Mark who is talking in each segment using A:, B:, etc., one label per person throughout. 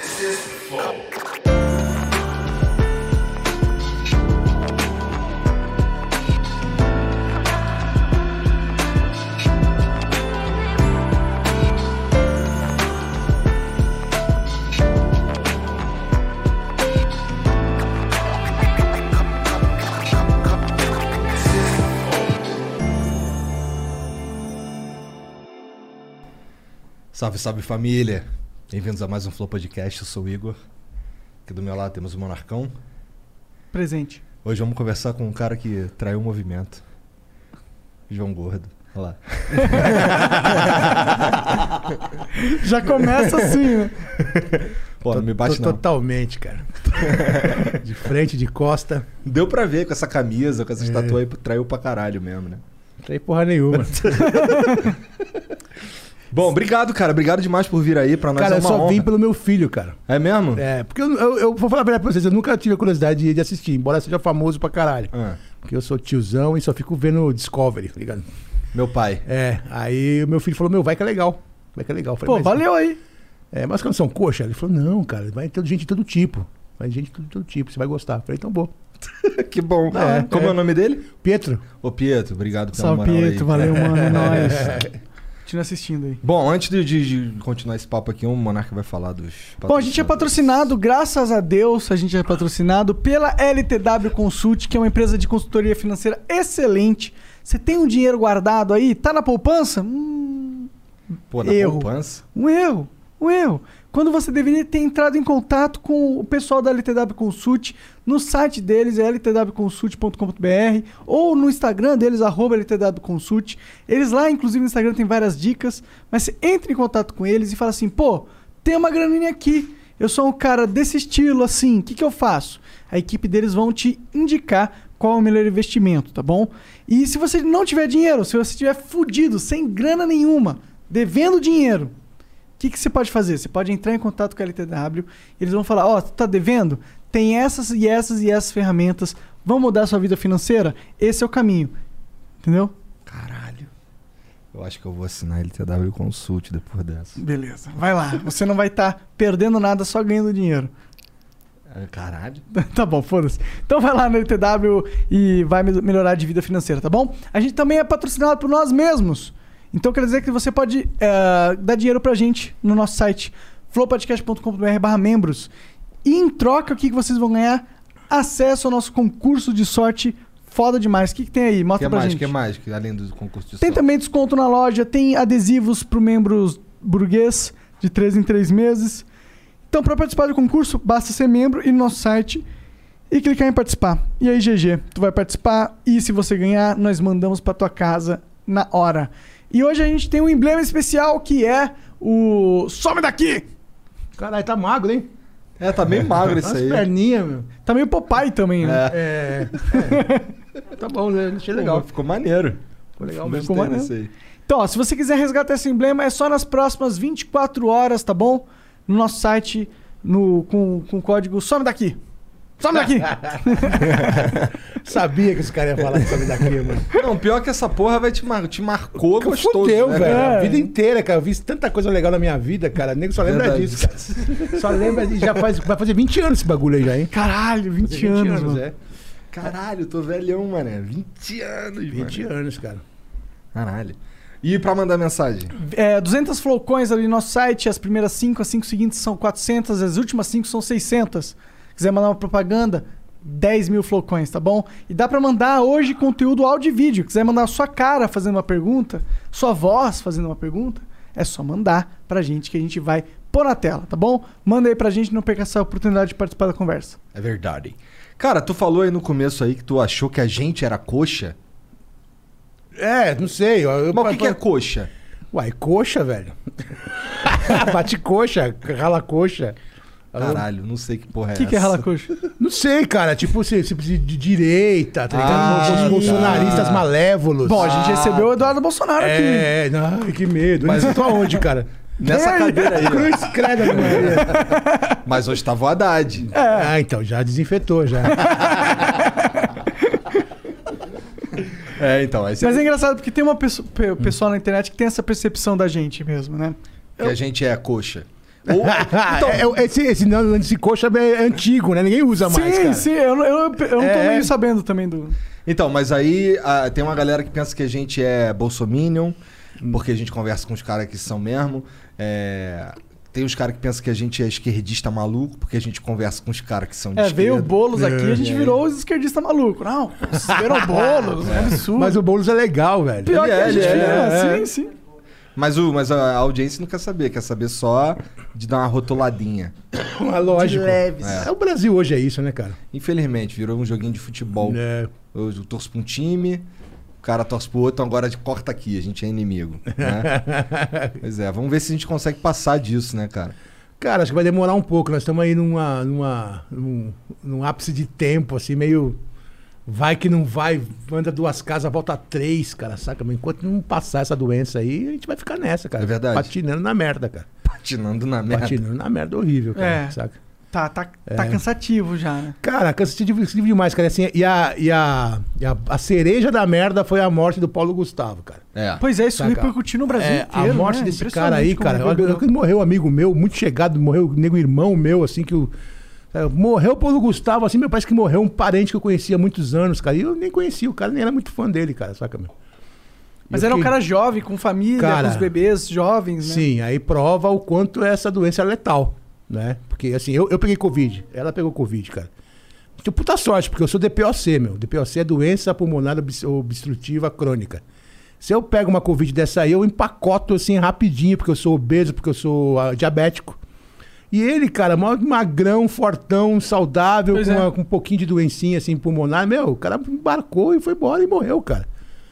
A: sixth floor.
B: Salve, salve família! Bem-vindos a mais um Flow Podcast, eu sou o Igor. Aqui do meu lado temos o Monarcão.
C: Presente.
B: Hoje vamos conversar com um cara que traiu o movimento. João Gordo. Olha lá.
C: Já começa assim, né?
B: Pô, não me bate
D: Tô
B: não.
D: Totalmente, cara. De frente, de costa.
B: Deu pra ver com essa camisa, com essas
D: É.
B: tatuagens, aí, traiu pra caralho mesmo, né?
D: Não tem porra nenhuma.
B: Bom, obrigado, cara. Obrigado demais por vir aí. Pra nós
D: cara,
B: é
D: eu
B: uma
D: só
B: honra.
D: vim pelo meu filho, cara.
B: É mesmo?
D: É, porque eu, eu- eu vou falar a verdade pra vocês, eu nunca tive a curiosidade de, de assistir, embora seja famoso pra caralho.
B: Ah,
D: Porque eu sou tiozão e só fico vendo o Discovery, tá ligado?
B: meu pai.
D: É, aí o meu filho falou, meu, vai que é legal. Vai que é legal. Eu falei,
C: Pô,
D: mas-
C: valeu aí.
D: É, mas quando são coxa, ele falou, não, cara, vai ter gente de todo tipo. Vai gente de todo, todo tipo, você vai gostar. Eu falei, então vou.
B: que bom.
D: É,
B: É, Como é.
D: é.
B: o nome dele?
D: Pietro,
B: Ô, Pietro. Obrigado pela
C: Salve,
B: moral
C: Pietro.
B: aí.
C: Valeu, mano. É nóis. Continua assistindo aí.
B: Bom, antes de, de- de continuar esse papo aqui, o Monarca vai falar dos...
C: Bom, a gente é patrocinado, graças a Deus, a gente é patrocinado pela LTW Consult, que é uma empresa de consultoria financeira excelente. Você tem um dinheiro guardado aí? Tá na poupança? Hum,
B: Pô, na
C: Erro.
B: poupança.
C: um erro, um erro. Quando você deveria ter entrado em contato com o pessoal da LTW Consult, no site deles é ltwconsult.com.br ou no Instagram deles, arroba LTW Consult. Eles lá, inclusive no Instagram, tem várias dicas, mas você entra em contato com eles e fala assim, pô, tem uma graninha aqui, eu sou um cara desse estilo, assim, o que, que eu faço? A equipe deles vão te indicar qual é o melhor investimento, tá bom? E se você não tiver dinheiro, se você estiver fudido, sem grana nenhuma, devendo dinheiro, o que, que você pode fazer? Você pode entrar em contato com a LTW, eles vão falar, ó, tu tá devendo? Tem essas e essas e essas ferramentas, vão mudar a sua vida financeira? Esse é o caminho. Entendeu?
B: Caralho. Eu acho que eu vou assinar LTW Consult depois dessa.
C: Beleza. Vai lá. Você não vai estar perdendo nada, só ganhando dinheiro.
B: Ah, Caralho.
C: Tá bom, foda-se. Então vai lá no LTW e vai mel- melhorar de vida financeira, tá bom? A gente também é patrocinado por nós mesmos. Então quer dizer que você pode eh, dar dinheiro pra gente no nosso site flowpodcast.com.br barra membros. E em troca, o que, que vocês vão ganhar? Acesso ao nosso concurso de sorte foda demais. O que, que tem aí?
B: O
C: Mostra
B: que é
C: pra
B: mais?
C: gente.
B: que mais? Que além do concurso de
C: Tem
B: sorte.
C: também desconto na loja, tem adesivos para membros burguês de 3 em 3 meses. Então, para participar do concurso, basta ser membro ir no nosso site e clicar em participar. E aí, GG, tu vai participar e se você ganhar, nós mandamos para tua casa na hora. E hoje a gente tem um emblema especial que é o Some daqui!
D: caralho, tá magro, hein?
B: É, tá meio magro isso
D: As
B: aí.
D: perninhas, meu.
C: Tá meio Popeye também, né?
D: É. é. Tá bom, né? Achei
B: Pô,
D: legal.
B: mas Ficou maneiro.
D: Ficou legal
B: Mas
D: mesmo.
C: ficou
B: tem
C: maneiro.
B: isso aí.
C: Então, ó, se você quiser resgatar esse emblema, é só nas próximas 24 horas, tá bom? No nosso site, no, com, com o código Some daqui! Some daqui!
D: Sabia que esse cara ia falar sobre daqui, mano.
B: Não, pior que essa porra vai te, mar... te marcou gostoso.
D: Fudeu,
B: né,
D: velho.
B: cara?
D: A
C: É.
D: vida inteira, cara. Eu vi tanta coisa legal na minha vida, cara. Nego só lembra
B: Verdade.
D: disso, cara. Só lembra disso. Já faz, vai fazer 20 anos esse bagulho aí já, hein?
C: Caralho, 20,
D: Fazer
C: anos, mano.
D: é.
B: Caralho, tô velhão, mané. 20 anos,
D: 20
B: mano.
D: anos, cara.
B: Caralho. E pra mandar mensagem?
C: É, 200 flowcoins ali no nosso site, as primeiras 5, as 5 seguintes são 400, as últimas 5 são 600. Quiser mandar uma propaganda, 10 mil flowcoins, tá bom? E dá pra mandar hoje conteúdo áudio e vídeo. Quiser mandar a sua cara fazendo uma pergunta, sua voz fazendo uma pergunta, é só mandar pra gente que a gente vai pôr na tela, tá bom? Manda aí pra gente, não perca essa oportunidade de participar da conversa.
B: É verdade. Cara, tu falou aí no começo aí que tu achou que a gente era coxa.
D: É, não sei. ó, Eu,
B: Mas o que, que é coxa?
D: Uai, coxa, velho. Bate coxa, rala coxa.
B: Caralho, não sei que porra é
C: O que,
B: essa.
C: que é Ralacuxo?
D: Não sei, cara. Tipo, se, se precisa de direita, tá ligado?
B: Ah,
D: Os bolsonaristas
B: tá.
D: malévolos.
C: Bom, a gente recebeu o Eduardo Bolsonaro aqui.
D: É, não, que medo. Mas eu tô aonde, cara?
B: Nessa
D: Ei,
B: cadeira aí, ó.
D: Cruz credo, Ana Maria.
B: Mas hoje tava o Haddad.
D: Ah, então, já desinfetou, já.
B: É, então. Aí você
C: Mas é engraçado porque tem uma pessoa, pe- pessoal na internet que tem essa percepção da gente mesmo, né?
B: que a gente é coxa.
D: Ou, então, é, esse, esse não, esse coxa é antigo, né? Ninguém usa mais.
C: sim,
D: cara.
C: sim, eu, não- eu, eu não tô
D: É.
C: meio sabendo também do.
B: Então, mas aí ah, tem uma galera que pensa que a gente é bolsominion, porque a gente conversa com os caras que são mesmo. É, Tem os caras que pensam que a gente é esquerdista maluco, porque a gente conversa com os caras que são de
C: É, veio o
B: esquerda.
C: Boulos aqui e a gente
B: é.
C: virou os esquerdistas malucos. Não, vocês viram o Boulos, é um absurdo.
D: Mas o Boulos é legal, velho.
C: Pior
B: Ele
C: que
B: é,
C: a gente
B: ele
C: é,
B: é,
C: sim,
B: é.
C: sim.
B: Mas, o, mas a audiência não quer saber, quer saber só de dar uma rotoladinha.
D: é Uma lógico.
A: leves.
D: É. O Brasil hoje é isso, né, cara?
B: Infelizmente, virou um joguinho de futebol.
D: É.
B: Eu, eu torço pra um time, o cara torce pro outro, então agora de corta aqui, a gente é inimigo. né? pois é, vamos ver se a gente consegue passar disso, né, cara?
D: Cara, acho que vai demorar um pouco. Nós estamos aí numa, numa, num, num ápice de tempo, assim, meio. Vai que não vai, anda duas casas, volta três, cara, saca? Mas enquanto não passar essa doença aí, a gente vai ficar nessa, cara.
B: É verdade.
D: Patinando na merda, cara.
B: Patinando na merda.
D: Patinando na merda horrível, cara,
C: É.
D: saca?
C: Tá, tá, tá
D: É.
C: cansativo já, né?
D: Cara, cansativo cansativo demais, cara. Assim, e a, e, a, e a, a cereja da merda foi a morte do Paulo Gustavo, cara.
B: É.
C: Pois é, isso
D: Saca,
C: repercutiu no Brasil
D: Tá, É,
C: inteiro.
D: a morte
C: né?
D: desse cara aí,
C: Impressionante como
D: cara. Olha,
C: repercutiu.
D: quando morreu um amigo meu, muito chegado, morreu um nego irmão meu, assim, que o. sabe, Morreu pelo Gustavo, assim, meu parece que morreu um parente que eu conhecia há muitos anos, cara. E eu nem conhecia o cara, nem era muito fã dele, cara, saca, meu?
C: Mas
D: Eu
C: era um
D: fiquei-
C: cara jovem, com família,
D: Cara,
C: com os bebês jovens, né?
D: Sim, aí prova o quanto essa doença é letal, né? Porque assim, eu, eu peguei Covid, ela pegou Covid, cara. Tinha puta sorte, porque eu sou DPOC, meu. DPOC é doença pulmonar obs- obstrutiva crônica. Se eu pego uma Covid dessa aí, eu empacoto assim rapidinho, porque eu sou obeso, porque eu sou ah, diabético. E ele, cara, mó magrão, fortão, saudável,
C: Pois
D: com,
C: é.
D: uma- com um pouquinho de doencinha assim pulmonar, meu, o cara embarcou e foi embora e morreu, cara.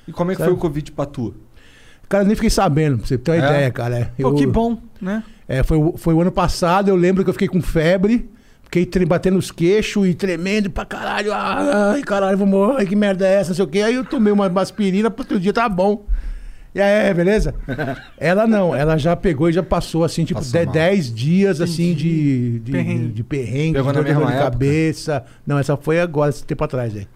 B: E como é que
D: Sabe?
B: foi o Covid pra tu?
D: Cara, eu nem fiquei sabendo, pra você ter uma
B: É?
D: ideia, cara. é.
C: Pô,
D: Eu-
C: que bom, né?
D: é, foi, o- foi o ano passado, eu lembro que eu fiquei com febre, fiquei tre- batendo os queixos e tremendo pra caralho. Ai, caralho, vou morrer, que merda é essa, não sei o quê. Aí eu tomei uma uma aspirina, pro outro dia tá bom. E aí, é, beleza? Ela não, ela já pegou e já passou assim, tipo,
B: Passou
D: de-
B: mal.
D: 10 dias assim de, de
C: Perrengue.
D: perrengue, de, perrengue
B: Pegou na
D: dor de
B: mesma época? Ah.
D: cabeça. Não, essa foi agora, esse tempo atrás aí.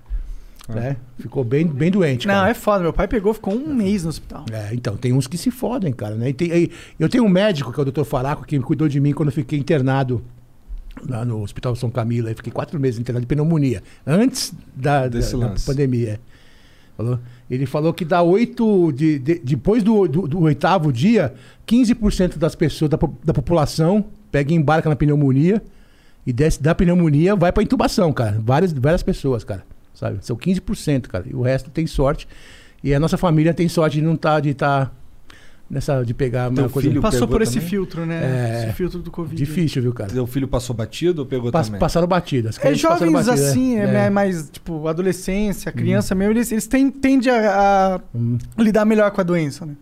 D: Né? Ficou bem, bem doente.
C: Não,
D: cara.
C: é foda. Meu pai pegou, ficou um mês no hospital.
D: É, então, tem uns que se fodem, cara, né? E tem- e- eu tenho um médico, que é o Dr. Faraco, que cuidou de mim quando eu fiquei internado lá no Hospital São Camilo. Aí fiquei quatro meses internado de pneumonia, antes da, da,
B: Desse
D: da
B: lance.
D: pandemia. Falou? Ele falou que dá oito... de- de- depois do, do- do oitavo dia, 15% das pessoas, da, po- da população, pega e embarca na pneumonia. E desce da pneumonia, vai pra intubação, cara. Várias, várias pessoas, cara. Sabe? São 15%, cara. E o resto tem sorte. E a nossa família tem sorte de não estar... de tá nessa... de pegar
B: Teu
D: uma coisa...
B: filho
C: Passou
B: pegou
C: por esse
B: também?
C: filtro, né?
D: É.
C: Esse filtro do Covid.
D: Difícil, viu, cara?
B: Teu filho passou batido ou pegou
D: Pas-
B: também?
D: passaram batidas.
C: É, jovens
D: Passaram batidas,
C: assim, é,
D: é.
C: mais, tipo, adolescência, criança mesmo, eles, eles têm, tendem a, a
D: Hum.
C: lidar melhor com a doença, né?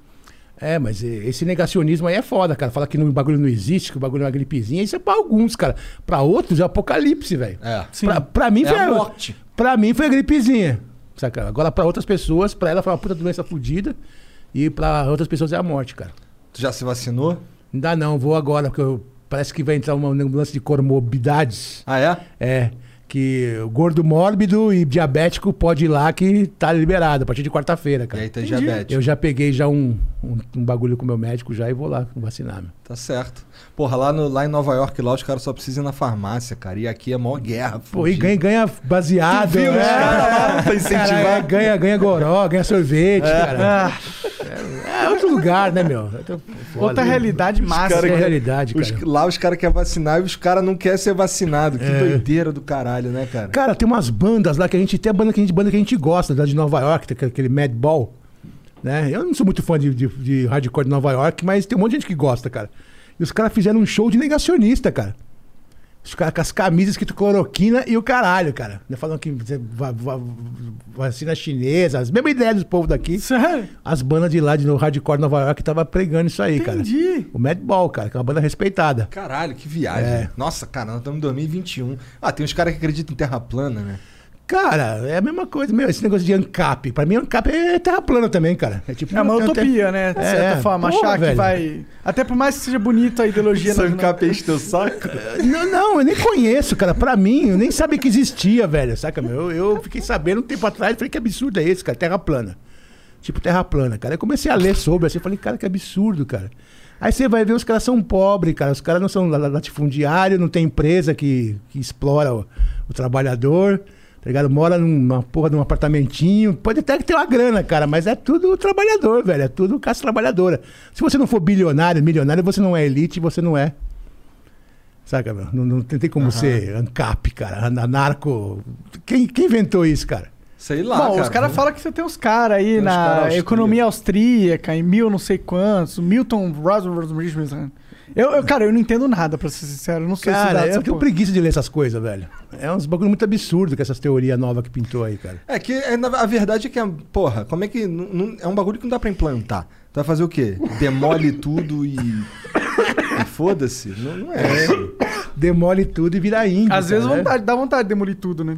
D: É, mas e- esse negacionismo aí é foda, cara. Fala que o bagulho não existe, que o bagulho é uma gripezinha. Isso é pra alguns, cara. Pra outros é apocalipse, velho.
B: É.
C: Sim.
D: Pra, pra mim
B: É
D: foi
B: a
D: a-
B: morte.
D: Pra mim foi a gripezinha. Saca? Agora pra outras pessoas, pra ela foi uma puta doença fodida. E pra outras pessoas é a morte, cara.
B: Tu já se vacinou?
D: Não dá não, vou agora, porque eu- parece que vai entrar uma- um lance de comorbidades.
B: Ah, é?
D: É. Que o gordo mórbido e diabético pode ir lá que tá liberado a partir de quarta-feira,
B: E
D: cara.
B: aí tem
C: Entendi.
B: diabetes.
D: Eu já peguei já um, um, um bagulho com o meu médico já e vou lá vacinar, meu.
B: Tá certo. Porra, lá, no, lá em Nova York, lá os caras só precisam ir na farmácia, cara. E aqui é mó guerra.
D: Pô, e
B: fudido.
D: ganha, ganha baseado,
B: Tu viu,
D: né?
B: os caras lá pra incentivar?
D: Cara, é, ganha, ganha goró, ganha sorvete, cara.
C: ah,
D: É, é outro lugar, né, meu? Eu tô foda,
C: Outra
D: né?
C: realidade massa. é né?
D: Outra
B: cara que-
D: realidade,
B: Os-
D: cara. é
B: lá os caras querem vacinar e os caras não querem ser vacinado. Que
D: É.
B: doideira do caralho, né, cara?
D: Cara, tem umas bandas lá que a gente tem a banda que a gente, banda que a gente gosta, da de Nova York, tem aquele- aquele Madball. Né? Eu não sou muito fã de, de, de hardcore de Nova York, mas tem um monte de gente que gosta, cara. E os caras fizeram um show de negacionista, cara. Os caras com as camisas escrito cloroquina e o caralho, cara. Né, Falando que va- va- vacina chinesa, as mesmas ideias do povo daqui.
C: Sério?
D: As bandas de lá, de no- hardcore Nova York, tava pregando isso aí, cara.
C: Entendi.
D: O Madball, cara, que é uma banda respeitada.
B: Caralho, que viagem.
D: É.
B: Nossa, cara, nós estamos em 2021. Ah, tem uns caras que acreditam em terra plana, né?
D: Cara, é a mesma coisa, meu. Esse negócio de ANCAP. Pra mim, ANCAP é terra plana também, cara. É tipo.
C: É uma
D: até-
C: utopia, né? De
D: É,
C: certa forma,
D: porra,
C: achar que
D: velho.
C: vai. Até por mais que seja bonito a ideologia. né?
B: Só
C: na-
B: encapete teu saco.
D: É, Não, não, eu nem conheço, cara. Pra mim, eu nem sabia que existia, velho. Saca, meu? Eu, eu fiquei sabendo um tempo atrás, falei que absurdo é esse, cara. Terra plana. Tipo, terra plana, cara. Eu comecei a ler sobre, assim, falei, cara, que absurdo, cara. Aí você vai ver, os caras são pobres, cara. Os caras não são la- la- latifundiário, não tem empresa que, que explora o, o trabalhador, tá ligado? Mora numa porra de um apartamentinho. Pode até que ter uma grana, cara, mas é tudo trabalhador, velho. É tudo caça trabalhadora. Se você não for bilionário, milionário, você não é elite, você não é. Saca, meu? Não, não tem tem como ser ANCAP, cara. an- Anarco. Quem, quem inventou isso, cara?
B: Sei lá,
C: Bom, os caras falam que você tem uns caras aí
B: Tem uns
C: na
B: cara austríaco.
C: economia austríaca, em mil não sei quantos, Milton Roswell. Eu, eu, cara, eu não entendo nada, pra ser sincero. Eu não sei
D: Cara, é
C: estudar
D: eu
C: essa
D: tenho
C: porra.
D: preguiça de ler essas coisas, velho. É uns bagulho muito absurdo com essas teorias novas que pintou aí, cara.
B: É que é, na- a verdade é que, é, porra, como é que. nu- nu- é um bagulho que não dá pra implantar. Tu vai fazer o quê? Demole tudo e. e foda-se? Não, não é. isso.
D: Demole tudo e vira índio.
C: Às vezes
D: cara, né?
C: vontade- dá vontade de demolir tudo, né?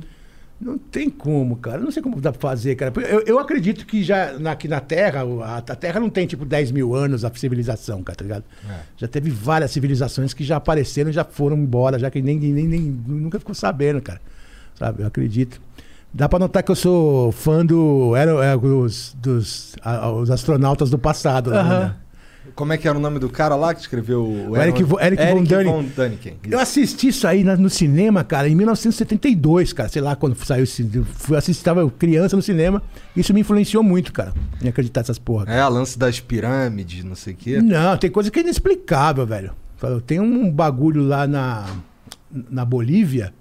D: Não tem como, cara. Não sei como dá pra fazer, cara. Eu, eu acredito que já na- aqui na Terra, o- a, a Terra não tem tipo 10 mil anos a civilização, cara, tá ligado?
B: É.
D: Já teve várias civilizações que já apareceram e já foram embora, já que nem, nem, nem nunca ficou sabendo, cara. Sabe? Eu acredito. Dá pra notar que eu sou fã do, era, é, dos, dos a- os astronautas do passado, lá,
C: Aham.
D: né?
B: Como é que era o nome do cara lá que escreveu o.
D: O Eric Vo- Eric von Däniken.
B: Däniken.
D: Eu assisti isso aí na- no cinema, cara, em 1972, cara. Sei lá, quando saiu esse. eu Fui assistir, tava eu criança no cinema. Isso me influenciou muito, cara. Em acreditar nessas porra. cara.
B: É, a lance das pirâmides, não sei o quê.
D: Não, tem coisa que é inexplicável, velho. Falou, Tem um bagulho lá na, na Bolívia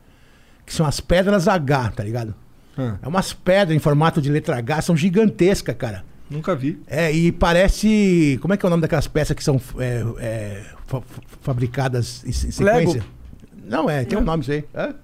D: que são as pedras H, tá ligado?
B: Ah,
D: É umas pedras em formato de letra H, são gigantescas, cara.
B: nunca vi.
D: É, e parece. Como é que é o nome daquelas peças que são é, é, fa- fa- fabricadas em se- sequência?
C: Lego.
D: Não, é, tem um nome isso aí. Hã?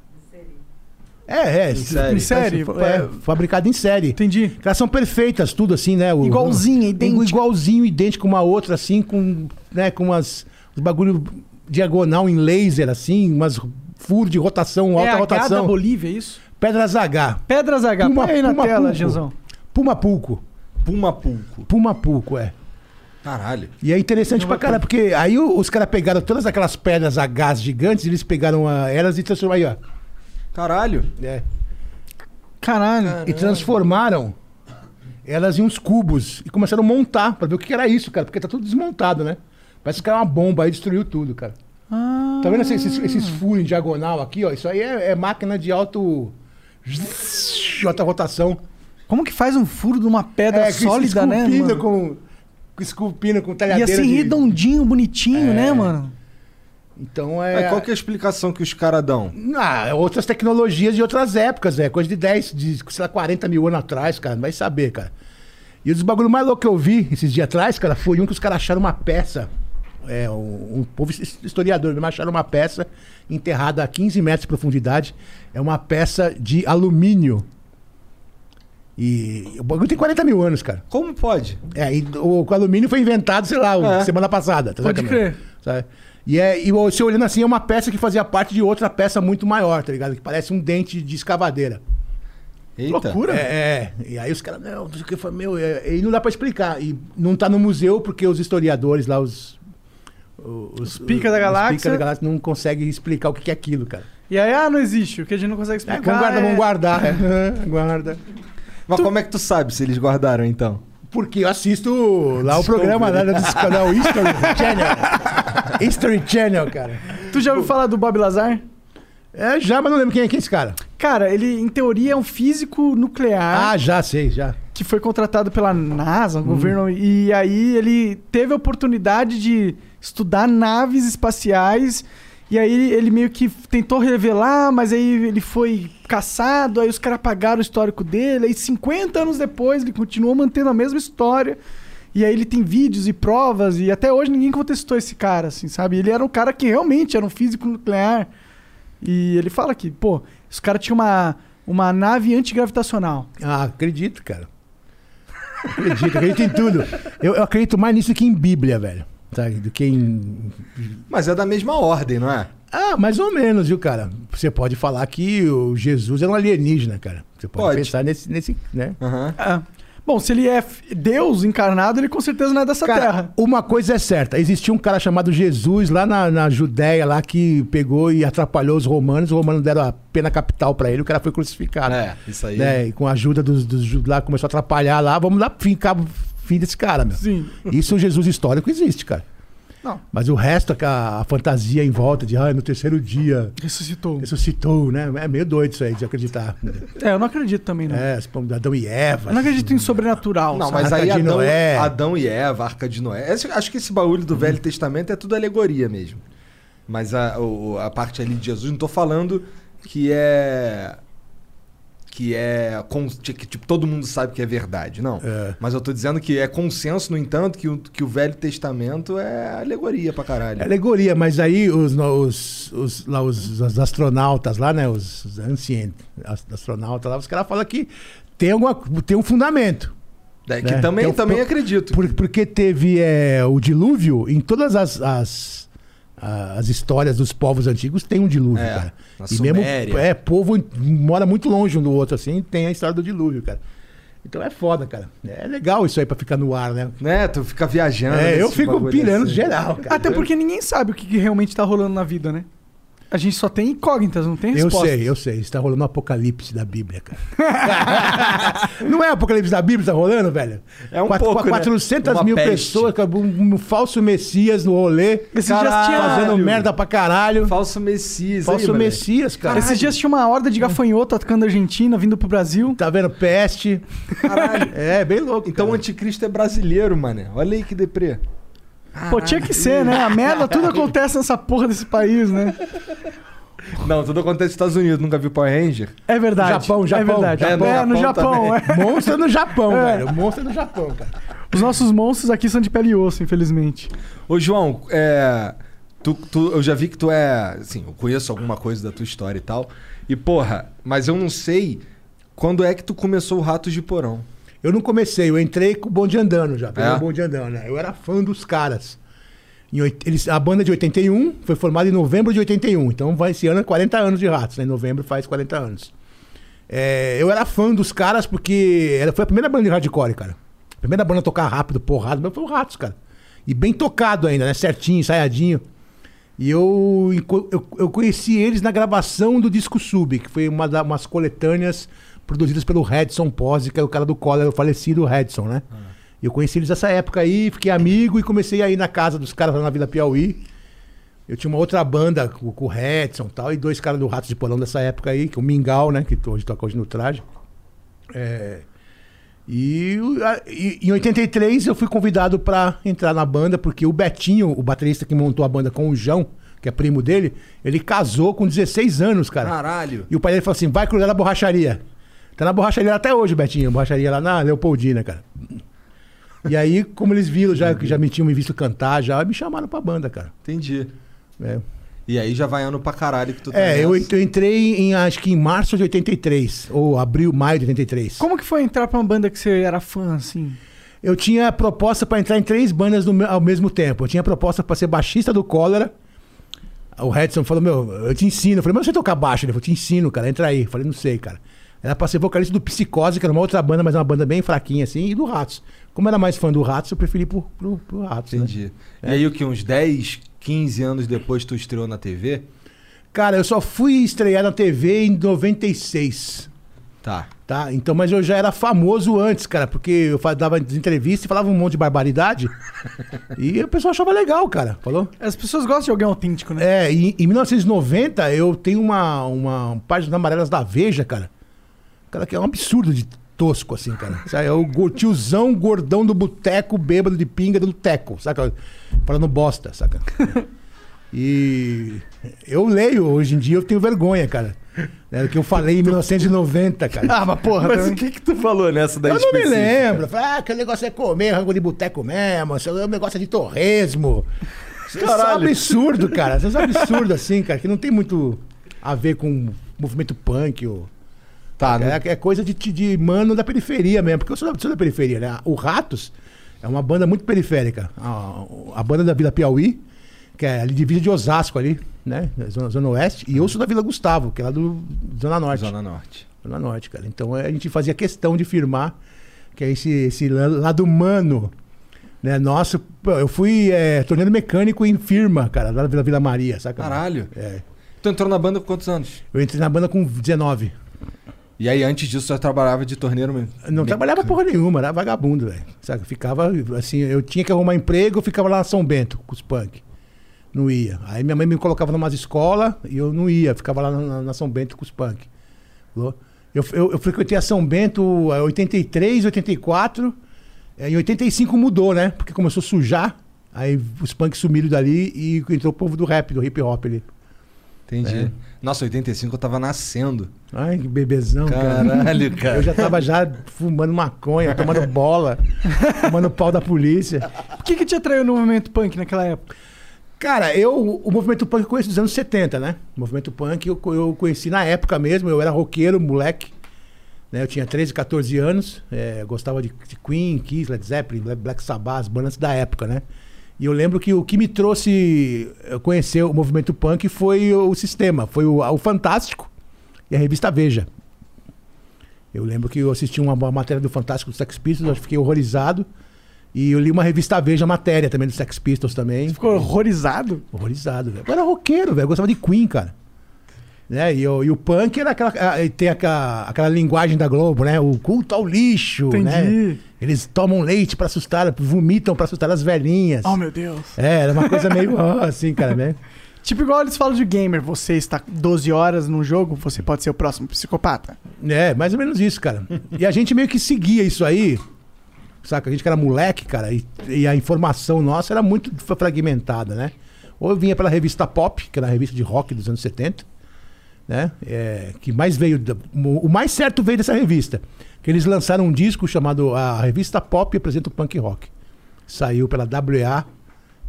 D: É, é.
B: Em
D: se-
B: série.
D: em série,
C: Parece-
D: é, fabricada em série.
C: Entendi.
D: Elas são perfeitas, tudo assim, né? O, um
C: Igualzinha, idêntica.
D: Igualzinho, idêntico uma outra, assim, com, né, com umas, os bagulho diagonal em laser, assim, umas furo de rotação, alta
C: é a H da
D: rotação.
C: Bolívia, é isso?
D: Pedras H.
C: Pedras H.
D: Puma-
C: Põe aí na
D: Puma
C: tela,
D: Pulco.
C: Genzão.
D: Pumapulco.
B: Pumapulco.
D: Pumapulco, é.
B: Caralho.
D: E é interessante pra caralho, porque aí o- os caras pegaram todas aquelas pedras a gás gigantes, eles pegaram a- elas e transformaram aí, ó.
B: Caralho.
D: É.
C: Caralho.
D: E transformaram elas em uns cubos e começaram a montar pra ver o que era isso, cara, porque tá tudo desmontado, né? Parece que era uma bomba aí, destruiu tudo, cara.
C: Ah,
D: Tá vendo esses, esses- esses
B: Hum.
D: furos em diagonal aqui, ó? Isso aí é, é máquina de alto. de alta rotação.
C: como que faz um furo de uma pedra
D: É, que
C: sólida, né,
D: esculpindo
C: mano?
D: com. com- Esculpindo com
C: E
D: talhadeira.
C: assim,
D: de-
C: redondinho, bonitinho,
D: É.
C: né, mano?
D: Então
B: Mas
D: é.
B: qual que é a explicação que os caras dão?
D: Ah, outras tecnologias de outras épocas, velho. Coisa de 10, de, sei lá, 40 mil anos atrás, cara. Não vai saber, cara. E os bagulho mais louco que eu vi esses dias atrás, cara, foi um que os caras acharam uma peça. É, um, um povo his- historiador mesmo acharam uma peça enterrada a 15 metros de profundidade. É uma peça de alumínio. E o bagulho tem 40 mil anos, cara.
B: Como pode?
D: É, e o, o alumínio foi inventado, sei lá, o-
B: É.
D: semana passada. Tá
C: Pode
D: ligado?
C: crer.
D: Sabe? E, é, e você olhando assim, é uma peça que fazia parte de outra peça muito maior, tá ligado? Que parece um dente de escavadeira.
B: Eita.
D: É, é. E aí os caras, não, não sei o que foi, meu, é, e não dá pra explicar. E não tá no museu porque os historiadores lá, os. Os,
C: pica da galáxia.
D: pica da galáxia não conseguem explicar o que que é aquilo, cara.
C: E aí, ah, não existe. O que a gente não consegue
D: É,
C: explicar.
D: vamos guardar,
C: é-
D: vamos guardar. é. Guarda.
B: Mas como é que tu sabe se eles guardaram então?
D: Porque eu assisto lá o programa lá do canal History Channel. History Channel, cara.
C: Tu já ouviu falar do Bob Lazar?
D: É, já, mas não lembro quem é, quem é esse cara.
C: Cara, ele, em teoria, é um físico nuclear
D: Ah, já sei, já.
C: que foi contratado pela NASA, o governo. E aí ele teve a oportunidade de estudar naves espaciais. E aí ele meio que tentou revelar, mas aí ele foi caçado, aí os caras apagaram o histórico dele. Aí 50 anos depois ele continuou mantendo a mesma história. E aí ele tem vídeos e provas, e até hoje ninguém contestou esse cara, assim, sabe? Ele era um cara que realmente era um físico nuclear. E ele fala que, pô, os caras tinham uma, uma nave antigravitacional.
D: Ah, acredito, cara. Acredito, acredito em tudo. Eu, eu acredito mais nisso que em Bíblia, velho. Sabe? Do que em.
B: Mas é da mesma ordem, não é?
D: Ah, mais ou menos, viu, cara? Você pode falar que o Jesus era um alienígena, cara. Você pode,
B: Pode.
D: pensar nesse, nesse, né?
B: Aham.
C: Ah, Bom, se ele é f- Deus encarnado, ele com certeza não é dessa
D: Cara,
C: terra.
D: uma coisa é certa. Existia um cara chamado Jesus lá na, na Judéia, lá que pegou e atrapalhou os romanos. Os romanos deram a pena capital pra ele. O cara foi crucificado.
B: É, isso aí.
D: né? E com a ajuda dos, dos judeus lá, começou a atrapalhar lá. Vamos lá, fim, cabo, fim desse cara, meu.
C: Sim.
D: Isso o Jesus histórico existe, cara.
C: Não.
D: Mas o resto, a, a fantasia em volta de, ah, no terceiro dia
C: Ressuscitou.
D: ressuscitou, né? É meio doido isso aí de acreditar.
C: É, eu não acredito também, não.
D: é, tipo, Adão e Eva.
C: Eu não acredito em sobrenatural.
B: Não,
C: sabe?
B: mas aí
D: Arca de
B: Adão,
D: Noé. Uhum.
B: Adão e Eva, Arca de Noé. Esse- Acho que esse baúle do Velho Testamento é tudo alegoria mesmo. Mas a, o- a parte ali de Jesus, não tô falando que é. Que é. con- Que, tipo, todo mundo sabe que é verdade, não.
D: É.
B: Mas eu tô dizendo que é consenso, no entanto, que o, que o Velho Testamento é alegoria pra caralho.
D: É alegoria, mas aí os, no- os, os, lá, os, os astronautas lá, né? Os, os ancient- as- astronautas lá, os caras falam que tem, alguma, tem um fundamento.
B: Daí que
D: É.
B: também,
D: Tem o-
B: também
D: pro-
B: acredito.
D: Por- porque teve é, o dilúvio em todas as, as, a- as histórias dos povos antigos tem um dilúvio,
B: É,
D: cara.
B: na
D: E mesmo
B: Suméria.
D: é, povo mora muito longe um do outro, assim, tem a história do dilúvio, cara. Então é foda, cara. É legal isso aí pra ficar no ar, né?
B: Né? Tu fica viajando.
D: É,
B: nesse
D: eu fico
B: bagulho
D: pirando
B: assim.
D: geral, cara.
C: Até porque ninguém sabe o que, que realmente tá rolando na vida, né? A gente só tem incógnitas, não tem
D: Eu
C: resposta.
D: sei, eu sei. Está rolando um apocalipse da Bíblia, cara. não é apocalipse da Bíblia que tá rolando, velho?
B: É um
D: Quatro-
B: pouco, né?
D: 400
B: Uma
D: mil
B: peste.
D: pessoas, cara, um, um falso messias no rolê.
C: Esses dias
D: caralho,
C: tinha-
D: Fazendo merda pra caralho.
B: Falso Messias. aí,
D: Falso
B: moleque.
D: messias, cara.
C: Esses dias tinha uma horda de gafanhoto atacando a Argentina, vindo pro Brasil.
D: Tá vendo? Peste.
B: Caralho.
D: É, bem louco.
B: Então o
D: cara.
B: anticristo é brasileiro, mané. Olha aí que deprê.
C: Pô, tinha que ser, né? A merda, tudo acontece nessa porra desse país, né?
B: Não, tudo acontece nos Estados Unidos. Nunca viu Power Ranger?
C: É verdade.
D: Japão, Japão.
C: É verdade.
B: É, no
C: É, no
B: Japão
C: Japão. é.
D: Monstro no Japão,
C: É.
D: velho. Monstro no Japão, cara.
C: Os nossos monstros aqui são de pele e osso, infelizmente.
B: Ô, João, é, tu- tu- eu já vi que tu é... Assim, eu conheço alguma coisa da tua história e tal. E, porra, mas eu não sei quando é que tu começou o Ratos de Porão.
D: Eu não comecei, eu entrei com o bonde andando já. Peguei
B: É?
D: o bonde andando, né? Eu era fã dos caras. Em oit- eles, a banda é de 81 foi formada em novembro de 81. Então vai esse ano é 40 anos de ratos, né? Em novembro faz 40 anos. É, eu era fã dos caras porque era, foi a primeira banda de hardcore, cara. Primeira banda a tocar rápido, porrada, mas foi o Ratos, cara. E bem tocado ainda, né? Certinho, ensaiadinho. E eu, enco- eu, eu conheci eles na gravação do disco Sub, que foi uma das umas coletâneas produzidas pelo Redson Pose, que é o cara do Collor, o falecido Redson, né? E Eu conheci eles nessa época aí, fiquei amigo e comecei a ir na casa dos caras lá na Vila Piauí. Eu tinha uma outra banda com, com o Redson e tal, e dois caras do Ratos de Porão dessa época aí, que é o Mingau, né? Que to- hoje toca hoje no traje. É, e, o- a- e- em 83 eu fui convidado pra entrar na banda, porque o Betinho, o baterista que montou a banda com o João, que é primo dele, ele casou com 16 anos, cara.
B: Caralho.
D: E o pai dele falou assim: vai cruzar na borracharia. Tá na borracharia até hoje, Betinho. Borracharia lá na Leopoldina, cara. E aí, como eles viram, já, já me tinham me visto cantar, já me chamaram pra banda, cara.
B: Entendi.
D: É,
B: E aí já vai ano pra caralho que tu tá
D: É, eu,
B: nessa.
D: eu entrei em, acho que em março de 83, ou abril, maio de 83.
C: Como que foi entrar pra uma banda que você era fã, assim?
D: Eu tinha proposta pra entrar em três bandas no me- ao mesmo tempo. Eu tinha proposta pra ser baixista do Cólera. O Redson falou, meu, eu te ensino. Eu falei, mas você tocar baixo? Ele falou, te ensino, cara, entra aí. Eu falei, não sei, cara. Era pra ser vocalista do Psicose, que era uma outra banda, mas uma banda bem fraquinha, assim, e do Ratos. Como eu era mais fã do Ratos, eu preferi pro, pro, pro Ratos, né?
B: Entendi. E aí o que, uns 10, 15 anos depois tu estreou na TV?
D: Cara, eu só fui estrear na TV em 96.
B: Tá.
D: Tá? Então, mas eu já era famoso antes, cara, porque eu fa- dava entrevista e falava um monte de barbaridade. e o pessoal achava legal, cara. Falou?
C: As pessoas gostam de alguém autêntico, né?
D: É, em, em 1990 eu tenho uma, uma página amarelas da Veja, cara. Cara, que é um absurdo de tosco, assim, cara. Sabe, é o go- tiozão gordão do boteco, bêbado de pinga do teco, saca? Falando bosta, saca? E eu leio hoje em dia, eu tenho vergonha, cara. Era o que eu falei em 1990, cara.
C: Ah, mas porra,
B: Mas o
C: também.
B: que que tu falou nessa daí
D: Eu não me
B: específica?
D: lembro. Falei, ah, aquele negócio é comer, rango de boteco mesmo. Isso é um negócio de torresmo. Isso é um
B: Caralho.
D: absurdo, cara. Isso é um absurdo, assim, cara, que não tem muito a ver com movimento punk ou...
B: Tá, não-
D: É, é coisa de, de mano da periferia mesmo, porque eu sou da, sou da periferia, né? O Ratos é uma banda muito periférica. A, a banda da Vila Piauí, que é ali divisa de Osasco ali, né? Zona, Zona Oeste. E eu sou da Vila Gustavo, que é lá do Zona Norte.
B: Zona Norte.
D: Zona Norte, cara. Então a gente fazia questão de firmar que é esse, esse la- lado humano, né? Nosso, pô, eu fui é, torneiro mecânico em firma, cara, lá na Vila, Vila Maria, saca?
B: Caralho.
D: É.
B: Tu entrou na banda com quantos anos?
D: Eu entrei na banda com 19.
B: E aí, antes disso, você trabalhava de torneiro mesmo?
D: Não trabalhava porra nenhuma, era vagabundo, velho. Sabe? Ficava assim, eu tinha que arrumar emprego, eu ficava lá na São Bento com os punk. Não ia. Aí minha mãe me colocava numa escola e eu não ia, ficava lá na, na São Bento com os punk. Falou? Eu, eu, eu frequentei a São Bento eh, em 83, 84. eh, Em 85 mudou, né? Porque começou a sujar. Aí os punks sumiram dali e entrou o povo do rap, do hip hop ali.
B: Entendi.
D: É.
B: Nossa, 85 eu tava nascendo.
D: Ai, que bebezão, cara.
B: Caralho, cara.
D: Eu já tava já fumando maconha, tomando bola, tomando pau da polícia.
C: O que, que te atraiu no movimento punk naquela época?
D: Cara, eu o movimento punk eu conheço dos anos 70, né? O movimento punk eu, co- eu conheci na época mesmo, eu era roqueiro, moleque. Né? Eu tinha 13, 14 anos, é, eu gostava de, de Queen, Kiss, Led Zeppelin, Bla- Black Sabbath, as bandas da época, né? E eu lembro que o que me trouxe eu conhecer o movimento punk foi o, sistema, foi o, o Fantástico e a revista Veja. Eu lembro que eu assisti uma, uma matéria do Fantástico do Sex Pistols, eu fiquei horrorizado. E eu li uma revista Veja, matéria também do Sex Pistols também.
C: Você ficou horrorizado?
D: Horrorizado, velho. Eu era roqueiro, velho. Eu gostava de Queen, cara. Né? E, o- e o punk era aquela, ah, e tem aquela, aquela linguagem da Globo, né? O culto ao lixo, né?
C: Entendi.
D: Eles tomam leite pra assustar, vomitam pra assustar as velhinhas.
C: Oh, meu Deus.
D: É, era uma coisa meio ah, assim, cara, né?
C: Tipo igual eles falam de gamer, você está 12 horas num jogo, você pode ser o próximo psicopata.
D: É, mais ou menos isso, cara. E a gente meio que seguia isso aí, saca? A gente que era moleque, cara, e, e a informação nossa era muito fra- fragmentada, né? Ou eu vinha pela revista Pop, que era a revista de rock dos anos 70, né? É, que mais veio. da- o mais certo veio dessa revista. Que eles lançaram um disco chamado A Revista Pop Apresenta o Punk Rock. Saiu pela WA.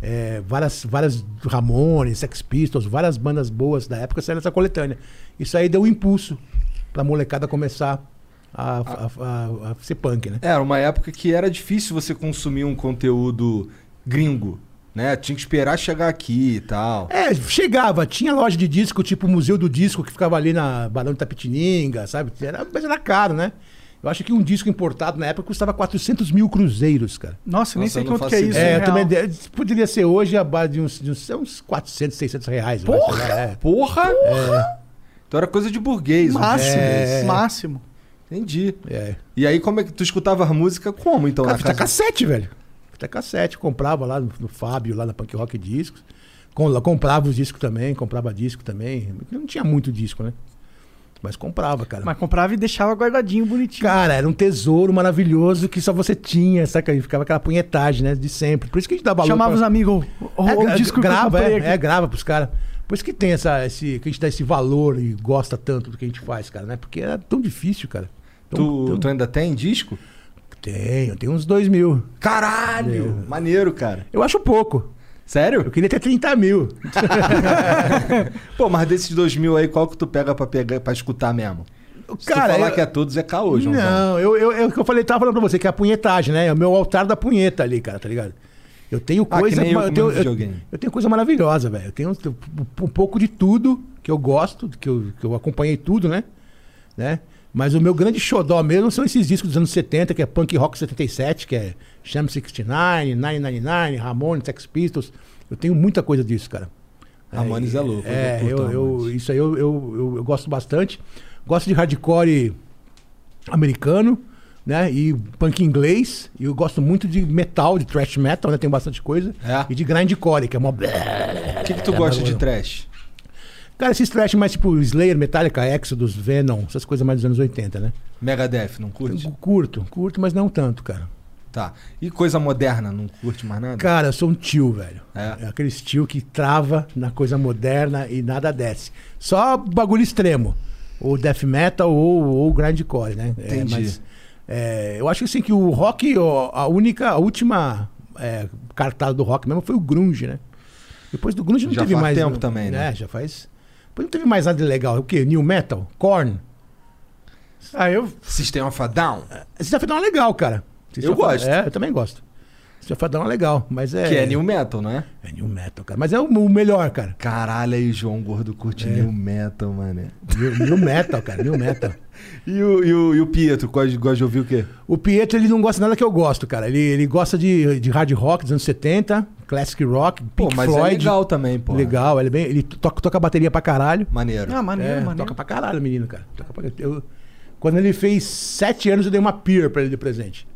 D: é, várias, várias Ramones, Sex Pistols, várias bandas boas da época saíram essa coletânea. Isso aí deu um impulso pra molecada começar a, a- a- a ser punk, né?
B: É, Era uma época que era difícil você consumir um conteúdo gringo, né? Tinha que esperar chegar aqui e tal.
D: É, chegava, tinha loja de disco, tipo o Museu do Disco, que ficava ali na Barão de Tapetininga, sabe? Era, mas era caro, né? Eu acho que um disco importado na época custava 400 mil cruzeiros, cara.
C: Nossa, eu nem
B: Nossa,
C: sei
B: eu não
C: quanto que é
B: faço
C: isso.
B: ideia.
C: em
D: é, eu
C: real.
D: também de- poderia ser hoje a base de uns, de uns, é uns 400, 600 reais. eu acho, né?
B: Porra! Então era coisa de burguês. né?
C: Máximo,
D: É.
C: máximo.
B: Entendi.
D: É, é.
B: E aí, como é que tu escutava a música como, então,
D: Cara,
B: na
D: fita
B: casa?
D: cassete, velho. Fita cassete. Comprava lá no, no Fábio, lá na Punk Rock Discos. Com- lá comprava os discos também, comprava disco também. Não tinha muito disco, né? Mas comprava, cara.
C: Mas comprava e deixava guardadinho, bonitinho.
D: Cara, era um tesouro maravilhoso que só você tinha, saca? E ficava aquela punhetagem, né? De sempre. Por isso que a gente dá valor.
C: Chamava
D: pra-
C: os amigos, o,
D: é,
C: o
D: gra-
C: disco
D: grava,
C: que eu comprei
D: é,
C: aqui.
D: é, grava pros caras. Por isso que tem essa, esse, que a gente dá esse valor e gosta tanto do que a gente faz, cara, né? Porque era tão difícil, cara. Tão-
B: Tu, tu
D: tão-
B: ainda tem disco?
D: Tenho, tenho uns dois mil. É.
B: Caralho! Maneiro, cara.
D: Eu acho pouco. Eu
B: Sério?
D: queria ter 30 mil.
B: Pô, mas desses dois mil aí, qual que tu pega pra, pegar, pra escutar mesmo? Se tu falar
D: eu-
B: que é todos, é caô, Joãozão.
D: Não, eu, eu, eu, que eu falei, tava falando pra você que é a punhetagem, né? É o meu altar da punheta ali, cara, tá ligado? Eu tenho
B: Ah, que
D: coisa.
B: nem eu
D: eu,
B: com
D: tenho,
B: meu videogame.
D: eu tenho coisa maravilhosa, velho. Eu tenho um, um pouco de tudo que eu gosto, que eu, que eu acompanhei tudo, né? né? Mas o meu grande xodó mesmo são esses discos dos anos 70, que é Punk Rock 77, que é Sham 69, 999, Ramones, Sex Pistols. Eu tenho muita coisa disso, cara.
B: Ramones é louco, eu
D: É,
B: curto
D: eu, eu-
B: Ramones.
D: isso aí eu, eu, eu, eu gosto bastante. Gosto de hardcore americano, né? E punk inglês. E eu gosto muito de metal, de thrash metal, né? Tem bastante coisa.
B: É?
D: E de grindcore, que é uma...
B: O que, que tu gosta de
D: não.
B: trash?
D: Cara, esses thrash mais tipo Slayer, Metallica, Exodus, Venom, essas coisas mais dos anos 80, né?
B: Megadeth, não curte?
D: Eu curto, curto, mas não tanto, cara.
B: Tá. E coisa moderna, não curte mais nada?
D: Cara, eu sou um tio, velho.
B: É.
D: É. aquele tio que trava na coisa moderna e nada desce. Só bagulho extremo. Ou death metal ou, ou grindcore, né? É,
B: Entendi.
D: é, eu acho assim que o rock, ó, a única, a última é, cartada do rock mesmo foi o grunge, né? Depois do grunge não
B: Já
D: teve
B: faz
D: mais...
B: tempo
D: não-
B: também, né?
D: É, já faz... Depois não teve mais nada legal. O quê? New metal? Korn?
C: Ah, eu
B: Sistema of a Down,
D: Esse Fadão é legal, cara. Esse
B: Eu
D: Safadão-
B: gosto.
D: É, eu também gosto. Esse Fadão é legal, mas é...
B: que é new metal, não é?
D: É new metal, cara. Mas é o, o melhor, cara.
B: Caralho, aí o João Gordo curte new metal, mané.
D: New, new metal, cara. New metal.
B: E o, e o, e o Pietro, gosta de- gosta de ouvir o quê?
D: O Pietro, ele não gosta nada que eu gosto, cara. Ele, ele gosta de, de hard rock dos anos 70, classic rock, Pink
B: Pô, mas
D: Floyd.
B: é legal também, pô.
D: Legal, ele, é bem, ele to- toca, toca bateria pra caralho.
B: Maneiro.
C: Ah, maneiro,
D: É,
C: maneiro.
D: Toca pra caralho, menino, cara. Toca pra, eu, Quando ele fez sete anos, eu dei uma peer pra ele de presente.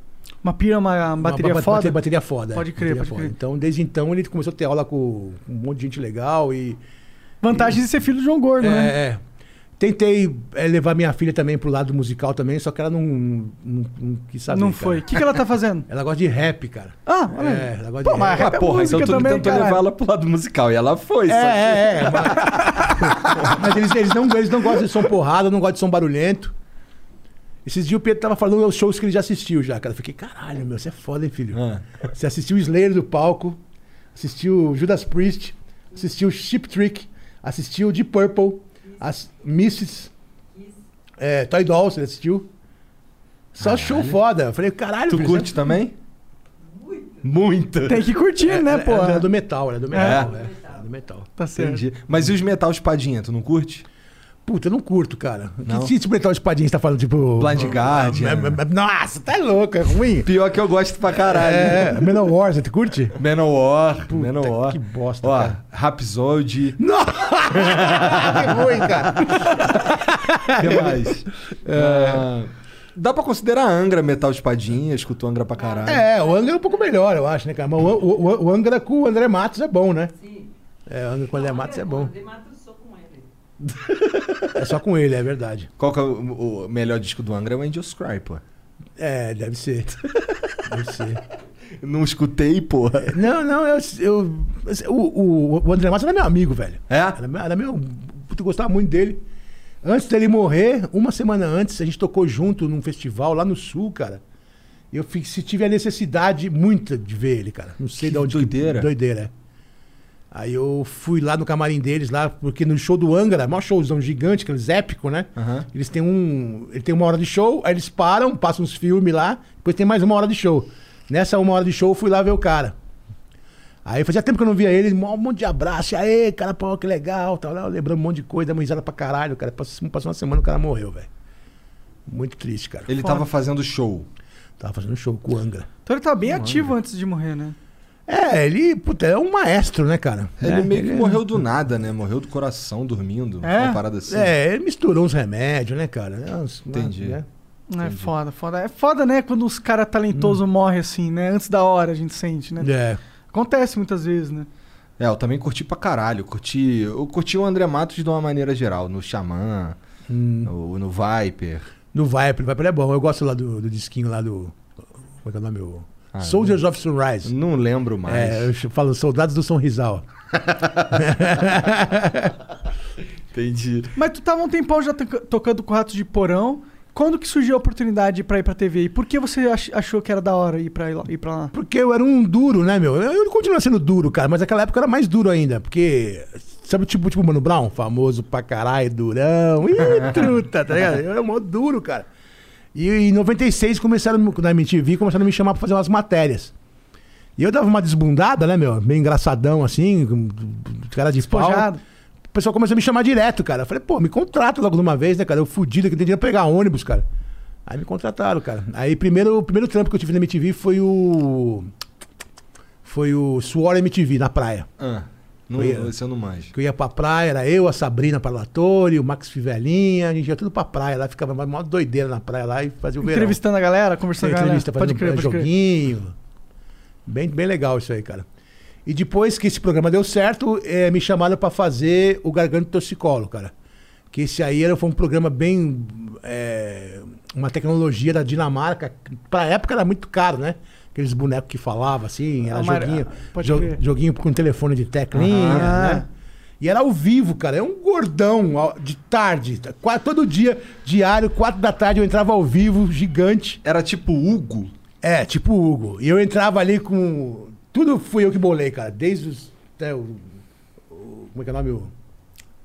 C: Uma pira, uma
D: Uma
C: bateria
D: ba-
C: foda.
D: Bateria, bateria foda. é.
C: Pode crer,
D: Bateria
C: pode
D: foda.
C: crer.
D: Então, desde então, ele começou a ter aula com um monte de gente legal e...
C: Vantagem de ser filho do João Gordo,
D: É,
C: né?
D: é. Tentei é, levar minha filha também pro lado musical também, só que ela não, não, não- não quis saber.
C: Não
D: cara.
C: foi. O que, que ela tá fazendo?
D: Ela gosta de rap, cara.
C: Ah, olha aí.
D: É, ela gosta
C: Pô,
D: de
C: mas
D: rap.
B: Ah,
C: rap é
B: porra, então
C: música
B: tu
C: também,
B: tentou
C: caralho.
B: levar ela pro lado musical. E ela foi,
D: É,
B: só que-
D: é, é. Mas, mas eles, eles, não, eles não gostam de som porrada, não gostam de som barulhento. Esses dias o Pedro tava falando os shows que ele já assistiu já, cara. Eu fiquei, caralho, meu, você é foda, hein, filho?
B: Ah.
D: Você assistiu o Slayer do palco, assistiu Judas Priest, assistiu Ship Trick, assistiu Deep Purple, as Misses, é, Toy Dolls, você assistiu. Só show foda. Eu falei, caralho, é
B: Tu
D: filho,
B: curte
D: você-
B: também? Muito.
C: Tem que curtir,
D: É,
C: né,
D: né,
C: pô?
D: pô? Era do metal, era do metal. É. era do metal.
C: Tá certo.
B: Entendi. Mas e os metal espadinha, tu não curte?
D: Puta, eu não curto, cara.
B: Não?
D: Que tipo metal espadinha você tá falando, tipo.
B: Blind Guardian.
D: Nossa, tá louco, é ruim.
B: Pior que eu gosto pra caralho.
D: É, Menor você curte?
B: Manowar,
D: Puta,
B: Manowar.
D: que bosta,
B: Ó,
D: cara.
B: Rhapsody,
D: Nossa, que ruim, cara.
B: que mais? Ah, dá pra considerar Angra metal espadinha, escutou Angra pra caralho.
D: É, o Angra é um pouco melhor, eu acho, né, cara? Mas o, o- o Angra com o André Matos é bom, né?
A: Sim.
D: É, o Angra com o André Matos é bom.
A: André Matos sou com ele.
D: É só com ele, é verdade.
B: Qual que é o, o melhor disco do Angra? É o Angel's Cry, pô.
D: É, deve ser. Deve ser.
B: Não escutei, porra.
D: Não, não, eu. eu- o, o, o André Matos era meu amigo, velho.
B: É?
D: Era, meu- era meu. puta, Eu gostava muito dele. Antes dele morrer, uma semana antes, a gente tocou junto num festival lá no sul, cara. Eu fi- se tive a necessidade muita de ver ele, cara. Não sei
B: Que
D: de onde. que-
B: doideira.
D: doideira, é. Aí eu fui lá no camarim deles, lá, porque no show do Angra, maior showzão gigante, aqueles épicos, né?
B: Aham.
D: Eles têm um. Ele tem uma hora de show, aí eles param, passam uns filmes lá, depois tem mais uma hora de show. Nessa uma hora de show, eu fui lá ver o cara. Aí fazia tempo que eu não via ele, um monte de abraço, e aí, cara, pô, que legal, tal, lá, lembrando um monte de coisa, dando risada pra caralho, cara. Passou, passou uma semana o cara morreu, velho. Muito triste, cara.
B: Ele tava fazendo show.
D: Tava fazendo show com o Angra.
C: Então ele tá bem ativo antes de morrer, né?
D: É, ele, puta, é um maestro, né, cara?
B: Ele
D: É,
B: meio que morreu do nada, né? Morreu do coração, dormindo.
C: É?
B: Uma parada assim.
D: É, ele misturou uns remédios, né, cara? É uns-
B: Entendi.
D: né?
C: É foda, foda. É foda, né? Quando os caras
D: Hum.
C: talentosos morrem assim, né? Antes da hora a gente sente, né?
D: É.
C: Acontece muitas vezes, né?
B: É, eu também curti pra caralho. Curti, eu curti o André Matos de uma maneira geral, no Xamã,
D: Hum.
B: no, no Viper.
D: No Viper, o Viper é bom. Eu gosto lá do, do disquinho lá do. Como é que é o nome? O-
B: Ah,
D: Soldiers of Sunrise.
B: Não lembro mais.
D: É, eu ch- falo Soldados do São Rizal.
B: Entendi.
C: Mas tu tava um tempão já toca- tocando com Ratos de Porão. Quando que surgiu a oportunidade pra ir pra TV? E por que você ach- achou que era da hora ir pra, ir lá- ir pra lá?
D: Porque eu era um duro, né, meu? Eu eu continuo sendo duro, cara, mas naquela época eu era mais duro ainda. Porque, sabe, tipo, tipo o Mano Brown? Famoso pra caralho, durão. Ih, truta, tá ligado? Eu era mó duro, cara. E em 96 começaram, a me- na MTV, começaram a me chamar pra fazer umas matérias. E eu dava uma desbundada, né, meu? Meio engraçadão, assim, com- cara de pau.
C: Despojado.
D: O pessoal começou a me chamar direto, cara. Eu falei, pô, me contrata logo de uma vez, né, cara? Eu fudido aqui, não tem dinheiro pra pegar ônibus, cara. Aí me contrataram, cara. Aí primeiro, o primeiro trampo que eu tive na MTV foi o. Foi o Suor MTV na praia.
B: Ah, não,
D: Foi, é.
B: esse eu não manjo.
D: Que eu ia pra praia, era eu, a Sabrina Parlatore, o Max Fivelinha, a gente ia tudo pra praia lá, ficava uma doideira na praia lá e fazia o verão.
C: Entrevistando a galera, conversando com a galera.
D: né? entrevista,
C: Pode
D: fazendo
C: crer, pode crer.
D: um joguinho. Bem, bem legal isso aí, cara. E depois que esse programa deu certo, eh, me chamaram pra fazer o Garganta Toxicolo, cara. Que esse aí era, foi um programa bem. eh, uma tecnologia da Dinamarca. que Pra época era muito caro, né? Aqueles bonecos que falavam assim, era
C: Amar-
D: joguinho.
C: pode
D: jo-
C: crer.
D: joguinho com telefone de teclinha,
C: Ah.
D: né? E era ao vivo, cara. É um gordão ao- de tarde. qua- Todo dia, diário, quatro da tarde, eu entrava ao vivo, gigante.
B: Era tipo Hugo?
D: É, tipo o Hugo. E eu entrava ali com. Tudo fui eu que bolei, cara. Desde os. Até o, o- como é que é o nome? O,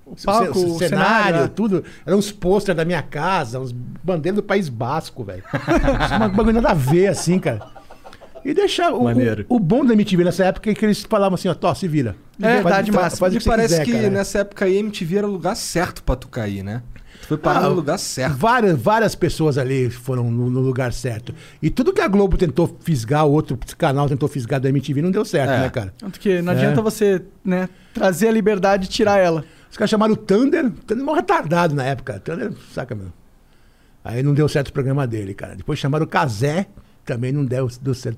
C: O palco,
D: ce- ce-
C: o cenário. né?
D: tudo. Eram uns pôster da minha casa, uns bandeiras do País Basco, velho. Uma bagulho nada a ver, assim, cara. E deixar. O,
B: Maneiro.
D: o, o bom da MTV nessa época é que eles falavam assim, ó, Tó, se vira.
C: Liberdade
D: faz-
C: máxima.
D: faz o
B: Me
D: que você
B: parece
D: quiser,
B: que
D: cara.
B: nessa época aí MTV era o lugar certo pra tu cair, né? Tu foi parar
D: Ah,
B: no lugar certo.
D: Várias, várias pessoas ali foram no, no lugar certo. E tudo que a Globo tentou fisgar, o outro canal tentou fisgar da MTV, não deu certo,
B: É.
D: né, cara?
C: Tanto que não adianta
D: É.
C: você, né, trazer a liberdade e tirar ela.
D: Os caras chamaram o Thunder. O Thunder é mó retardado na época. Thunder, saca, meu? Aí não deu certo o programa dele, cara. Depois chamaram o Kazé, também não deu, deu certo.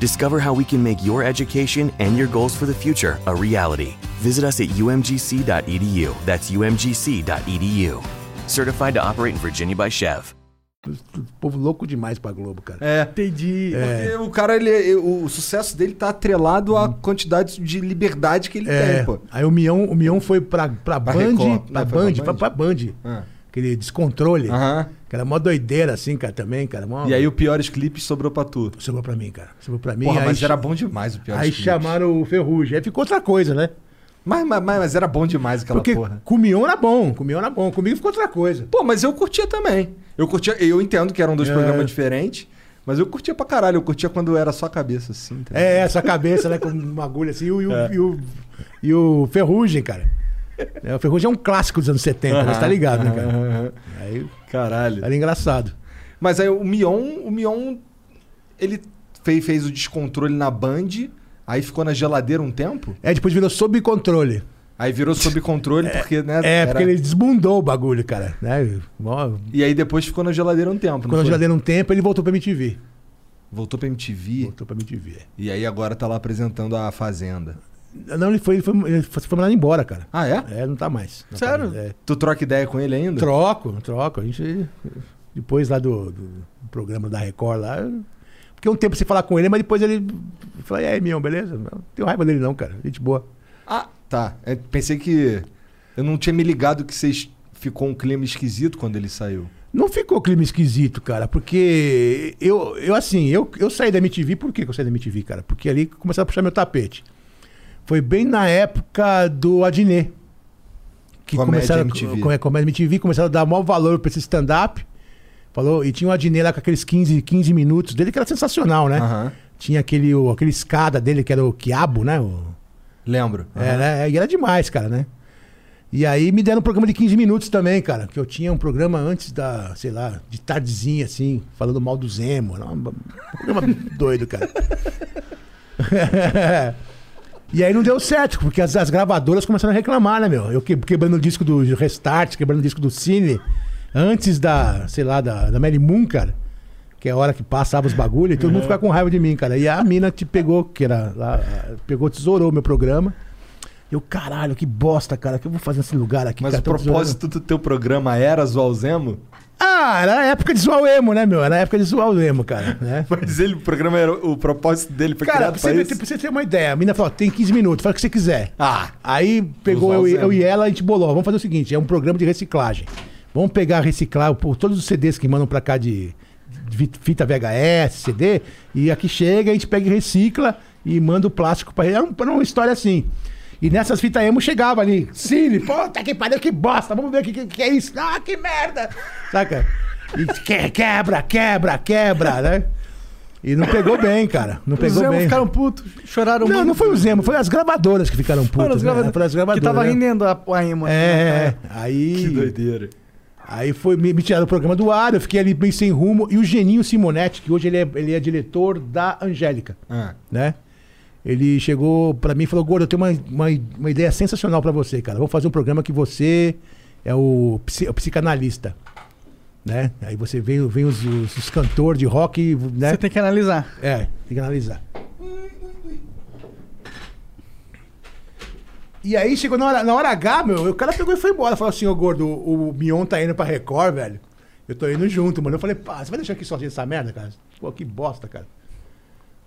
A: Discover how we can make your education and your goals for the future a reality. Visit us at umgc.edu. E That's umgc.edu. E Certified to operate in Virginia by Chev.
D: O povo louco demais pra Globo, cara.
B: É.
C: Entendi.
B: Porque o cara, ele, o sucesso dele tá atrelado à quantidade de liberdade que ele tem, é, pô.
D: É, Aí o Mion, o Mion foi pra, pra,
B: Pra
D: Band,
B: Record.
D: pra
B: Não, foi
D: Band,
B: pra
D: pra,
B: Band?
D: pra Band.
B: Ah.
D: Aquele descontrole.
B: Aham.
D: Que era mó doideira, assim, cara, também, cara. Mó...
B: E aí o Piores Clipes sobrou pra tu.
D: Sobrou pra mim, cara. Sobrou pra mim.
B: Porra,
D: aí
B: mas era bom demais o Piores
D: Aí
B: Clipes.
D: chamaram o Ferrugem. Aí ficou outra coisa, né?
B: Mas, mas, mas- mas era bom demais aquela
D: Porque
B: porra.
D: com o Mion era bom, com o Mion era bom. Comigo ficou outra coisa.
B: Pô, mas eu curtia também. Eu curtia, eu entendo que eram dois
D: É.
B: programas diferentes, mas eu curtia pra caralho. Eu curtia quando era só a cabeça, assim. tá
D: É, essa cabeça, né? Com uma agulha assim. E o, e o-
B: É.
D: e o- e o Ferrugem, cara. É, o Ferrugem é um clássico dos anos 70,
B: ligado?
D: né? Você tá ligado, né, cara?
B: Aham, aham.
D: Aí
B: Caralho.
D: era engraçado.
B: Mas aí o Mion, o Mion, ele fez, fez o descontrole na Band, aí ficou na geladeira um tempo,
D: É, depois virou sob controle.
B: aí virou sob controle, porque, né?
D: É,
B: era-
D: porque ele desbundou o bagulho, cara. Né? Mó-
B: E aí depois ficou na geladeira um tempo, não
D: Quando eu
B: foi?
D: já dei um tempo, ele voltou pra MTV.
B: Voltou pra MTV,
D: Voltou pra MTV.
B: e aí agora tá lá apresentando a Fazenda.
D: Não, ele foi, ele foi, ele foi foi mandado embora, cara.
B: Ah, é?
D: É, não tá mais. Não tá
C: Sério?
D: mais, é.
B: Tu troca ideia com ele ainda?
D: Troco, troco. A gente. Depois lá do, do programa da Record lá. eu- Fiquei um tempo sem falar com ele, mas depois ele. eu Falei, e aí, Mion, beleza? Não tenho raiva dele, não, cara. Gente boa.
B: Ah, tá. Eu pensei que. Eu não tinha me ligado que vocês. Ficou um clima esquisito quando ele saiu.
D: Não ficou clima esquisito, cara, porque eu, eu assim, eu, eu saí da MTV, por que que eu saí da MTV, cara? Porque ali começaram a puxar meu tapete. Foi bem na época do Adnet. Que
B: Comédia
D: começaram
B: MTV.
D: com a comédia MTV, começaram a dar maior valor pra esse stand-up. Falou, e tinha o Adnet lá com aqueles 15, 15 minutos dele, que era sensacional, né?
B: Aham.
D: Tinha aquele, o, aquele escada dele, que era o quiabo, né? O-
B: Lembro.
D: é, né? E era demais, cara, né? E aí me deram um programa de 15 minutos também, cara. Que eu tinha um programa antes da, sei lá, de tardezinha, assim, falando mal do Zemo. Era um programa doido, cara. e aí não deu certo, porque as, as gravadoras começaram a reclamar, né, meu? Eu que- quebrando o disco do Restart, quebrando o disco do Cine, antes da, sei lá, da, da Mary Moon, cara. Que é a hora que passava os bagulho e todo
B: Uhum.
D: mundo ficava com raiva de mim, cara. E a mina te pegou, que era lá, pegou, tesourou meu programa. Eu, caralho, que bosta, cara. O que eu vou fazer nesse lugar aqui,
B: Mas
D: cara?
B: o
D: Tão tesourando.
B: propósito do teu programa era zoar o Zemo?
D: Ah, era a época de zoar o emo, né, meu? Era a época de zoar o emo, cara. Né?
B: Mas ele, o programa era. O propósito dele foi
D: Cara,
B: criado
D: pra
B: pra tipo,
D: você, ver-
B: isso?
D: pra você ter uma ideia, a mina falou: tem 15 minutos, faz o que você quiser.
B: Ah, é.
D: Aí pegou
B: Usar
D: eu,
B: o
D: e-
B: Zemo.
D: eu e ela, a gente bolou. Vamos fazer o seguinte: é um programa de reciclagem. Vamos pegar, reciclar pô, todos os CDs que mandam pra cá de, de vi- fita VHS, CD, e aqui chega, a gente pega e recicla e manda o plástico pra. Era, um- era uma história assim. E nessas fitas emo chegava ali, Cine, puta que pariu, que bosta, vamos ver o que, que, que é isso. Ah, que merda! Saca? E que- quebra, quebra, quebra, né? E não pegou bem, cara. Não
C: Os
D: pegou
C: Zemo
D: bem.
C: ficaram putos, choraram
D: Não,
C: muito.
D: não foi o Zemo, foi as gravadoras que ficaram putas.
C: Foram as
D: né?
C: gravadoras.
D: Foram as gravadoras.
C: Que tava
D: né?
C: rendendo né? a, a emo.
D: É, é. Aí,
B: que doideira.
D: aí foi, me, me tiraram do programa do ar, eu fiquei ali bem sem rumo. E o Geninho Simonetti, que hoje ele é, ele é diretor da Angélica,
B: Ah,
D: né? Ele chegou pra mim e falou: Gordo, eu tenho uma, uma, uma ideia sensacional pra você, cara. Vamos fazer um programa que você é o, psi- o psicanalista. Né? Aí você vem, vem os, os, os cantores de rock, né?
C: Você tem que analisar.
D: É, tem que analisar. E aí chegou na hora, na hora H, meu, o cara pegou e foi embora. Falou assim, ô gordo, o, o Mion tá indo pra Record, velho. Eu tô indo junto, mano. Eu falei, pá, você vai deixar aqui sozinho essa merda, cara? Pô, que bosta, cara.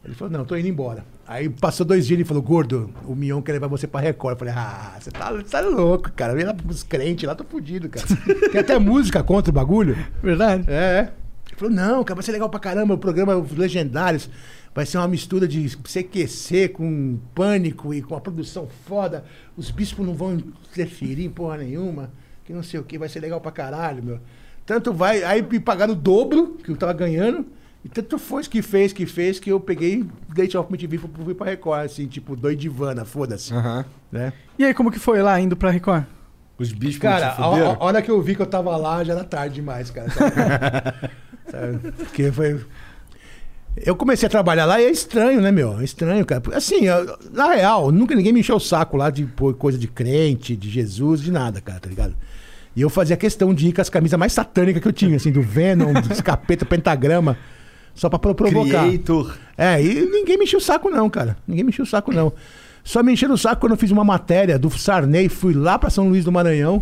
D: Ele falou, não, tô indo embora. Aí passou dois dias, ele falou, gordo, o Mion quer levar você pra Record. Eu falei, ah, você tá, você tá louco, cara. Vem lá pros crentes lá, tô fudido, cara. Tem até música contra o bagulho.
C: Verdade?
D: É. Ele falou, não, cara, vai ser legal pra caramba, o programa Os Legendários vai ser uma mistura de CQC com pânico e com a produção foda. Os bispos não vão interferir em porra nenhuma, que não sei o que, vai ser legal pra caralho, meu. Tanto vai, aí me pagaram o dobro que eu tava ganhando, e tanto foi que fez, que fez, que eu peguei, dei tchau pra MTV e fui- fui pra Record, assim, tipo, doidivana, foda-se,
B: Aham.
D: né?
C: E aí, como que foi lá indo pra Record?
B: Os bichos
D: Cara,
B: se
D: a, a-
B: fuderam.
D: a hora que eu vi que eu tava lá, já era tarde demais, cara. sabe? Sabe? Porque foi. Eu comecei a trabalhar lá e é estranho, né, meu? É estranho, cara. Assim, eu- na real, nunca ninguém me encheu o saco lá de pô, coisa de crente, de Jesus, de nada, cara, tá ligado? E eu fazia questão de ir com as camisas mais satânicas que eu tinha, assim, do Venom, dos capeta, pentagrama, só pra pro- provocar.
B: Creator.
D: É, e ninguém me encheu o saco, não, cara. Ninguém me encheu o saco, não. Só me encheram o saco quando eu fiz uma matéria do Sarney, fui lá pra São Luís do Maranhão.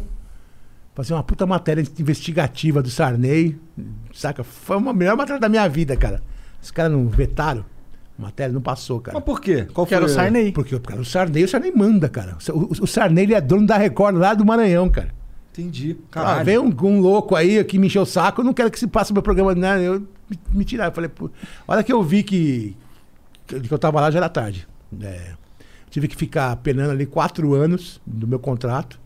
D: Fazer uma puta matéria investigativa do Sarney. Saca? Foi uma melhor matéria da minha vida, cara. Os caras não vetaram. A matéria não passou, cara.
B: Mas por quê? Qual
C: Que era o Sarney.
D: Porque cara, o Sarney, o Sarney manda, cara. O, o- o Sarney ele é dono da Record lá do Maranhão, cara.
B: Entendi. Caralho.
D: Ah, vem um, um louco aí que me encheu o saco, eu não quero que se passe meu programa. Né? Eu me, me tirar. Eu falei, pô, a hora que eu vi que, que eu tava lá já era tarde. É, tive que ficar penando ali quatro anos do meu contrato,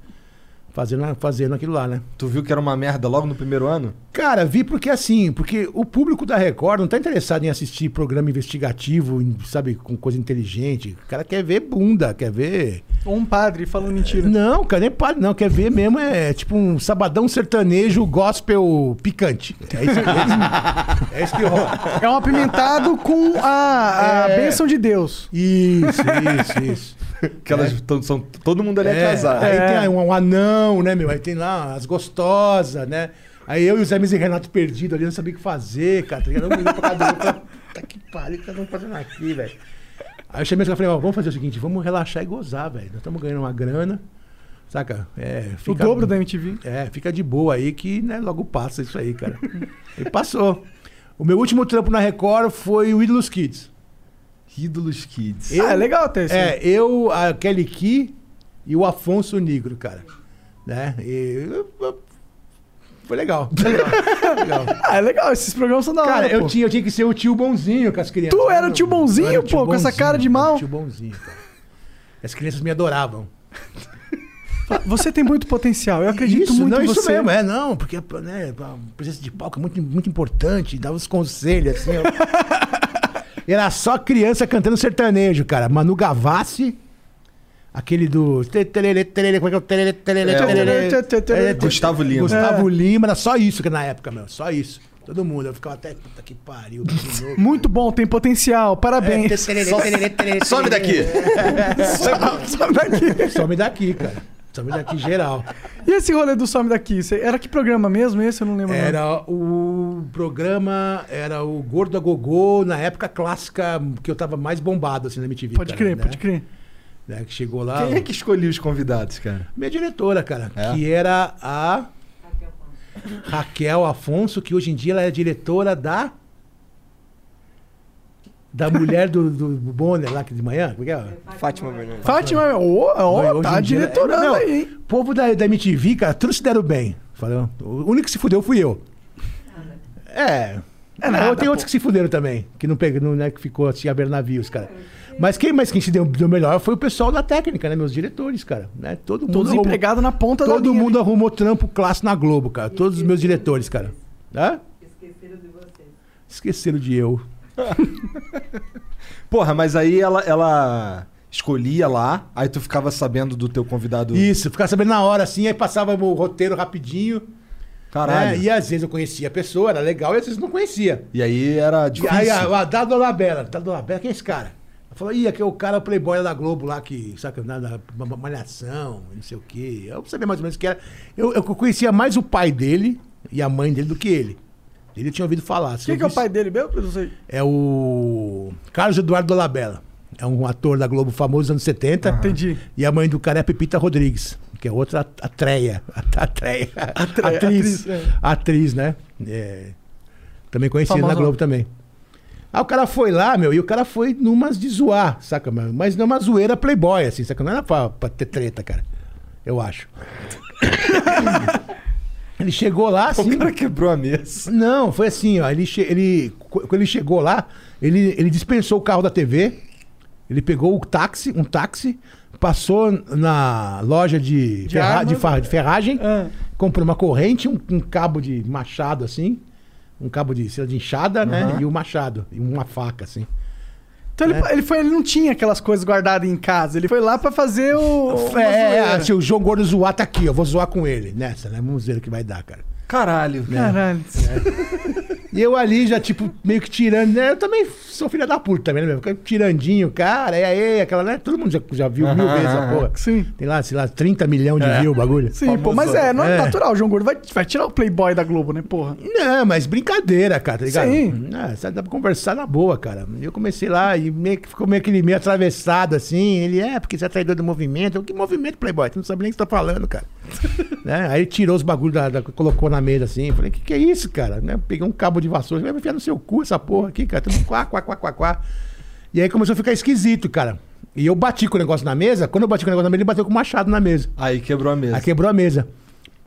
D: fazendo, fazendo aquilo lá, né?
B: Tu viu que era uma merda logo no primeiro ano?
D: Cara, vi porque assim, porque o público da Record não tá interessado em assistir programa investigativo, em, sabe, com coisa inteligente. O cara quer ver bunda, quer ver.
C: Ou um padre falando mentira?
D: Não, cara, nem padre, não. Quer ver mesmo? É tipo um sabadão sertanejo gospel picante. É isso, é isso- é isso que rola.
C: É um apimentado com a, a
D: É.
C: bênção de Deus.
D: Isso, isso, isso.
B: Que elas tão- são, todo mundo ali é, casado.
D: Aí
C: É.
D: tem aí um, um anão, né, meu? Aí tem lá as gostosas, né? Aí eu e o Zé Miz e Renato perdido ali, não sabia o que fazer, cara. Tá ligado? Eu olhei pra cada um, eu falei, puta que pariu, o que nós estamos fazendo aqui, velho? Aí eu chamei os caras e falei, ó, vamos fazer o seguinte, vamos relaxar e gozar, velho. Nós estamos ganhando uma grana, saca? É,
C: O
D: fica-
C: dobro da MTV.
D: É, fica de boa aí que né, logo passa isso aí, cara. e passou. O meu último trampo na Record foi o Ídolos Kids.
B: Ídolos Kids.
D: Eu-
C: Ah, é legal ter isso.
D: É, eu, a Kelly Key e o Afonso Negro, cara. Né? E, eu- eu- foi legal. Foi legal. foi legal.
C: Ah, é legal, esses programas são da hora.
D: Cara, eu
C: pô.
D: tinha, eu tinha que ser o tio bonzinho com as crianças.
C: Tu era o
D: Eu-
C: tio bonzinho,
D: eu era o
C: pô, com essa cara de
D: eu era o
C: mal.
D: Tio bonzinho, cara. As crianças me adoravam.
C: Você tem muito potencial, eu acredito
D: isso,
C: muito
D: não,
C: em
D: isso
C: você.
D: mesmo, é, não, porque né, a presença de palco é muito, muito importante, dava os conselhos, assim. ó. Era só criança cantando sertanejo, cara. Manu Gavassi, aquele do. te- Tererê, tererê, como é que é o tererê, tererê,
B: É, o-
D: tererê,
C: tê- tê- tê-
D: tererê,
B: Gustavo Lima. É.
D: Gustavo Lima, era só isso que na época, meu, só isso. Todo mundo, eu ficava até, puta que pariu, que louco.
C: Muito bom, tem potencial, parabéns.
D: É, tererê, tererê, tererê,
B: Sobe daqui!
C: Some daqui.
D: Some daqui, cara. Some daqui geral.
C: E esse rolê do Some daqui? Cê- Era que programa mesmo esse? Eu não lembro. o nome.
D: Era o programa, era o Gordo a Gogô, na época clássica que eu tava mais bombado assim na MTV.
C: Pode
D: cara,
C: crer,
D: né?
C: pode crer.
D: Né, Que chegou lá.
B: Quem é que escolhia os convidados, cara?
D: Minha diretora, cara,
B: É?
D: que era a Raquel Afonso, que hoje em dia ela é diretora da. Da mulher do, do Bonner lá que de manhã, como é que é?
E: Fátima Bernardes.
C: Fátima, ô, ô,
D: Não, hoje
C: tá
D: em dia-
C: diretorando
D: Não,
C: aí, hein?
D: O povo da, da MTV, cara, todos se deram bem. Falou, o único que se fudeu fui eu. É.
C: É nada,
D: Não, tem outros que se fuderam também, que não pegou, não, né, que ficou assim, a ver navios, cara. Mas quem mais quem se deu, deu melhor foi o pessoal da técnica, né? Meus diretores, cara. Né? Todo mundo.
C: Todos
D: arrumou-
C: empregados na ponta da
D: todo
C: linha
D: mundo arrumou trampo classe na Globo, cara. Todos os meus diretores, cara. Hã? Esqueceram de eu.
B: Porra, mas aí ela, ela escolhia lá, aí tu ficava sabendo do teu convidado.
D: Isso, ficava sabendo na hora, assim, aí passava o roteiro rapidinho. Né?
B: Caralho.
D: E às vezes eu conhecia a pessoa, era legal, e às vezes não conhecia.
B: E aí era
D: E
B: difícil.
D: Aí, a, a Dado Olabella, Dado Olabella, quem é esse cara? Ela falou, ih, aqui é o cara playboy da Globo lá que, saca, na, na, ma- ma- malhação, não sei o quê. Eu sabia mais ou menos o que era. Eu, eu conhecia mais o pai dele e a mãe dele do que ele. Ele tinha ouvido falar.
C: O que, que é o pai dele mesmo? Eu não sei.
D: É o Carlos Eduardo Dolabella. É um ator da Globo famoso dos anos 70.
C: Entendi.
D: E a mãe do cara é a Pepita Rodrigues, que é outra at- atreia. At- Atreia.
C: atriz,
D: Atriz.
C: é.
D: Atriz, né? É. Também conhecida
C: Famosa.
D: na Globo também. Aí o cara foi lá, meu, e o cara foi numas de zoar, saca? Mas mas não é uma zoeira playboy, assim, saca? Não era pra, pra ter treta, cara. Eu acho. ele chegou lá, assim.
B: O cara quebrou a mesa.
D: Não, foi assim, ó. Ele, che- ele, quando ele chegou lá, ele, ele dispensou o carro da TV, ele pegou o táxi, um táxi, passou na loja de, ferra-
C: armas,
D: de fa- de ferragem,
C: Ah.
D: comprou uma corrente, um, um cabo de machado assim, um cabo de, sei lá, de enxada, né? E um machado, e uma faca, assim.
C: Então ele, ele foi, ele não tinha aquelas coisas guardadas em casa. Ele foi lá pra fazer o. uma
D: É,
C: zoeira.
D: se o João Gordo zoar, tá aqui, eu vou zoar com ele. Nessa, né? Vamos ver o que vai dar, cara.
B: Caralho.
C: Caralho.
D: E eu ali já, tipo, meio que tirando, né? Eu também sou filha da puta também, né? meu? Fica Tirandinho, cara, e aí, aquela, né? Todo mundo já, já viu mil
B: Aham,
D: vezes a
B: aham.
D: porra.
C: Sim. É.
D: Tem lá, sei lá, 30 milhões de views o bagulho.
C: Sim, pô, mas é, não é, natural. O João Gordo vai, vai tirar o Playboy da Globo, né, porra?
D: Não, mas brincadeira, cara, tá ligado?
C: Sim.
D: Ah, sabe, dá pra conversar na boa, cara. Eu comecei lá e meio que ficou meio aquele meio atravessado assim. Ele é, porque você é traidor do movimento. Eu, que movimento, Playboy? Tu não sabe nem o que você tá falando, cara. né? Aí ele tirou os bagulhos da, da- colocou na mesa assim. Eu Falei, que que é isso, cara? Né? Peguei um cabo de vassoura. Vai me enfiar no seu cu essa porra aqui, cara. Tudo quá, quá, quá, quá, quá. E aí começou a ficar esquisito, cara. E eu bati com o negócio na mesa. Quando eu bati com o negócio na mesa, ele bateu com o machado na mesa.
B: Aí quebrou a mesa.
D: Aí quebrou a mesa.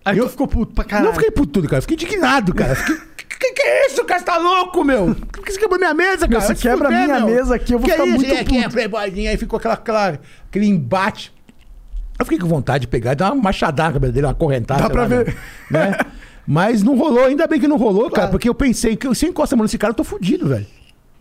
C: Aí
D: Eu-
C: tu ficou puto pra caralho.
D: Não fiquei puto tudo, cara. Eu Fiquei indignado, cara. Fiquei... Que que é isso, cara? Você tá louco, meu? Por que você quebrou minha mesa, cara?
C: Meu,
D: Vai
C: se
D: se
C: quebra a
D: fuder,
C: minha mesa aqui, eu vou
D: que
C: ficar
D: isso?
C: muito
D: E aqui
C: puto.
D: é playboyzinho, aí ficou aquela, aquela- aquele embate. Eu fiquei com vontade de pegar e dar uma machadada na cabeça dele, uma correntada.
C: Dá
D: sei
C: pra
D: lá,
C: ver.
D: Né? Né? Mas não rolou, ainda bem que não rolou, cara, porque eu pensei que se eu encostar a mão nesse cara, eu tô fudido, velho.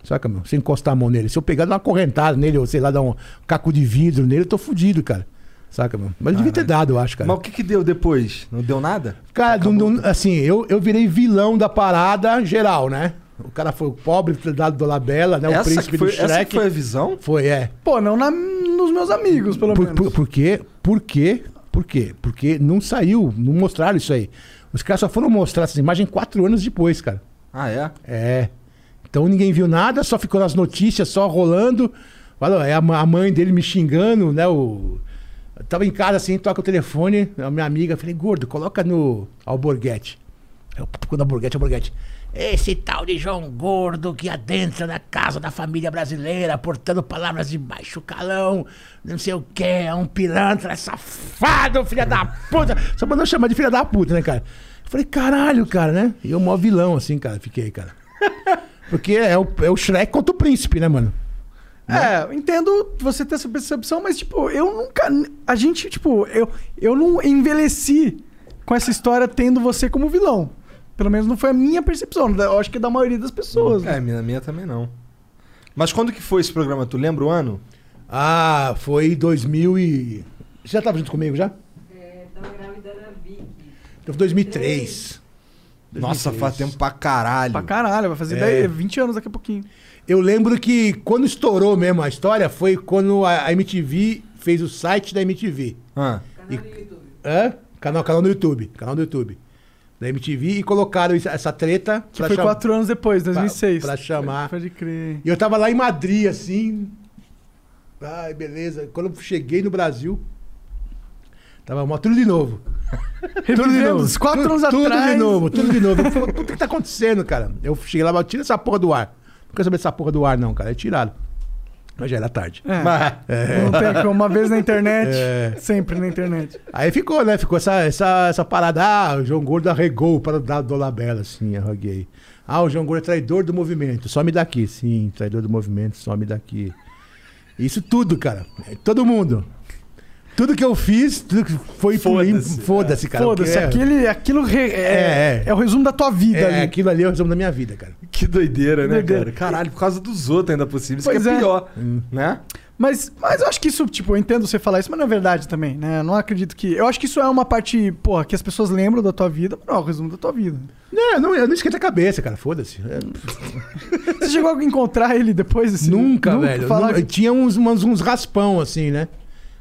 D: Saca, meu? Se eu encostar a mão nele. Se eu pegar, dar uma correntada nele, ou sei lá, dar um caco de vidro nele, eu tô fudido, cara. Saca, meu? Mas eu devia ter dado, eu acho, cara.
B: Mas o que que deu depois? Não deu nada?
D: Cara, não- não- assim, eu, eu virei vilão da parada geral, né? O cara foi o pobre dado do Labela, né? O
B: essa,
D: príncipe
B: que foi,
D: do Shrek.
B: essa que foi a visão?
D: Foi, é.
C: Pô, não na- nos meus amigos, pelo
D: Por,
C: menos.
D: por, por quê? Por quê? Por quê? Porque não saiu, não mostraram isso aí. Os caras só foram mostrar essa imagem quatro anos depois, cara.
B: Ah, é?
D: É. Então ninguém viu nada, só ficou nas notícias, só rolando. Olha, é a ma- a mãe dele me xingando, né? O... Eu tava em casa assim, toca o telefone, a minha amiga, eu falei, gordo, coloca no Alborguete. Eu quando Alborguete, Alborguete. Esse tal de João Gordo que adentra na casa da família brasileira, portando palavras de baixo calão, não sei o que, é um pilantra, é safado, filha da puta. Só mandou chamar de filha da puta, né, cara? Eu falei, caralho, cara, né? E eu, mó vilão, assim, cara, fiquei, cara. Porque é o, é o Shrek contra o príncipe, né, mano? Né?
C: É, eu entendo você ter essa percepção, mas, tipo, eu nunca. A gente, tipo, eu, eu não envelheci com essa história tendo você como vilão. Pelo menos não foi a minha percepção. Eu acho que é da maioria das pessoas.
B: É, a minha, a minha também não. Mas quando que foi esse programa? Tu lembra o ano?
D: Ah, foi 2000 e... Você já tava junto comigo, já?
E: É, tava grávida da Vicky.
D: Então, foi 2003.
B: Nossa, faz tempo pra caralho.
C: Pra caralho, vai fazer
D: É.
C: 10, 20 anos daqui a pouquinho.
D: Eu lembro que quando estourou mesmo a história foi quando a a MTV fez o site da MTV.
B: Ah,
E: Canal do YouTube.
D: Hã? Canal, canal no YouTube. Canal do YouTube. Da MTV e colocaram isso- essa treta.
C: Que foi
D: cham-
C: quatro anos depois, 2006.
D: pra chamar.
C: Pode crer.
D: E eu tava lá em Madrid, assim. Ai, beleza. Quando eu cheguei no Brasil, tava mó tudo de novo. é Tudo de
C: Revivendo
D: novo.
C: os quatro
D: tudo,
C: anos
D: tudo
C: atrás.
D: de novo, tudo de novo. Eu falei, "Puta, O que tá acontecendo, cara? Eu cheguei lá, tira essa porra do ar. Não quero saber dessa porra do ar, não, cara. É tirado. Mas já era tarde.
C: É. Não tem como. Uma vez na internet,
D: É.
C: sempre na internet.
D: Aí ficou, né? Ficou essa, essa, essa parada. Ah, o João Gordo arregou para dar Dolabella, assim, arreguei. Ah, o João Gordo é traidor do movimento. Some daqui, sim, traidor do movimento, some daqui. Isso tudo, cara. É Todo mundo. Tudo que eu fiz, tudo que foi por mim,
B: Foda-se.
D: foda-se, cara.
C: Foda-se,
D: porque é-
C: aquele, aquilo re- é, é,
D: É, é.
C: o resumo da tua vida
D: É,
C: ali.
D: aquilo ali é o resumo da minha vida, cara.
B: que doideira, né,
C: Doideira.
B: cara? Caralho, por causa dos outros ainda por cima. Isso
C: Pois
B: que é,
C: é.
B: pior,
D: Hum.
B: né?
C: Mas, mas eu acho que isso, tipo, eu entendo você falar isso, mas não é verdade também, né? Eu não acredito que. Eu acho que isso é uma parte, porra, que as pessoas lembram da tua vida, mas não é o resumo da tua vida.
D: É, Não, não, eu não esquenta a cabeça, cara. Foda-se. É,
C: Você chegou a encontrar ele depois desse.
D: nunca, velho.
C: falar-
D: Nunca- Tinha uns, uns, uns raspão, assim, né?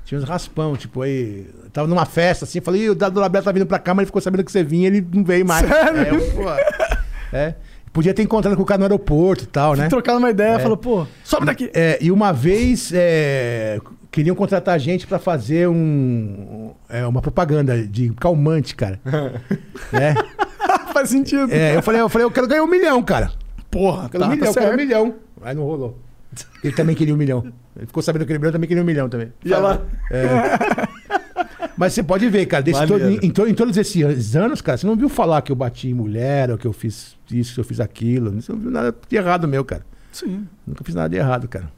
D: Tinha uns raspão, tipo, aí. eu Tava numa festa, assim, falei, "Ih, o Dado Labela tá vindo pra cá, mas ele ficou sabendo que você vinha, ele não veio mais.
C: Sério?
D: É, eu, porra. É. Podia ter encontrado com o cara no aeroporto e tal, né?
C: Trocaram uma ideia,
D: É.
C: falou, pô, sobe daqui.
D: É, e uma vez é, queriam contratar a gente pra fazer um, é, uma propaganda de calmante, cara. né?
C: Faz sentido.
D: É, eu falei, eu falei, eu quero ganhar um milhão, cara.
C: Porra,
D: Eu quero
C: tá,
D: um milhão,
C: tá
D: eu quero um
C: certo.
D: milhão. Aí não rolou. Ele também queria um milhão. Ele ficou sabendo que ele também queria um milhão também. É.
C: Já lá.
D: Mas você pode ver, cara, desse
B: Maneiro.
D: todo- em, to- em todos esses anos, cara, você não viu falar que eu bati em mulher, ou que eu fiz isso, que eu fiz aquilo. Você não viu nada de errado meu, cara.
C: Sim.
D: Nunca fiz nada de errado, cara.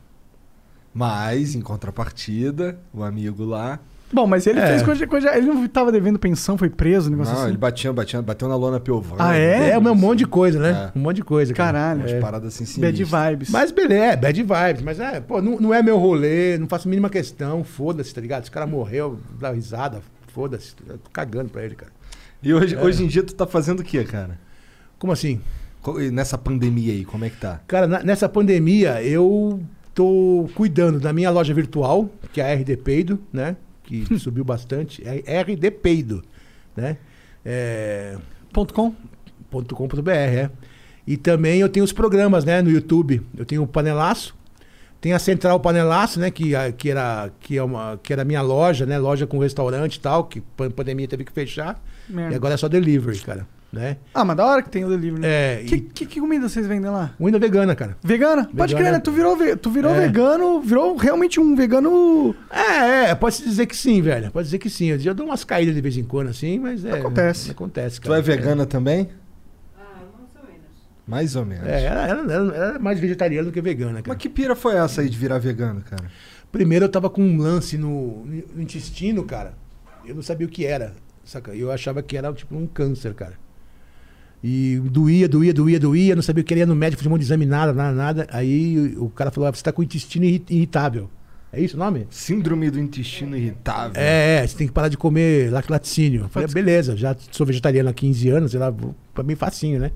B: Mas, em contrapartida, o amigo lá.
C: Bom, mas ele
D: É.
C: fez coisa, coisa. Ele não tava devendo pensão, foi preso, um negócio
B: não, ele
C: assim.
B: batia, batia, bateu na lona Piovani.
C: Ah,
D: É,
C: é?
D: é um monte de coisa, né?
B: É.
D: Um monte de coisa. cara.
C: Caralho.
B: Umas
D: É.
B: paradas assim
C: Bad
B: sinistras.
C: vibes.
D: Mas beleza, é, bad vibes. Mas é, pô, não, não é meu rolê, não faço a mínima questão, foda-se, tá ligado? Esse cara morreu, dá risada, foda-se, eu tô cagando pra ele, cara.
B: E hoje,
D: É.
B: hoje em dia tu tá fazendo o quê, cara?
D: Como assim?
B: Co- e Nessa pandemia aí, como é que tá?
D: Cara, na- nessa pandemia eu tô cuidando da minha loja virtual, que é a RD Peido, né? Que subiu bastante. É RD Peido, né? É,
C: Ponto com?
D: .com.br, é. E também eu tenho os programas, né, no YouTube. Eu tenho o Panelaço, tem a Central Panelaço, né, que, a- que era que é uma que era a minha loja, né, loja com restaurante e tal, que pan- pandemia teve que fechar.
C: Merda.
D: E agora é só delivery, cara, né?
C: Ah, mas da hora Hum. que tem o delivery. né?
D: É,
C: Que,
D: e
C: que, que comida vocês vendem lá?
D: Winda vegana, cara.
C: Vegana? Pode
D: Vegana.
C: crer, né? Tu virou, ve- tu virou
D: É.
C: vegano, virou realmente um vegano.
D: É, é, pode se dizer que sim, velho. Pode dizer que sim. Eu eu dou umas caídas de vez em quando assim, mas é
C: Acontece.
D: Acontece,
B: Tu
D: cara.
B: é vegana também?
E: Ah, mais ou menos.
B: Mais ou menos.
D: É, ela, ela- ela- ela é mais vegetariana do que vegana, cara.
B: Mas que pira foi essa aí de virar vegano, cara?
D: Primeiro eu tava com um lance no, no intestino, cara. Eu não sabia o que era, saca? Eu achava que era tipo um câncer, cara. E doía, doía, doía, doía. Não sabia o que era. Ia no médico, fiz um monte de exame, nada, nada, nada. Aí o cara falou, ah, você tá com intestino irri- irritável. É isso o nome?
B: Síndrome do intestino irritável.
D: É, é, você tem que parar de comer lac- laticínio. Eu Falei, beleza, já sou vegetariano há 15 anos, sei lá, vou- pra mim facinho, né?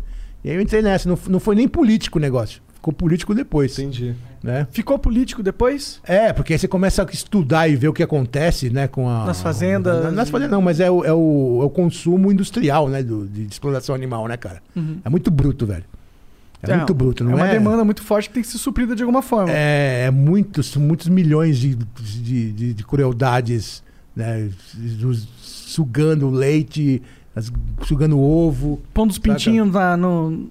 D: E aí eu entrei nessa, não, f- não foi nem político o negócio. Ficou político depois,
B: Entendi.
D: né?
C: Ficou político depois?
D: É, porque aí você começa a estudar e ver o que acontece, né, com a...
C: Nas fazendas.
D: Na- Nas fazendas não, mas é o, é o, é o consumo industrial, né, do- de exploração animal, né, cara?
C: Uhum.
D: É muito bruto, velho. É, muito bruto, não é?
C: É uma demanda muito forte que tem que ser suprida de alguma forma.
D: É, é muitos, muitos milhões de, de, de- de crueldades, né? Os- Sugando leite, as- sugando ovo.
C: Pondo os pintinhos na- no,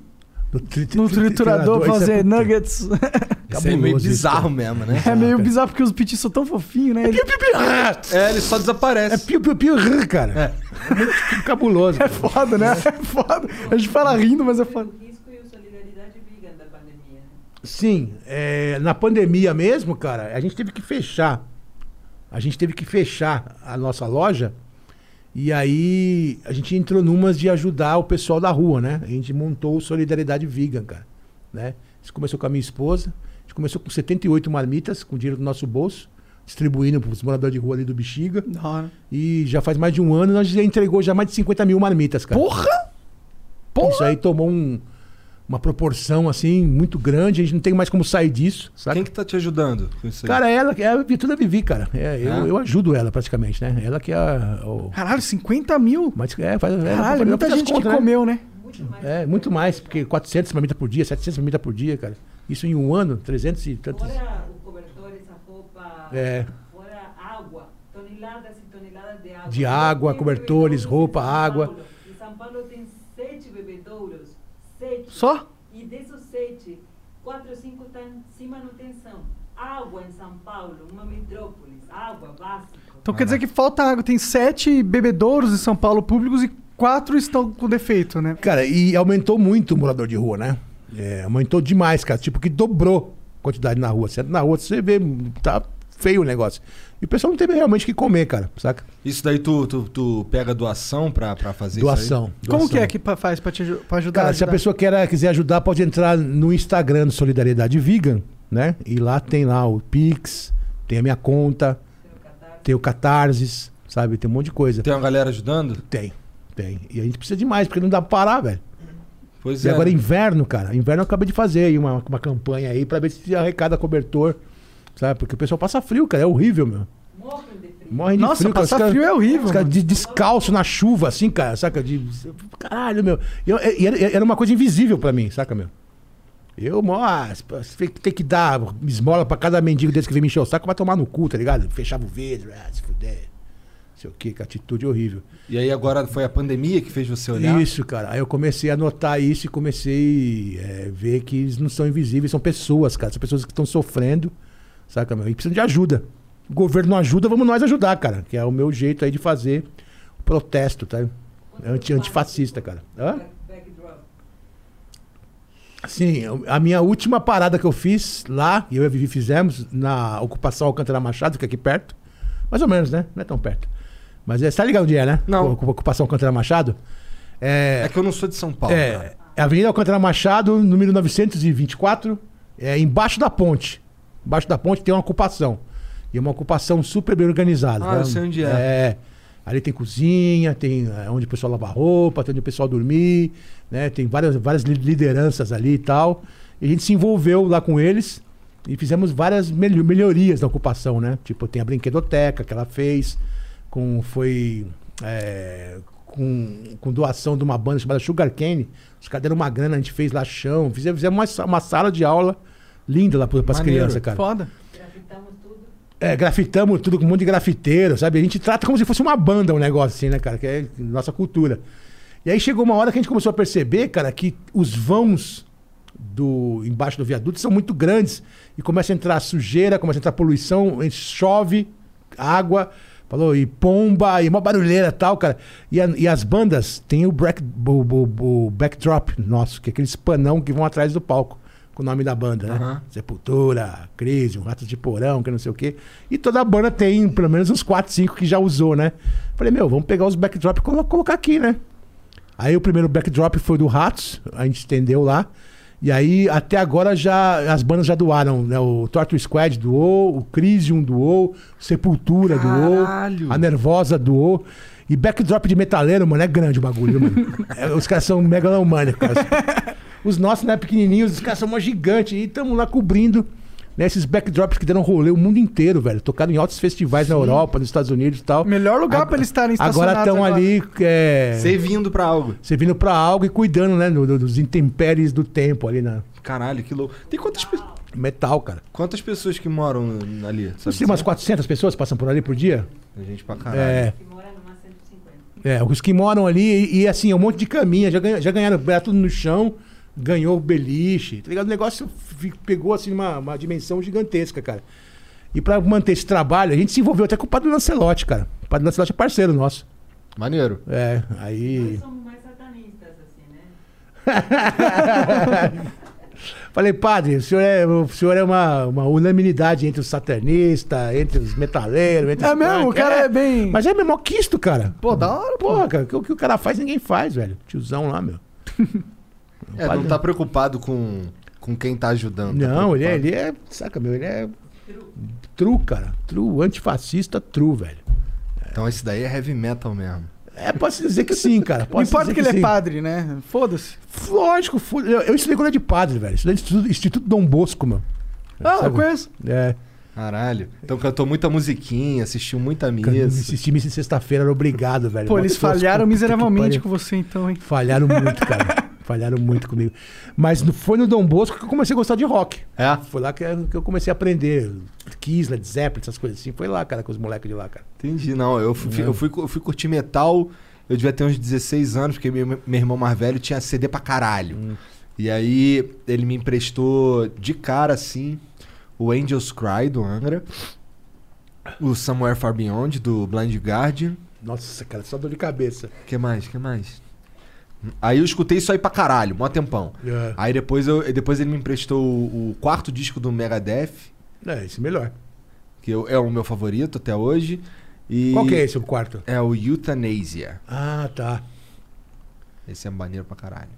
D: No, tri- tri-
C: no
D: tri-
C: triturador pra
D: isso é
C: fazer
D: puta-
C: nuggets.
B: Isso é meio
D: Cabuloso isso,
B: bizarro
D: cara.
B: mesmo, né?
C: É meio bizarro porque os pintinhos são tão fofinhos, né? Ele-
D: Piu, piu, piu, ah!
B: É, ele só
D: É
B: desaparece. É.
D: piu, piu, piu, rrr, cara. Muito cabuloso.
C: É foda, né? É foda. A gente fala rindo, mas é
E: Foi
C: foda.
E: o risco e o solidariedade vegan da pandemia. né?
D: Sim, é, na pandemia mesmo, cara, a gente teve que fechar. A gente teve que fechar a nossa loja. E aí a gente entrou numas de ajudar o pessoal da rua, né? A gente montou o Solidariedade Vegan, cara. Né? Isso começou com a minha esposa. A gente começou com 78 marmitas, com dinheiro do nosso bolso, distribuindo para os moradores de rua ali do Bexiga.
C: Da hora.
D: E já faz mais de um ano, nós já entregou já mais de 50 mil marmitas, cara.
C: Porra! Porra!
D: Isso aí tomou um- uma proporção, assim, muito grande. A gente não tem mais como sair disso, sabe?
B: Quem que tá te ajudando com isso aí?
D: Cara, ela, é a Virtuda Vivi, cara. É, eu,
C: Ah.
B: É?
D: eu ajudo ela praticamente, né? Ela que é a. o-
C: Caralho, 50 mil?
D: mas, é, faz, ela faz-
C: Caralho,
D: ela
C: muita
D: faz as
C: gente
D: contas,
C: que
D: né?
C: comeu, né?
E: Muito mais.
D: É, muito mais, porque 400 marmitas por dia, 700 marmitas por dia, cara. Isso em um ano, 300 e tantos.
E: Fora o cobertor, essa roupa.
D: É.
E: Fora água. Toneladas e toneladas de água.
D: De água,
E: Tem
D: cobertores,
E: bebedouros em
D: roupa,
E: São
D: água.
E: Paulo. Em São Paulo tem sete bebedouros. Sete.
C: Só?
E: E desses sete, quatro ou cinco estão sem manutenção. Água em São Paulo, uma metrópolis. Água básica.
C: Então
D: Ah.
C: quer dizer que falta água. Tem sete bebedouros em São Paulo públicos e quatro estão com defeito, né?
D: Cara, e aumentou muito o morador de rua, né? É, aumentou demais, cara. Tipo, que dobrou a quantidade na rua. Você entra na rua, você vê, tá feio o negócio. E o pessoal não teve realmente o que comer, cara, saca?
B: Isso daí tu, tu, tu pega doação pra, pra fazer
D: Doação.
C: Como
D: doação.
C: que é que pa- faz pra, te aju- pra ajudar?
D: Cara, se a
C: ajudar?
D: pessoa quer, quiser ajudar, pode entrar no Instagram do Solidariedade Vegan, né? E lá tem lá o Pix, tem a minha conta, tem o Catarsis, sabe? Tem um monte de coisa.
B: isso aí? Tem uma galera ajudando?
D: Tem, tem. E a gente precisa de mais, porque não dá pra parar, velho.
B: Pois
D: E
B: é.
D: agora inverno, cara. Inverno eu acabei de fazer aí uma, uma campanha aí pra ver se arrecada cobertor, sabe? Porque o pessoal passa frio, cara. É horrível, meu.
E: Morrem de frio.
D: Morre de
C: Nossa,
D: frio. cara. Os
C: passar
D: caras-
C: frio é horrível,
D: Os caras
C: mano.
D: de descalço na chuva, assim, cara, saca? De, caralho, meu. E eu- e era, era uma coisa invisível pra mim, saca, meu? Eu, mó, ah, tem que- tem que dar esmola pra cada mendigo desse que vem me encher o saco, vai tomar no cu, tá ligado? Fechava o vidro, ah, se fuder. sei o quê, que atitude horrível.
B: E aí agora foi a pandemia que fez você olhar?
D: Isso, cara. Aí eu comecei a notar isso e comecei a ver que eles não são invisíveis, são pessoas, cara. São pessoas que estão sofrendo, saca, meu? E precisam de ajuda. O governo não ajuda, vamos nós ajudar, cara. Que é o meu jeito aí de fazer protesto, tá? É Anti, antifascista, cara. Hã?
E: Backdrop.
D: Sim, eu- a minha última parada que eu fiz lá, eu e a Vivi fizemos, na ocupação Alcântara Machado, que é aqui perto. Mais ou menos, né? Não é tão perto. Mas é, você tá ligado onde é, né?
B: Não.
D: Ocu- Ocupação Alcântara Machado. É,
B: É que eu não sou de São Paulo. né? cara.
D: é, Avenida Alcântara Machado, número 924, é, embaixo da ponte. Embaixo da ponte tem uma ocupação. E é uma ocupação super bem organizada.
B: Ah, eu sei onde é.
D: É. Ali tem cozinha, tem é, onde o pessoal lava roupa, tem onde o pessoal dormir, né? Tem várias, várias li- lideranças ali e tal. E a gente se envolveu lá com eles e fizemos várias melho- melhorias na ocupação, né? Tipo, tem a brinquedoteca que ela fez, com, foi é, com, com doação de uma banda chamada Sugar Cane. Os caras deram uma grana, a gente fez lá chão, fizemos, fizemos uma, sa- uma sala de aula linda lá para as
B: Maneiro.
D: crianças, cara.
C: Foda.
E: Grafitamos tudo.
D: É, grafitamos tudo com um monte de grafiteiro, sabe? A gente trata como se fosse uma banda um negócio assim, né, cara? Que é nossa cultura. E aí chegou uma hora que a gente começou a perceber, cara, que os vãos do embaixo do viaduto são muito grandes e começa a entrar sujeira, começa a entrar poluição, chove, água, falou, e pomba, e uma barulheira e tal, cara. E, a- e as bandas têm o, break, o, o- o backdrop nosso, que é aqueles panão que vão atrás do palco com o nome da banda, né?
B: Aham.
D: Sepultura, Crise, um Rato de Porão, que não sei o quê. E toda a banda tem pelo menos uns 4, 5 que já usou, né? Falei, meu, vamos pegar os backdrop e colo- colocar aqui, né? Aí o primeiro backdrop foi do Ratos, a gente estendeu lá. E aí, até agora, já as bandas já doaram, né? O Torto Squad doou, o Crisium doou, Sepultura
B: Caralho!
D: doou, a Nervosa doou. E backdrop de metaleiro, mano, é grande o bagulho, mano. É, Os caras são megalomanos, cara. Os nossos, né, pequenininhos, os caras são uma gigante. E estamos lá cobrindo né, esses backdrops que deram rolê o mundo inteiro, velho. Tocaram em altos festivais na Europa, nos Estados Unidos e tal.
C: Melhor lugar
D: Agora-
C: pra né? eles estarem
D: Agora estão ali. É,
B: Servindo pra algo.
D: servindo pra algo e cuidando, né? do- do- dos intempéries do tempo ali na
B: Caralho, que louco. Tem quantas, pe-
D: metal, cara.
B: quantas pessoas que moram ali? Sabe
D: Não sei, umas 400 pessoas passam por ali por dia?
B: Tem gente pra caralho.
D: É,
E: Que mora numa 150.
D: é, os que moram ali e, e, assim, é um monte de caminha, já, ganha- já ganharam, era tudo no chão, ganhou beliche, tá ligado? O negócio fi- pegou assim uma, uma dimensão gigantesca, cara. E pra manter esse trabalho, a gente se envolveu até com o Padre Lancelotti, cara. O Padre Lancelotti é parceiro nosso.
B: Maneiro.
D: É,
E: Nós
D: aí.
E: somos mais satanistas, assim, né?
D: Falei, padre, o senhor é, o senhor é uma, uma unanimidade entre os satanistas, entre os metaleiros, entre
C: É
D: os
C: mesmo? O
D: punk.
C: cara é bem.
D: Mas é mesmo quisto, cara.
C: Pô, da hora, pô.
D: Porra, cara, o que- o que o cara faz, ninguém faz, velho. Tiozão lá, meu.
B: É, não tá preocupado com, com quem tá ajudando. tá
D: Não, ele é,
B: preocupado.
D: ele é. Saca, meu, ele é. True, cara. True, antifascista, true, velho.
B: Então esse daí é heavy metal mesmo.
D: É, posso dizer que sim, cara.
C: Não
D: Posso
C: importa
D: dizer
C: que ele é
D: sim.
C: padre, né? Foda-se.
D: Lógico, fu- eu, eu estudei quando era de padre, velho. Estudei no Instituto, Instituto Dom Bosco, mano.
C: Ah, eu
D: Sabe?
C: conheço.
D: É.
B: Caralho. Então cantou muita musiquinha, assistiu muita
D: Cara,
B: missa.
D: Esse time de sexta-feira era obrigado, velho.
C: Pô, eles
D: Mó é tosco,
C: falharam
D: puta que
C: miseravelmente
D: pariu.
C: com você, então, hein?
D: Falharam muito, cara. Falharam muito comigo. Mas no- foi no Dom Bosco que eu comecei a gostar de rock.
B: É,
D: Foi lá que eu que eu comecei a aprender. Kiss, Led Zeppelin, essas coisas assim. Foi lá, cara, com os moleques de lá, cara.
B: entendi. Não, eu fui,
D: É.
B: eu fui, eu fui curtir metal. Eu devia ter uns 16 anos, porque meu, meu irmão mais velho tinha CD pra caralho.
D: Hum.
B: E aí ele me emprestou de cara assim o Angels Cry do Angra, o Somewhere Far Beyond do Blind Guardian.
D: Nossa, cara, só dor de cabeça.
B: Que mais? Que mais? Aí eu escutei isso aí pra caralho, mó tempão.
D: É,
B: Aí depois, eu, depois ele me emprestou o, o quarto disco do Megadeth,
D: é esse é melhor.
B: que eu- é o meu favorito até hoje. E
D: Qual que é esse, o quarto?
B: É o Euthanasia.
D: Ah, tá.
B: Esse é maneiro pra caralho.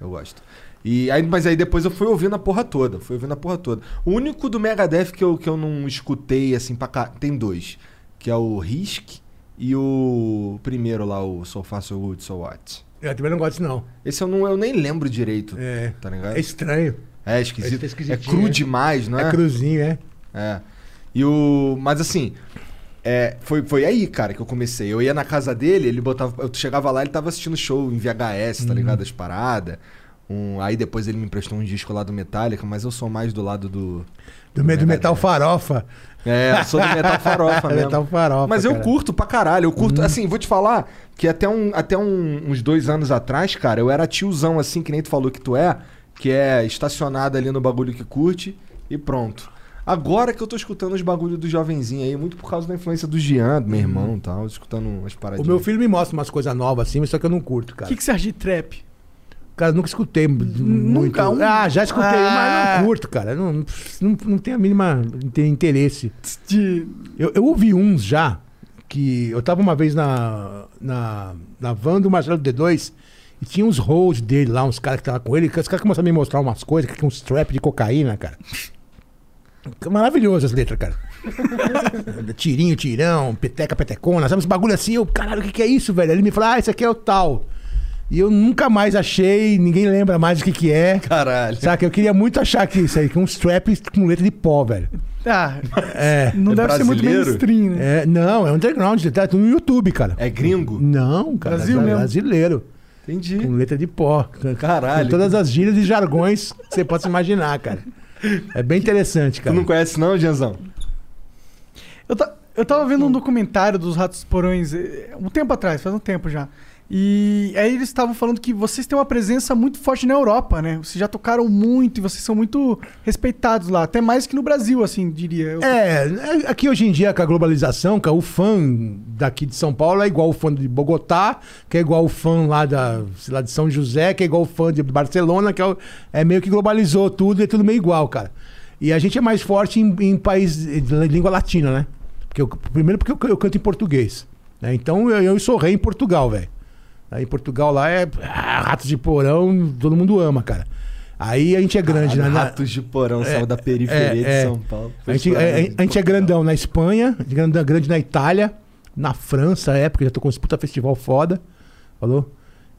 B: Eu gosto. E aí, mas aí depois eu fui ouvindo a porra toda. Fui ouvindo a porra toda. O único do Megadeth que eu, que eu não escutei assim pra cá. Tem dois. Que é o Risk e o primeiro lá, o So Far So Good So What.
D: Eu também não gosto disso, não.
B: Esse eu, não, eu nem lembro direito,
D: É,
B: tá ligado?
D: é estranho.
B: É
D: Esse
B: esquisito.
D: tá
B: é
D: esquisitinho,
B: cru
D: né?
B: demais, não
D: É,
B: é?
D: cruzinho, é.
B: É. E o. Mas assim. é, foi, foi aí, cara, que eu comecei. Eu ia na casa dele, ele botava. Eu chegava lá, ele tava assistindo show em VHS, tá ligado? As paradas. Um, aí depois ele me emprestou um disco lá do Metallica, mas eu sou mais do lado do.
D: Do meio do
B: Verdade,
D: metal
B: né?
D: farofa.
B: É, eu sou do metal farofa mesmo.
D: É, Metal farofa,
B: Mas eu
D: cara. Uhum.
B: curto pra caralho. Eu curto, assim, vou te falar que até, um, até um- uns dois anos atrás, cara, eu era tiozão, assim, que nem tu falou que tu é, que é estacionado ali no bagulho que curte e pronto. Agora que eu tô escutando os bagulhos do jovenzinho aí, muito por causa da influência do Jean, do meu irmão e tal, escutando umas
D: O
B: paradinhas.
D: meu filho me mostra umas coisas novas assim, mas só que eu não curto,
C: O
D: cara.
C: que, que você acha de trap?
D: Cara, eu nunca escutei m- muito.
C: um-
D: Ah, já escutei, mas
C: Ah.
D: não curto, cara. Não, não, não tem a mínima não tem interesse.
C: De...
D: Eu, eu ouvi uns já, que eu tava uma vez na, na, na van do Marcelo D2 e tinha uns holds dele lá, uns caras que estavam com ele, que os caras começaram a me mostrar umas coisas, que tinha uns trap de cocaína, cara. Maravilhoso as letras, cara. Tirinho, tirão, peteca, petecona, sabe? Uns bagulho assim, eu, caralho, o que, que é isso, velho? Aí Ele me falou, ah, isso aqui é o tal. E eu nunca mais achei, ninguém lembra mais o que, que é.
B: Caralho.
D: Saca? Eu queria muito achar que isso aí, que é uns trap com letra de pó, velho.
C: Ah,
D: É.
C: não
B: É
C: deve ser muito
B: brasileiro?
C: mainstream, né?
D: É, não, é underground, tá tudo no YouTube, cara.
B: É gringo?
D: Não, cara.
C: Brasil
D: é
C: mesmo.
D: Brasileiro.
B: Entendi.
D: Com letra de pó.
B: Caralho.
D: Com todas as gírias e jargões que você possa imaginar, cara. É bem interessante,
B: Tu
D: cara.
B: não conhece não, Jeanzão?
C: Eu, ta- eu tava vendo um documentário dos Ratos Porões eh, um tempo atrás, faz um tempo já. E aí eles estavam falando que vocês têm uma presença muito forte na Europa, né? Vocês já tocaram muito e vocês são muito respeitados lá, até mais que no Brasil, assim, diria. Eu-
D: É, é, aqui hoje em dia, com a globalização, cara, o fã daqui de São Paulo é igual o fã de Bogotá, que é igual o fã lá, da, sei lá de São José, que é igual o fã de Barcelona, que é, o- é meio que globalizou tudo, é tudo meio igual, cara. E a gente é mais forte em, em país de língua latina, né? Porque eu- primeiro porque eu, can- eu canto em português. né? Então eu, eu sou rei em Portugal, velho. Aí em Portugal lá é ah, ratos de porão, todo mundo ama, cara. Aí a gente é grande, né? Na-
B: Ah, Ratos de porão, saiu da periferia
D: é,
B: de
D: é.
B: São Paulo.
D: a gente,
B: Foi
D: é, a- a
B: estourar em
D: gente é
B: Portugal.
D: grandão na Espanha, a gente é grandão- grande na Itália, na França, é, porque já tô com esse puta festival foda, falou?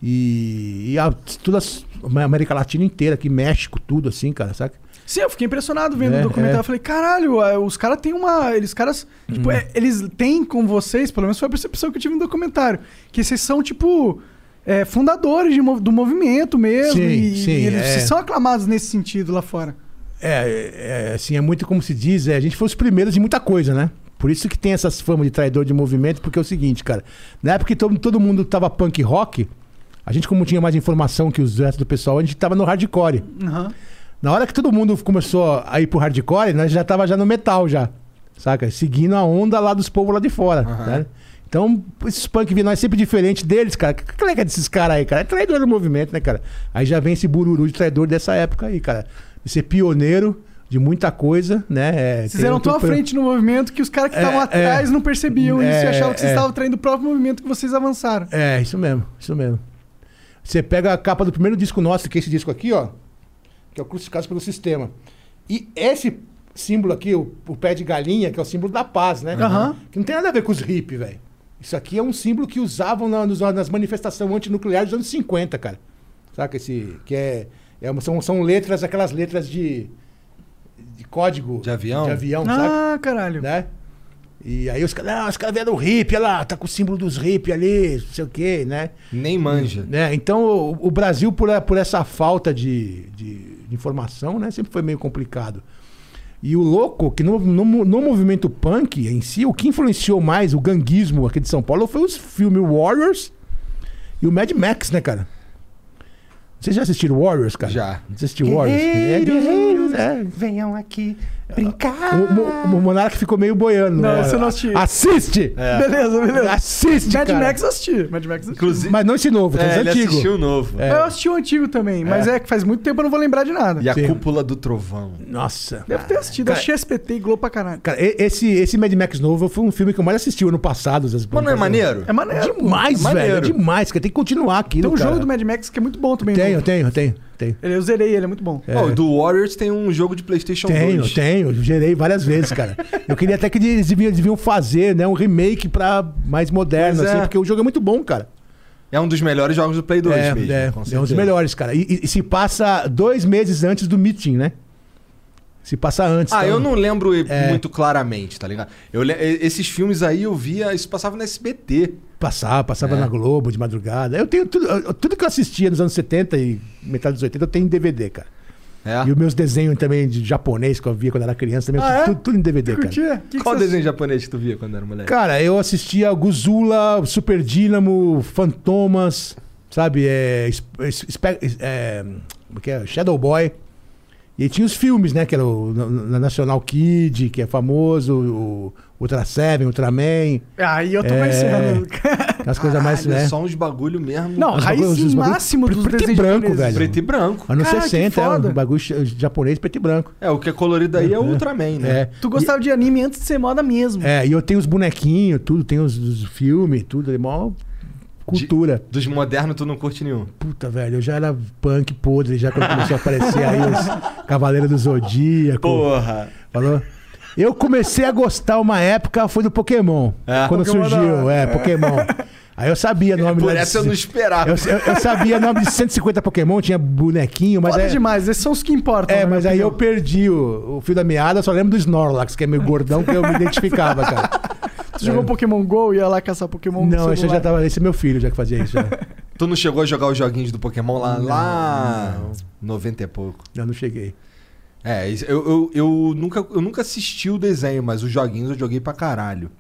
D: E, e a, toda a América Latina inteira, aqui, México, tudo assim, cara, saca?
C: Sim, eu fiquei impressionado vendo
D: É,
C: o documentário.
D: é. Hum.
C: Eu falei, caralho, ah, os caras têm uma. Eles caras. Tipo, é, eles têm com vocês, pelo menos foi a percepção que eu tive no documentário. Que vocês são, tipo. é, fundadores de mov- do movimento mesmo.
D: Sim,
C: e,
D: sim,
C: e eles
D: é.
C: vocês são aclamados nesse sentido lá fora.
D: É, é, assim, é muito como se diz, é, a gente foi os primeiros de muita coisa, né? Por isso que tem essas famas de traidor de movimento, porque é o seguinte, cara. Na época que todo, todo mundo tava punk rock, a gente, como tinha mais informação que os restos do pessoal, a gente tava no hardcore.
C: Aham.
D: Na hora que todo mundo começou a ir pro hardcore, nós já tava já no metal já. Saca? Seguindo a onda lá dos povos lá de fora. né? Então, esses punk vinham nós sempre diferente deles, cara. Que que é desses caras aí, cara? É traidor do movimento, né, cara? Aí já vem esse bururu de traidor dessa época aí, cara. De ser pioneiro de muita coisa, né? É,
C: Vocês
D: tem
C: eram
D: um
C: tão à
D: teu-
C: frente no movimento que os caras que
D: É,
C: estavam
D: é.
C: atrás não percebiam isso e
D: É,
C: achavam que vocês
D: é.
C: estavam traindo o próprio movimento que vocês avançaram.
D: É, isso mesmo, isso mesmo. Você pega a capa do primeiro disco nosso, que é esse disco aqui, ó. Que é o Crucificados pelo Sistema. E esse símbolo aqui, o, o pé de galinha, que é o símbolo da paz, né?
C: Aham.
D: Que não tem nada a ver com os hippies, velho. Isso aqui é um símbolo que usavam na- nos- nas manifestações antinucleares dos anos 50, cara. Saca? Esse, que é, é uma- são, são letras, aquelas letras de, de código.
B: De avião?
D: De avião, saca?
C: Ah, caralho.
D: É um né? E aí os caras, ah, os caras vieram do hippie, olha lá, tá com o símbolo dos hippies ali, não sei o quê, né?
B: Nem manja.
D: né? Então o, o Brasil, por, a- por essa falta de, de- de informação, né, sempre foi meio complicado. E o louco, que no, no, mo- no movimento punk em si, o que influenciou mais o ganguismo aqui de São Paulo foi os filmes Warriors e o Mad Max, né, cara? Vocês já assistiram Warriors, cara?
B: Já.
D: Você assistiu Warriors? É, guerreiros, é.
B: venham aqui brincar.
D: O, o, o Monark ficou meio boiando.
C: Não,
D: né?
C: esse eu não assisti.
D: Assiste!
C: Beleza, beleza.
D: Assiste,
C: Mad
D: cara.
C: Max eu assisti. Mad Max eu assisti.
B: Inclusive,
D: Mas não esse novo, tá
B: é,
D: esse
B: ele
D: antigo.
B: assistiu o novo.
D: É.
C: Eu assisti o antigo também, mas é que faz muito tempo eu não vou lembrar de nada.
B: E a
D: Sim.
B: cúpula do trovão.
D: Nossa.
C: Deve ter assistido.
D: Cara-
C: Achei SPT e Globo pra caralho.
D: Cara, e- esse, esse Mad Max novo foi um filme que eu mais assisti ano passado. Mas
B: Mas não é maneiro?
C: É maneiro. pô.
D: um- Demais,
B: É maneiro.
D: velho. Demais, cara. Tem que continuar aquilo,
C: Tem um
D: cara.
C: jogo do Mad Max que é muito bom também.
D: Tenho,
C: não?
D: tenho, tenho, tenho.
C: Ele- Eu zerei ele, é muito bom.
B: Ó, o do Warriors tem um jogo de PlayStation
D: Tenho,
B: 2.
D: tenho. Gerei várias vezes, cara. Eu queria até que eles deviam, deviam fazer, né? Um remake pra mais moderno,
B: Pois é.
D: assim, porque o jogo é muito bom, cara.
B: É um dos melhores jogos do Play 2
D: é,
B: mesmo.
D: é,
B: com
D: é um dos
B: certeza.
D: melhores, cara. E, e- e se passa dois meses antes do meeting, né? Se passa antes.
B: Ah,
D: então-
B: eu não lembro
D: É.
B: muito claramente, tá ligado? Eu le- e- esses filmes aí eu via, isso passava no SBT.
D: Passava, passava
B: É.
D: na Globo de madrugada. Eu tenho tudo, eu- tudo que eu assistia nos anos 70 e metade dos 80, eu tenho em DVD, cara.
B: É?
D: E os meus desenhos também de japonês que eu via quando era criança também,
C: Ah, é?
D: tudo, tudo em DVD, cara.
C: Curtia? Que que
B: Qual
C: você-
B: desenho japonês que tu via quando era moleque?
D: Cara, eu assistia Guzula, Super Dynamo, Fantomas, sabe? É, es- es- espe- es- é, como que é? Shadow Boy. E aí tinha os filmes, né? Que era o na- na National Kid, que é famoso, o Ultra Seven, Ultraman,
C: Aí eu tô
D: É.
C: pensando.
D: as coisas mais,
B: Caralho,
D: né?
B: Só uns bagulho mesmo.
C: Não,
D: As
C: raiz
D: coisas- os bagulho-
C: máximo dos
D: preto e
C: desenhos
D: branco,
C: japoneses.
D: velho.
B: Preto e branco.
D: Anos
C: Cara, que
D: 60, é um
C: foda.
D: bagulho ch- japonês, preto e branco.
B: É, o que é colorido aí é o Ultraman, né?
D: É.
C: Tu gostava de anime antes de ser moda mesmo.
D: É, e eu tenho os bonequinhos, tudo, tenho os, os filmes, tudo, é mó cultura.
B: Dos modernos tu não curte nenhum.
D: Puta, velho, eu já era punk podre, já quando começou a aparecer aí os Cavaleiros do Zodíaco.
B: Porra.
D: Falou? Eu comecei a gostar uma época, foi do Pokémon.
B: É.
D: quando
C: Pokémon
D: surgiu,
C: da-
D: é, Pokémon. Aí eu sabia o É nome
B: Por
D: lá de-
B: essa eu não esperava.
D: eu, eu- eu sabia o nome de 150 Pokémon, tinha bonequinho, mas
C: Foda
D: é,
C: demais, esses são os que importam.
D: é,
C: na
D: mas
C: minha
D: aí eu
C: opinião.
D: perdi o, o fio da meada, eu só lembro do Snorlax, que é meu gordão que eu me identificava, cara.
C: Tu jogou Pokémon GO e ia lá caçar Pokémon no
D: Não, esse eu
C: um celular?
D: já tava, esse é meu filho já que fazia isso. né? já.
B: Tu não chegou a jogar os joguinhos do Pokémon lá? lá... 90 e pouco.
D: Não, não cheguei.
B: É, isso- eu, eu, eu nunca, eu nunca assisti o desenho, mas os joguinhos eu joguei pra caralho.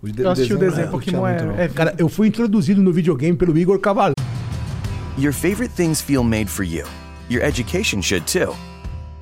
B: Os de-
C: Eu assisti o desenho,
B: eu não curtia
C: Pokémon
B: muito, não.
C: é, é
D: Cara, eu fui introduzido no videogame pelo Igor Cavalo.
A: Your favorite things feel made for you. Your education should too.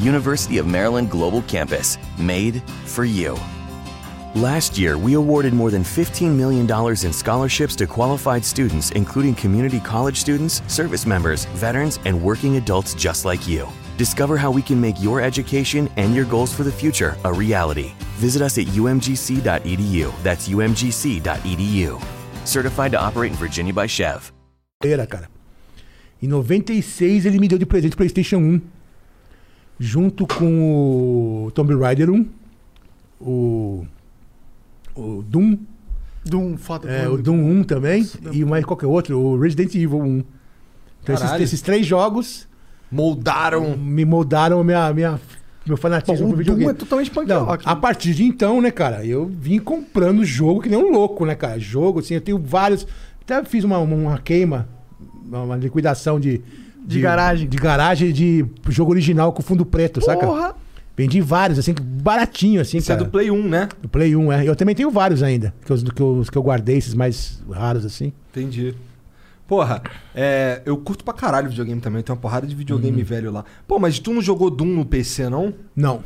A: University of Maryland Global Campus, made for you. Last year, we awarded more than $15 million in scholarships to qualified students, including community college students, service members, veterans, and working adults just like you. Discover how we can make your education and your goals for the future a reality. Visit us at umgc.edu. E That's umgc.edu. E Certified to operate in Virginia by Chev.
D: Era, cara. Em 96 ele me deu de presente o PlayStation 1. Junto com o Tomb Raider 1, o, o Doom,
C: Doom, foda
D: é, o Doom 1 também, e mais qualquer outro, o Resident Evil 1. Então esses,
B: Caralho.
D: esses três jogos
B: Moldaram.
D: me moldaram a minha, minha, meu fanatismo
C: Bom,
D: pro
C: o Doom
D: videogame.
C: é totalmente punk
D: Não,
C: rock.
D: a partir de então, né, cara, eu vim comprando jogo que nem um louco, né, cara? Jogo, assim, eu tenho vários. Até fiz uma, uma, uma queima, uma, uma liquidação de,
C: De garagem.
D: De garagem de jogo original com fundo preto, saca?
C: Porra!
D: Vendi vários, assim, baratinho, assim,
B: Isso é
D: cara.
B: do Play 1, né?
D: Do Play 1, é. Eu também tenho vários ainda, que eu, que eu, que eu guardei, esses mais raros, assim.
B: Entendi. Porra, é, eu curto pra caralho videogame também. Tem uma porrada de videogame velho lá. Pô, mas tu não jogou Doom no PC, não?
D: Não.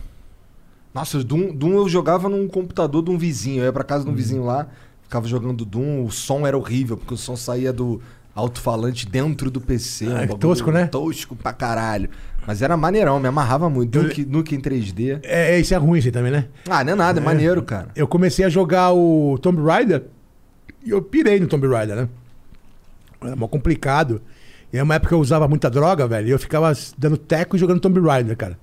B: Nossa, Doom, Doom eu jogava num computador de um vizinho. Eu ia pra
D: Hum.
B: casa de um vizinho lá, ficava jogando Doom. O som era horrível, porque o som saía do alto-falante dentro do PC.
D: Ah,
B: bagulho
D: tosco, né?
B: Tosco pra caralho. Mas era maneirão, me amarrava muito. Nuke, Nuke em 3D.
D: É, é, isso é ruim, assim, também, né?
B: Ah, não é nada, é, maneiro, cara.
D: Eu comecei a jogar o Tomb Raider e eu pirei no Tomb Raider, né? Era mó complicado. E é uma época que eu usava muita droga, velho. E eu ficava s- dando teco e jogando Tomb Raider, cara.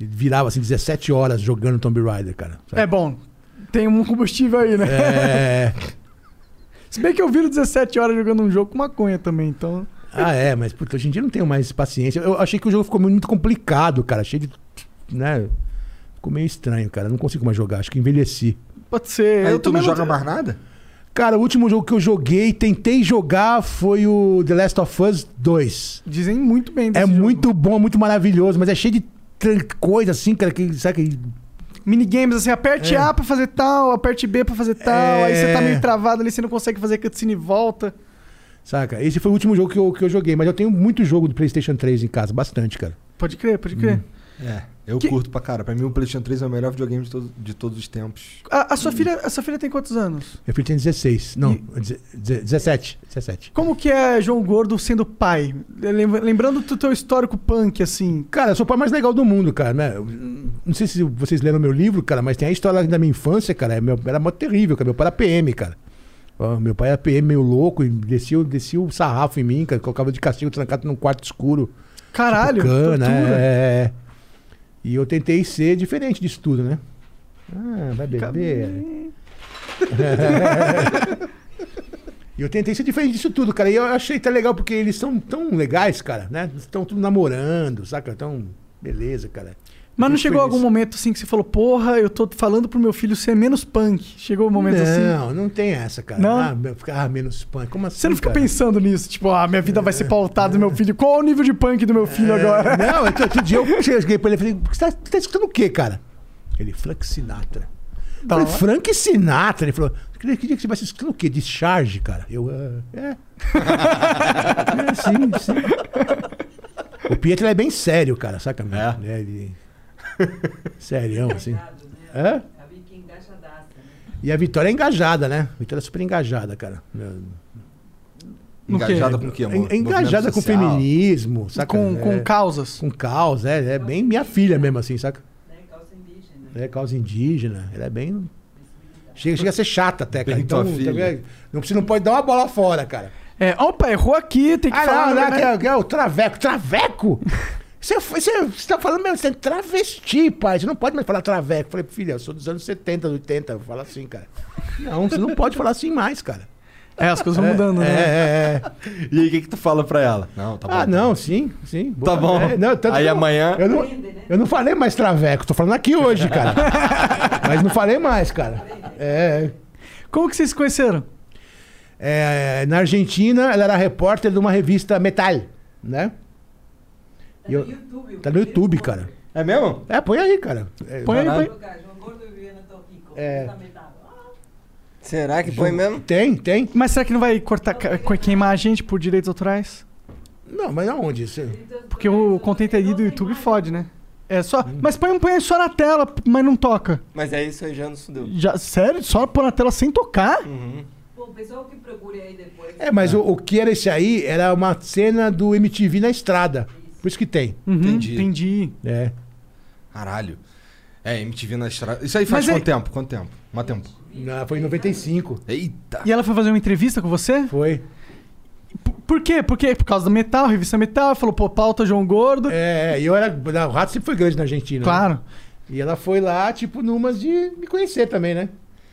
D: E virava assim 17 horas jogando Tomb Raider, cara.
C: É bom, tem um combustível aí, né?
D: É.
C: Se bem que eu viro 17 horas jogando um jogo com maconha também, então...
D: Ah, é, mas puta, hoje em dia eu não tenho mais paciência. Eu achei que o jogo ficou muito complicado, cara. Cheio de. né? Ficou meio estranho, cara. Não consigo mais jogar. Acho que envelheci.
C: Pode ser...
B: Aí
C: eu
B: tu não
C: também
B: joga mais nada?
D: Cara, o último jogo que eu joguei, tentei jogar, foi o The Last of Us 2.
C: Dizem muito bem
D: É
C: desse jogo.
D: muito bom, muito maravilhoso, mas é cheio de tran- coisa assim, cara, que sabe que
C: Minigames, assim, aperte
D: É.
C: A pra fazer tal, aperte B pra fazer tal,
D: É.
C: aí você tá meio travado ali, você não consegue fazer cutscene e volta.
D: saca? Esse foi o último jogo que eu, que eu joguei, mas eu tenho muito jogo do PlayStation 3 em casa, bastante, cara.
C: Pode crer, pode
D: Hum.
C: crer.
B: É, eu
C: Que-
B: curto pra cara. Pra mim o PlayStation 3 é o melhor videogame de, todo- de todos os tempos.
C: A, a
D: Hum.
C: sua filha, a sua filha tem quantos anos?
D: Meu filho tem 16, não, deze- deze- 17, 17.
C: Como que é João Gordo sendo pai? Lem- Lembrando do teu histórico punk, assim.
D: Cara, eu sou o pai mais legal do mundo, cara, né? Eu- Não sei se vocês leram meu livro, cara, mas tem a história da minha infância, cara, é meu- era mó terrível, cara, meu pai era PM, cara. Ó, Meu pai era PM meio louco e descia, o- descia o sarrafo em mim, cara, colocava de castigo trancado num quarto escuro.
C: Caralho,
D: Tipo, Cana,
C: tortura.
D: é. E eu tentei ser diferente disso tudo, né? Ah, vai beber. E eu tentei ser diferente disso tudo, cara. E eu achei até legal, porque eles são tão legais, cara, né? Estão tudo namorando, saca? Tão. Beleza, cara.
C: Mas não
D: Muito
C: chegou
D: feliz.
C: algum momento assim que você falou, porra, eu tô falando pro meu filho ser menos punk. Chegou um momento assim.
D: não, não tem essa, cara.
C: Não?
D: Ah, meu, ficar ah, menos punk. Como assim?
C: Você não fica
D: cara?
C: pensando nisso, tipo, ah, minha vida vai ser pautada do meu filho. Qual é o nível de punk do meu filho agora?
D: É, Não, outro, outro dia eu cheguei pra ele e falei, você tá, tá escutando o quê, cara? Ele, Frank Sinatra. Eu
C: Da
D: falei,
C: hora.
D: Frank Sinatra? Ele falou, queria que você vai escutando o quê? Discharge, cara? Eu, "Ah, é. é, sim, sim. O Pietro ele é bem sério, cara, saca?
B: É?
D: É, ele... Serião, assim.
E: Engajado, né?
D: Hã?
E: A Vicky engajadaça, né?
D: E a Vitória é engajada, né? A Vitória é super engajada, cara. É,
C: No quê?
B: Engajada com o quê,
D: En-
B: amor?
D: engajada
B: É um Movimento
D: com o
B: social.
D: feminismo, saca?
C: com,
D: É,
C: com causas.
D: com caos, é, é bem minha filha mesmo, assim, saca?
E: né? Calça indígena.
D: É causa indígena, ela é bem. Chega, chega a ser chata até, cara.
B: Bem
D: Então,
B: tua filha.
D: também, não, você não pode dar uma bola fora, cara.
C: É, opa, errou aqui, tem que
D: Ah,
C: falar.
D: não, não,
C: né?
D: que é, que é o traveco. Traveco? Você, foi- você, você tá falando mesmo, você é travesti, pai. Você não pode mais falar traveco. Eu falei, filha, eu sou dos anos 70, 80, eu falo assim, cara. Não, você não pode falar assim mais, cara.
C: É, as coisas vão mudando,
D: é,
C: né?
D: é, é.
B: E aí, o que, que tu fala pra ela? Não, tá bom.
D: Ah, não, sim, sim. Vou
B: Tá
D: fazer.
B: bom.
D: É, não, tanto
B: Aí
D: que eu-
B: amanhã-
D: Eu não,
E: Aprende, né?
D: eu não falei mais traveco, tô falando aqui hoje, cara. Mas não falei mais, cara. É.
C: Como que vocês se conheceram?
D: É, na Argentina, ela era repórter de uma revista Metal, né?
E: Tá
D: E eu-
E: no YouTube. o
D: Tá no
E: primeiro
D: YouTube,
E: encontro.
D: cara.
B: É mesmo?
D: É, põe aí, cara. É,
C: Põe aí,
D: na-
C: põe.
E: Outro lugar, João Gordo e Viviana Torrico.
D: É.
E: Fundamental. Ah,
F: Será que foi mesmo?
D: Tem, tem.
C: Mas será que não vai cortar, ca- co- queimar a gente por direitos autorais?
D: Não, mas aonde? Isso? é-
E: então,
C: Porque o content ID do YouTube fode, né? É só.
D: Hum.
C: Mas põe, põe só na tela, mas não toca.
F: Mas é isso aí, já não deu.
C: Já, sério? Só pôr na tela sem tocar?
B: Uhum.
E: Bom, pessoal que procure aí depois.
D: É,
C: Ah.
D: mas o, o que era esse aí era uma cena do MTV na estrada. Por isso que tem.
C: Uhum,
B: Entendi.
C: Entendi.
D: É.
B: Caralho. É, MTV na estrada. Isso aí faz
C: Mas
D: é-
B: quanto
C: aí-
B: tempo? Quanto tempo? Quanto tempo?
D: Não, foi em 95.
B: Eita!
C: E ela foi fazer uma entrevista com você?
D: Foi.
C: P- Por quê? Porque por causa do metal, revista metal, falou, pô, pauta João Gordo.
D: É, e eu era. O rato sempre foi grande na Argentina. né?
C: Claro.
D: E ela foi lá, tipo, numas de me conhecer também, né?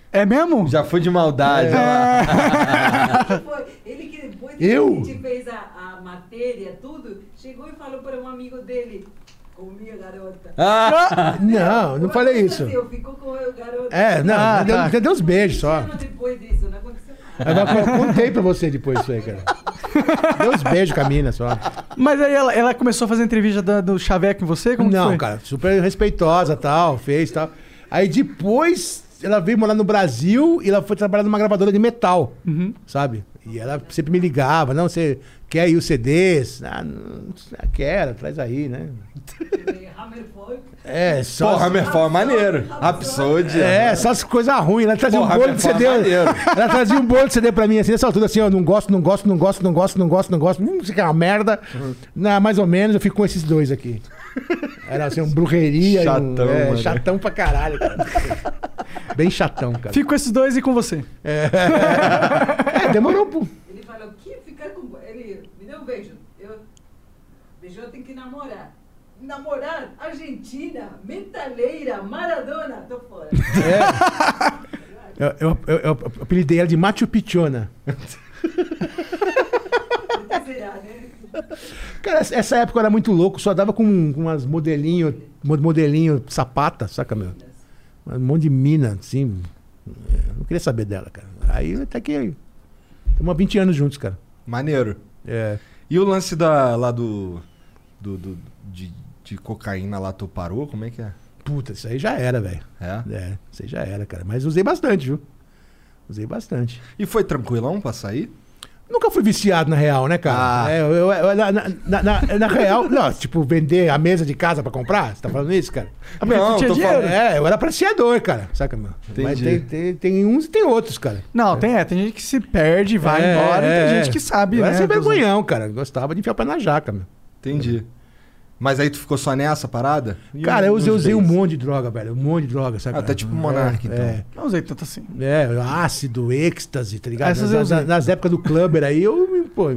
C: É mesmo?
B: Já foi de maldade,
F: É.
B: olha lá.
E: Ele foi- Ele que depois
D: Eu?
E: que a gente fez a, a matéria, tudo, chegou e falou para um amigo dele, com minha garota.
D: Ah, Não, não
E: Uma
D: falei
E: coisa
D: isso.
E: assim, Eu fico com eu, garota.
D: É, não,
C: Ah,
D: deu,
C: tá.
D: deu- deu uns beijos
E: Um
D: só.
E: ano depois disso, não aconteceu nada.
D: Eu não- eu contei pra você depois isso aí, cara. Deu uns beijos com a mina só.
C: Mas aí ela, ela começou a fazer entrevista da- do Chaveco em você? Como que
D: não,
C: foi?
D: cara, super respeitosa tal, fez tal. Aí depois ela veio morar no Brasil e ela foi trabalhar numa gravadora de metal,
C: Uhum.
D: sabe? E ela sempre me ligava, não, você quer aí os CDs? Ah, não, ah, quero, traz aí, né?
E: Hammer Folk.
D: É, só.
B: Porra, Hammerfall é maneiro. Rhapsody.
D: É, só as coisas ruins. Ela trazia
B: Porra,
D: um bolo de
B: Hammerfall
D: CD.
B: é maneiro.
D: Ela trazia um bolo de CD pra mim, assim, nessa altura, assim, ó, não gosto, não gosto, não gosto, não gosto, não gosto, não gosto. Hum, isso aqui é uma merda. Não, mais ou menos, eu fico com esses dois aqui. Era assim, um brujeria. e um-
B: Chatão,
D: é,
B: mano.
D: Chatão pra caralho, cara. Bem chatão, cara.
C: Fico com esses dois e com você.
D: É, demorou, pô.
E: Ele falou que ficar com. Ele me deu um beijo. Eu. Beijou, tem que namorar. Namorar Argentina, Metaleira, Maradona. Tô fora.
D: É. Eu, eu, eu, eu apelidei ela de Machu né? Picchona.
E: Será, né?
D: Cara, essa- essa época eu era muito louco, só dava com, com umas modelinho, mo- modelinho sapata, saca, meu? Um monte de mina, assim. É, Não queria saber dela, cara. Aí até que. Estamos há 20 anos juntos, cara.
B: Maneiro.
D: É.
B: E o lance da, lá do. do, do- de, de cocaína lá, tu parou? Como é que é?
D: Puta, isso aí já era, velho.
B: É.
D: É, isso aí já era, cara. Mas usei bastante, viu? Usei bastante.
B: E foi tranquilão pra sair?
D: Nunca fui viciado na real, né, cara?
B: Ah.
D: É, eu- eu- eu- na, na- na- na- na real, não, tipo, vender a mesa de casa pra comprar? Você tá falando isso, cara?
B: Não,
C: tinha
B: tô
C: dinheiro.
B: falando.
D: É, eu era apreciador, cara. Saca, mano? Mas
B: Entendi.
D: tem, tem, tem uns e tem outros, cara.
C: Não, tem, é, tem gente que se perde, vai
D: É,
C: embora, e tem
D: é.
C: gente que sabe,
D: Eu
C: né?
D: era sem
C: dos-
D: vergonhão, cara. Gostava de enfiar o pé na jaca, meu.
B: Entendi. Mas aí tu ficou só nessa parada? E
D: Cara, eu
B: os-
D: usei,
B: os
D: usei um
B: beijos?
D: monte de droga, velho. Um monte de droga, saca?
B: Ah, tá tipo
D: É,
B: Monark, então.
D: É,
C: Não usei tanto assim.
D: é, ácido, êxtase, tá ligado?
C: Essas
D: Nas,
C: eu
D: nas-
C: usei.
D: nas épocas do clubber aí, eu, pô,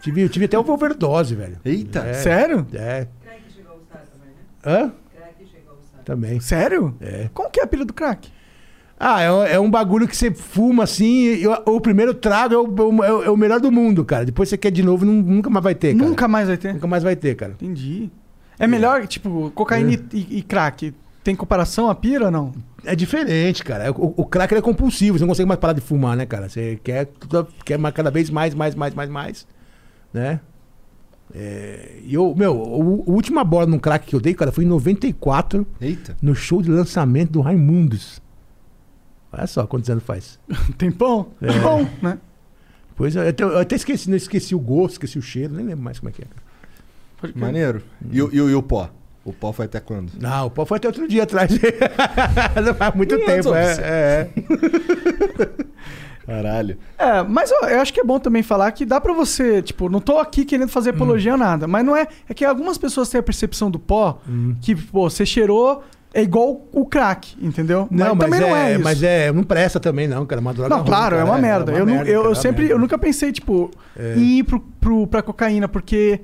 D: Tive, eu tive até uma overdose, velho.
B: Eita.
D: É.
C: Sério?
D: É.
E: Crack chegou a usar também, né?
D: Hã?
E: Crack chegou a usar.
D: Também.
C: Sério?
D: É.
C: Como que é a pilha do crack?
D: Ah, é, um- é um bagulho que você fuma assim, e o- o primeiro trago é o, é o- é o- é o melhor do mundo, cara. Depois você quer de novo, nun- nunca mais vai ter, cara.
C: Nunca mais vai ter.
D: Nunca mais vai ter, cara.
C: Entendi. É melhor, tipo, cocaína e, e- e crack. Tem comparação a pira ou não?
D: É diferente, cara. O, o crack ele é compulsivo, você não consegue mais parar de fumar, né, cara? Você quer, toda- quer mais- cada vez mais, mais, mais, mais, mais, né? É, e eu, meu, o- a última bola no crack que eu dei, cara, foi em 94,
B: Eita.
D: no show de lançamento do Raimundos. Olha só quantos anos faz.
C: Tem pão?
D: É.
C: Pão, né?
D: Pois é, eu até, eu até esqueci, não esqueci o gosto, esqueci o cheiro, nem lembro mais como é que é. cara.
C: Pode crer.
B: Maneiro. E, o- e o- e o pó? O pó foi até quando?
D: Não, o pau foi até outro dia atrás. Não faz muito
B: Não,
D: tempo,
B: só-
D: é, é, é.
B: Caralho.
C: É, mas eu, eu acho que é bom também falar que dá pra você, tipo, não tô aqui querendo fazer apologia ou nada, mas não é. É que algumas pessoas têm a percepção do pó
D: Uhum.
C: que, pô, você cheirou, é igual o crack, entendeu?
D: Não, mas,
C: também
D: é,
C: não é isso.
D: mas é, não presta também não, cara, é uma droga
C: Não,
D: ruim,
C: claro, é
D: cara,
C: uma merda. eu, nu- eu,
D: cara, é
C: eu
D: uma
C: sempre,
D: merda.
C: eu nunca pensei, tipo,
D: É.
C: em ir pro, pro, pra cocaína, porque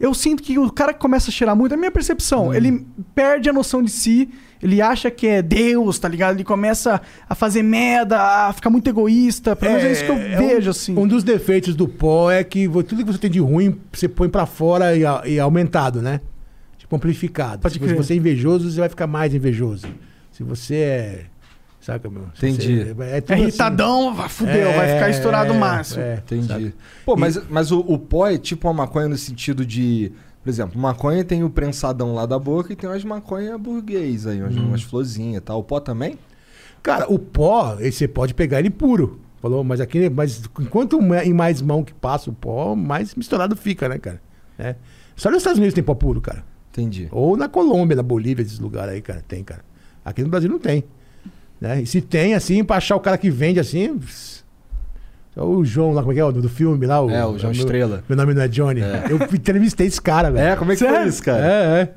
C: eu sinto que o cara que começa a cheirar muito, é a minha percepção,
D: Hum.
C: ele perde a noção de si, ele acha que é Deus, tá ligado? Ele começa a fazer merda, a ficar muito egoísta, pelo menos é, isso que eu
D: é
C: vejo,
D: um,
C: assim.
D: Um dos defeitos do pó é que vo- tudo que você tem de ruim, você põe pra fora e, a- e aumentado, né? Tipo, amplificado.
C: Pode
D: se
C: crer.
D: você é invejoso, você vai ficar mais invejoso. Se você é. Saca, meu? Se
B: Entendi.
D: você- tudo
C: É
D: assim.
C: irritadão, vá, fudeu, vai
D: É,
C: ficar estourado o máximo.
D: é,
B: Entendi.
D: sabe?
B: Pô, mas, mas o, o pó é tipo uma maconha no sentido de. Por exemplo, maconha tem o prensadão lá da boca e tem umas maconhas burguês aí, umas, umas florzinhas e tal. O pó também?
D: Cara, o pó, eh, você pode pegar ele puro. Falou, mas aqui, mas enquanto ma- em mais mão que passa o pó, mais misturado fica, né, cara? É. Só nos Estados Unidos tem pó puro, cara.
B: Entendi.
D: Ou na Colômbia, na Bolívia, esses lugares aí, cara, tem, cara. Aqui no Brasil não tem. Né? E se tem, assim, pra achar o cara que vende assim. pss, só O João lá, como é que é? O Do do filme lá? O,
B: É, o João
D: meu-
B: Estrela.
D: Meu nome não é Johnny.
B: É.
D: Eu entrevistei esse cara, velho.
B: É, como é que foi
C: Sério?
B: isso, cara?
D: É, é.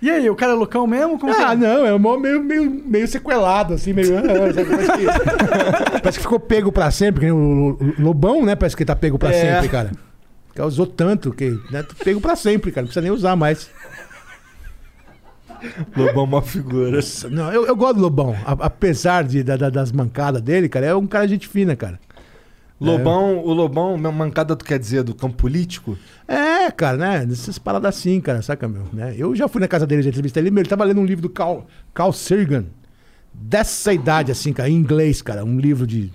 C: E aí, o cara é loucão mesmo? Como que
D: Ah,
C: é?
D: não, é um mó meio, meio, meio sequelado, assim, meio. ah, sabe, parece, que, parece que ficou pego pra sempre, que nem o Lo- Lobão, né? Parece que tá pego pra
B: É.
D: sempre, cara. Causou tanto que. Né, tu pego pra sempre, cara. Não precisa nem usar mais.
B: Lobão, uma figura.
D: Não, eu, eu gosto do Lobão. A- apesar de, da- da- das mancadas dele, cara, é um cara gente fina, cara.
B: Lobão, o Lobão, minha mancada tu quer dizer do campo político?
D: É, cara, né? Essas paradas assim, cara, saca, meu? Né? Eu já fui na casa dele, já entrevistei ele, meu, ele tava lendo um livro do Carl, Carl Sagan. Dessa idade, assim, cara, em inglês, cara, um livro de...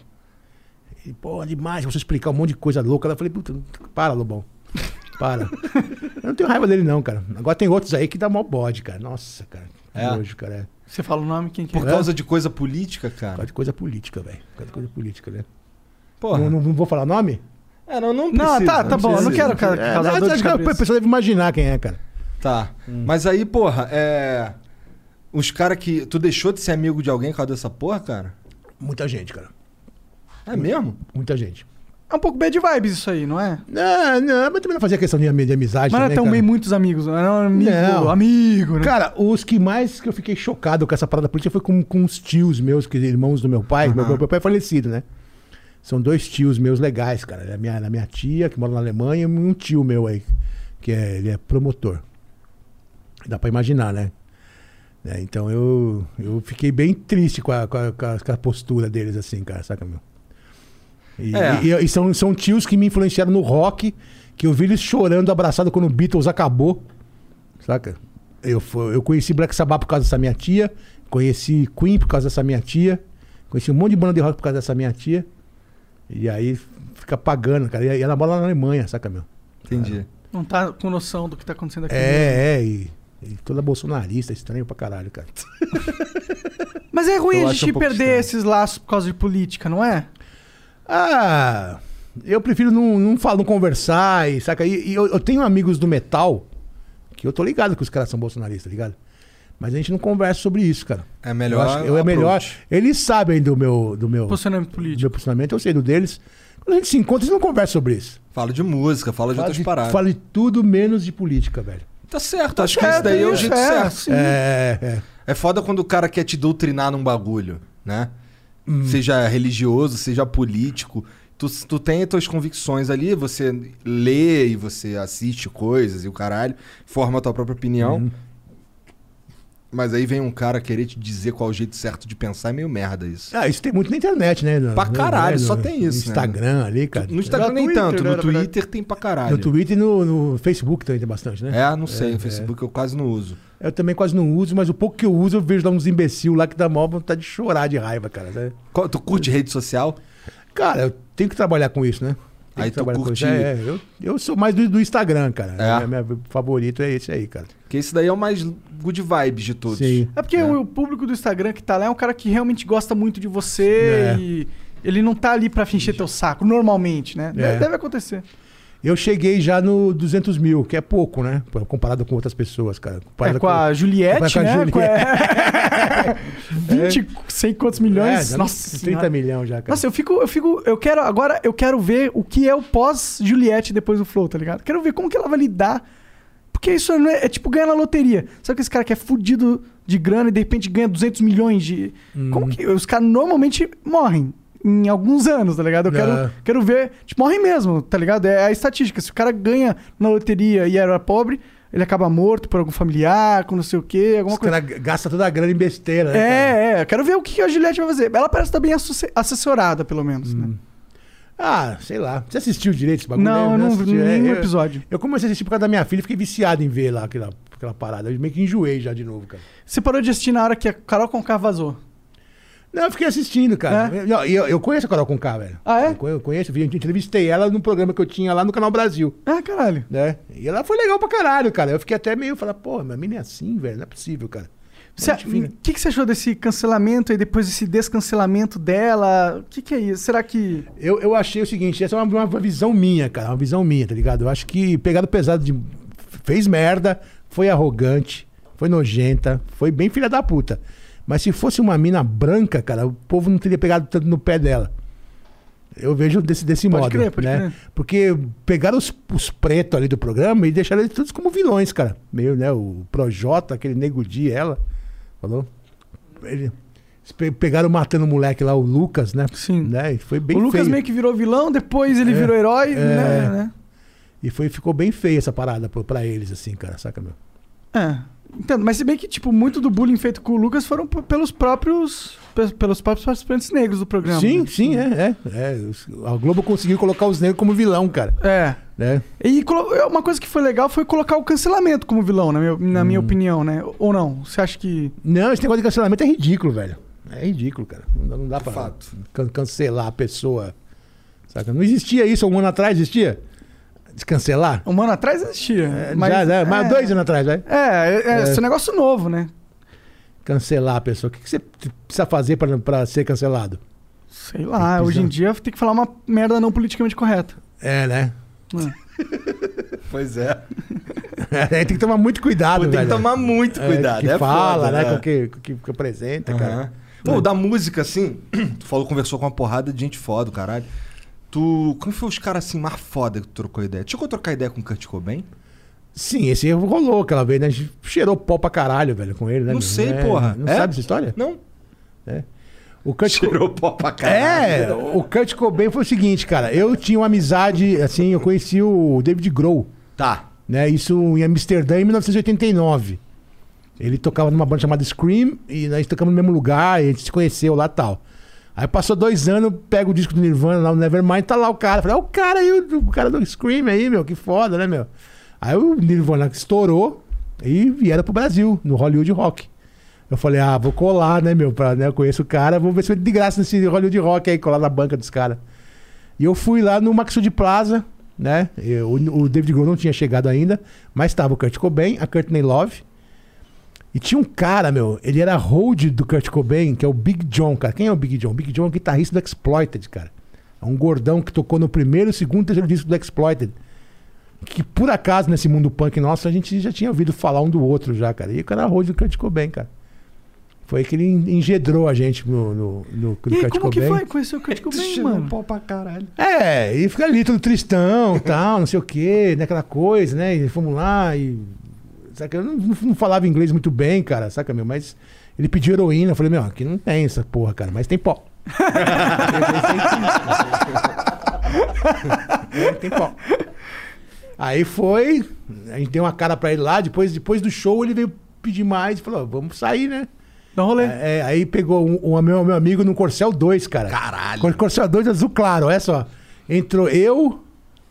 D: E, Pô, demais, você explicar um monte de coisa louca. Eu falei, puta, para, Lobão, para. eu não tenho raiva dele não, cara. Agora tem outros aí que dá mó bode, cara. Nossa, cara, que
B: É?
D: nojo, cara. É.
C: Você fala o nome, quem que é?
B: Por causa de coisa política,
D: Por causa
B: cara?
D: de coisa política, velho. Por causa de coisa política, né?
B: Porra.
D: Não, não- não vou falar nome?
B: É, não, não
C: Não,
B: precisa,
C: tá, tá bom, eu não
B: precisa.
C: quero cara,
D: É,
C: causar dor
D: acho
C: de
D: que a
C: cabeça.
D: pessoa deve imaginar quem é, cara.
B: Tá.
D: Hum.
B: Mas aí, porra, é. Os caras que. Tu deixou de ser amigo de alguém por causa dessa porra, cara?
D: Muita gente, cara.
B: É
D: Hum.
B: mesmo?
D: Muita gente.
C: É um pouco bad vibes isso aí, não é?
D: Não, Ah, não, mas também não fazia questão de, ami- de amizade.
C: Mas não é
D: também,
C: tão
D: cara.
C: bem muitos amigos, não é um amigo,
D: Não.
C: amigo, né?
D: Cara, os que mais que eu fiquei chocado com essa parada política foi com, com os tios meus, que irmãos do meu pai. Meu, meu pai é falecido, né? São dois tios meus legais, cara. É A minha, a minha tia, que mora na Alemanha, e um tio meu aí, que é, ele é promotor. Dá pra imaginar, né? Né, então eu, eu fiquei bem triste com a, com, a, com a- com a postura deles, assim, cara, saca, meu? E,
B: É.
D: e- e são, são tios que me influenciaram no rock, que eu vi eles chorando abraçado quando o Beatles acabou, saca? Eu, fui- eu conheci Black Sabbath por causa dessa minha tia, conheci Queen por causa dessa minha tia, conheci um monte de banda de rock por causa dessa minha tia, e aí fica pagando, cara. E, e ela mora lá na Alemanha, saca, meu?
B: Entendi.
C: Não tá com noção do que tá acontecendo aqui.
D: É, é, e, e toda bolsonarista, estranho pra caralho, cara.
C: Mas é ruim
B: Eu
C: a
B: acho
C: gente
B: um pouco
C: perder
B: estranho.
C: esses laços por causa de política, não é?
D: Ah, eu prefiro não, não, falar, não conversar, e, saca? E, e eu, eu tenho amigos do metal, que eu tô ligado que os caras são bolsonaristas, tá ligado? Mas a gente não conversa sobre isso, cara.
B: É melhor.
D: Eu, acho, eu é
B: approach.
D: melhor. Eles sabem do meu, do meu,
C: Posicionamento
D: do
C: político.
D: meu posicionamento, eu sei do deles. Quando a gente se encontra, eles não conversam sobre isso.
B: Fala de música, fala de
D: Fala
B: outras paradas.
D: fala de tudo menos de política, velho.
B: Tá certo, acho que
C: certo,
B: isso daí é o
C: isso,
B: jeito
C: é,
B: certo.
C: sim.
D: É, é.
B: É foda quando o cara
D: Hum.
B: quer te doutrinar num bagulho, né? Seja religioso, seja político. tu, tu tem as tuas convicções ali, você lê e você assiste coisas e o caralho, forma a tua própria opinião.
D: Uhum.
B: Mas aí vem um cara querer te dizer qual é o jeito certo de pensar, é meio merda isso.
D: Ah, isso tem muito na internet, né? No-
B: Pra
D: no-
B: caralho,
D: no-
B: só tem isso, né?
D: No Instagram ali, cara. é,
B: No Instagram nem
C: Twitter,
B: tanto,
C: né,
B: no
C: na verdade.
B: Twitter tem pra caralho.
D: No Twitter e no, no Facebook também tem bastante, né?
B: É, não sei,
D: É,
B: no Facebook eu quase não uso.
D: Eu também quase não uso, mas o pouco que eu uso, eu vejo lá uns imbecil lá que dá maior vontade de chorar de raiva, cara. sabe?
B: Qual- Tu curte rede social?
D: Cara, eu tenho que trabalhar com isso, né? Tenho
B: Aí
D: que
B: tu
D: trabalhar com
B: curte-
D: isso. É, é, eu, eu sou mais do, do Instagram, cara.
B: É.
D: Meu, meu favorito é esse aí, cara.
B: Porque esse daí é o mais good vibes de todos.
D: Sim.
C: É porque o público do Instagram que tá lá é um cara que realmente gosta muito de você
D: É.
C: e ele não tá ali pra fingir teu saco, normalmente, né?
D: É.
C: Deve acontecer.
D: Eu cheguei já no 200 mil, que é pouco, né? Comparado com outras pessoas, cara. Comparado
C: é com a Juliette,
D: com a
C: né?
D: Juliette.
C: Com a- 20, sei quantos milhões.
D: É, já
C: Nossa,
D: 30
C: senhora.
D: milhões já, cara.
C: Nossa, eu fico, eu fico, eu quero agora, eu quero ver o que é o pós Juliette depois do Flow, tá ligado? Quero ver como que ela vai lidar, porque isso não é, é tipo ganhar na loteria. Sabe que esse cara que é fudido de grana e de repente ganha 200 milhões de,
D: Hum.
C: como que os caras normalmente morrem em alguns anos, tá ligado? Eu quero,
D: É.
C: quero ver, tipo, morrem mesmo, tá ligado? É a estatística. Se o cara ganha na loteria e era pobre, ele acaba morto por algum familiar, com não sei o quê, alguma
D: Os
C: coisa.
D: caras gastam toda a grana em besteira, né? cara?
C: É, é, eu quero ver o que a Juliette vai fazer. Ela parece estar bem associ- assessorada, pelo menos, né?
D: Ah, sei lá. Você assistiu direito esse bagulho?
C: Não, eu não vi
D: assisti. É,
C: nenhum
D: eu-
C: episódio.
D: Eu comecei a assistir por causa da minha filha e fiquei viciado em ver lá aquela, aquela parada. Eu meio que enjoei já de novo, cara.
C: Você parou de assistir na hora que a Carol Conká vazou.
D: Não, eu fiquei assistindo, cara.
C: É?
D: Não, Eu, eu conheço a Carol Conká, velho.
C: Ah, é?
D: Eu conhe- Eu conheço, vi- entrevistei ela num programa que eu tinha lá no Canal Brasil,
C: Ah, caralho.
D: né? E ela foi legal pra caralho, cara. Eu fiquei até meio, falar, pô, minha mina é assim, velho, não é possível, cara.
C: Você-
D: Gente fina.
C: O que, que você achou desse cancelamento e depois desse descancelamento dela? O que, que é isso? Será que.
D: Eu, eu achei o seguinte, essa é uma, uma visão minha, cara, uma visão minha, tá ligado? Eu acho que pegado pesado de fez merda, foi arrogante, foi nojenta, foi bem filha da puta. Mas se fosse uma mina branca, cara, o povo não teria pegado tanto no pé dela. Eu vejo desse, desse
C: Pode
D: modo,
C: crer, pode
D: né?
C: crer.
D: Porque pegaram os, os pretos ali do programa e deixaram eles todos como vilões, cara. Meio, né, o Projota, aquele Nego Di, ela, falou? Ele- eles pe- pegaram matando o moleque lá, o Lucas, né?
C: Sim.
D: Né? E Foi bem
C: o Lucas
D: feio.
C: meio que virou vilão, depois ele virou herói, né?
D: é.
C: né?
D: E foi, ficou bem feia essa parada pro- pra eles, assim, cara, saca, meu?
C: É. Entendo, mas se bem que, tipo, muito do bullying feito com o Lucas foram p- pelos próprios. pe- pelos próprios participantes negros do programa.
D: sim,
C: né?
D: sim, é, é, é. Os- A Globo conseguiu colocar os negros como vilão, cara.
C: É.
D: Né?
C: E colo- uma coisa que foi legal foi colocar o cancelamento como vilão, na minha, na
D: Hum.
C: minha opinião, né? Ou não? Você acha que.
D: Não, esse negócio de cancelamento é ridículo, velho. É ridículo, cara. Não, dá- não dá pra
B: fato.
D: can- cancelar a pessoa. Saca? Não existia isso há um ano atrás, existia? Descancelar?
C: Um ano atrás existia.
D: É,
C: mas,
D: já, já, mas
C: é.
D: dois anos atrás, né?
C: É, é, é, esse negócio novo, né?
D: Cancelar a pessoa. O que, que você t- precisa fazer pra, pra ser cancelado?
C: Sei lá, hoje em dia tem que falar uma merda não politicamente correta.
D: É, né?
B: Pois é.
D: tem que tomar muito cuidado,
B: Pô,
D: velho.
B: tem que tomar muito
D: É,
B: cuidado.
D: que
B: é
D: fala,
B: foda,
D: né?
B: é.
D: Com o que, com o que, com o que apresenta,
B: Aham.
D: cara.
B: tá, Pô, da música, assim, tu falou, conversou com uma porrada de gente foda, caralho. Tu. Quem foi os caras assim mais foda que tu trocou ideia? Chegou a trocar ideia com o Kurt Cobain?
D: Sim, esse rolou aquela vez, né? A gente Cheirou pó pra caralho, velho, com ele, né?
B: Não
D: meu?
B: sei,
D: É,
B: porra.
D: Não
B: É?
D: sabe essa história?
B: Não.
D: O Kurt Co-
B: Tirou pó pra
D: É, o Kurt Cobain foi o seguinte, cara. Eu tinha uma amizade, assim, eu conheci o David Grohl,
B: Tá.
D: né? Isso em Amsterdã em 1989. Ele tocava numa banda chamada Scream e nós tocamos no mesmo lugar, e a gente se conheceu lá e tal. Aí passou dois anos, pega o disco do Nirvana lá no Nevermind, tá lá o cara. Falei, ó, o cara aí, o o cara do Scream aí, meu, que foda, né, meu? Aí o Nirvana estourou e vieram pro Brasil, no Hollywood Rock. Eu falei, ah, vou colar, né, meu? Pra, né, eu conheço o cara, vou ver se eu de graça nesse Hollywood Rock aí, colar na banca dos caras. E eu fui lá no Maxud Plaza, né? Eu- o, o David Grohl não tinha chegado ainda, mas tava o Kurt Cobain, a Courtney Love. E tinha um cara, meu, ele era hold do Kurt Cobain, que é o Big John, cara. Quem é o Big John? O Big John é o guitarrista do Exploited, cara. É um gordão que tocou no primeiro, segundo e terceiro disco do Exploited. Que por acaso, nesse mundo punk nosso, a gente já tinha ouvido falar um do outro já, cara. E o cara era hold do Kurt Cobain, cara. Foi que ele engedrou a gente no, no, no, no
C: e aí,
D: Kurt
C: como
D: Cobain.
C: que foi? Conheceu o Kurt Cobain, mano?
B: pó pra caralho.
D: É, e fica ali todo tristão, tal, não sei o quê, naquela coisa, né? E fomos lá e. Saca, eu não, não- não falava inglês muito bem, cara, saca, meu? Mas ele pediu heroína. Eu falei, meu, aqui não tem essa porra, cara, mas tem pó. É, tem pau. Aí foi, a gente deu uma cara pra ele lá, depois, depois do show ele veio pedir mais e falou, "Ó, vamos sair, né?
C: Dá um rolê.
D: É, é, aí pegou um, um meu, meu amigo num Corcel 2, cara.
B: Caralho.
D: Cor- Corcel 2 azul claro, olha só. Entrou eu,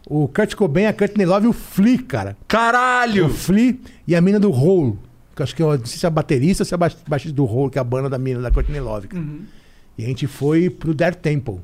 D: o Kurt Cobain, a Kurt Love e o Flea, cara. O
B: Caralho!
D: Flea e a mina do Hole. Que eu acho que eu não sei se é a baterista ou se é a ba- baixista do Hole, que é a banda da mina da Kurt Love, cara. E a gente foi pro Dare Temple,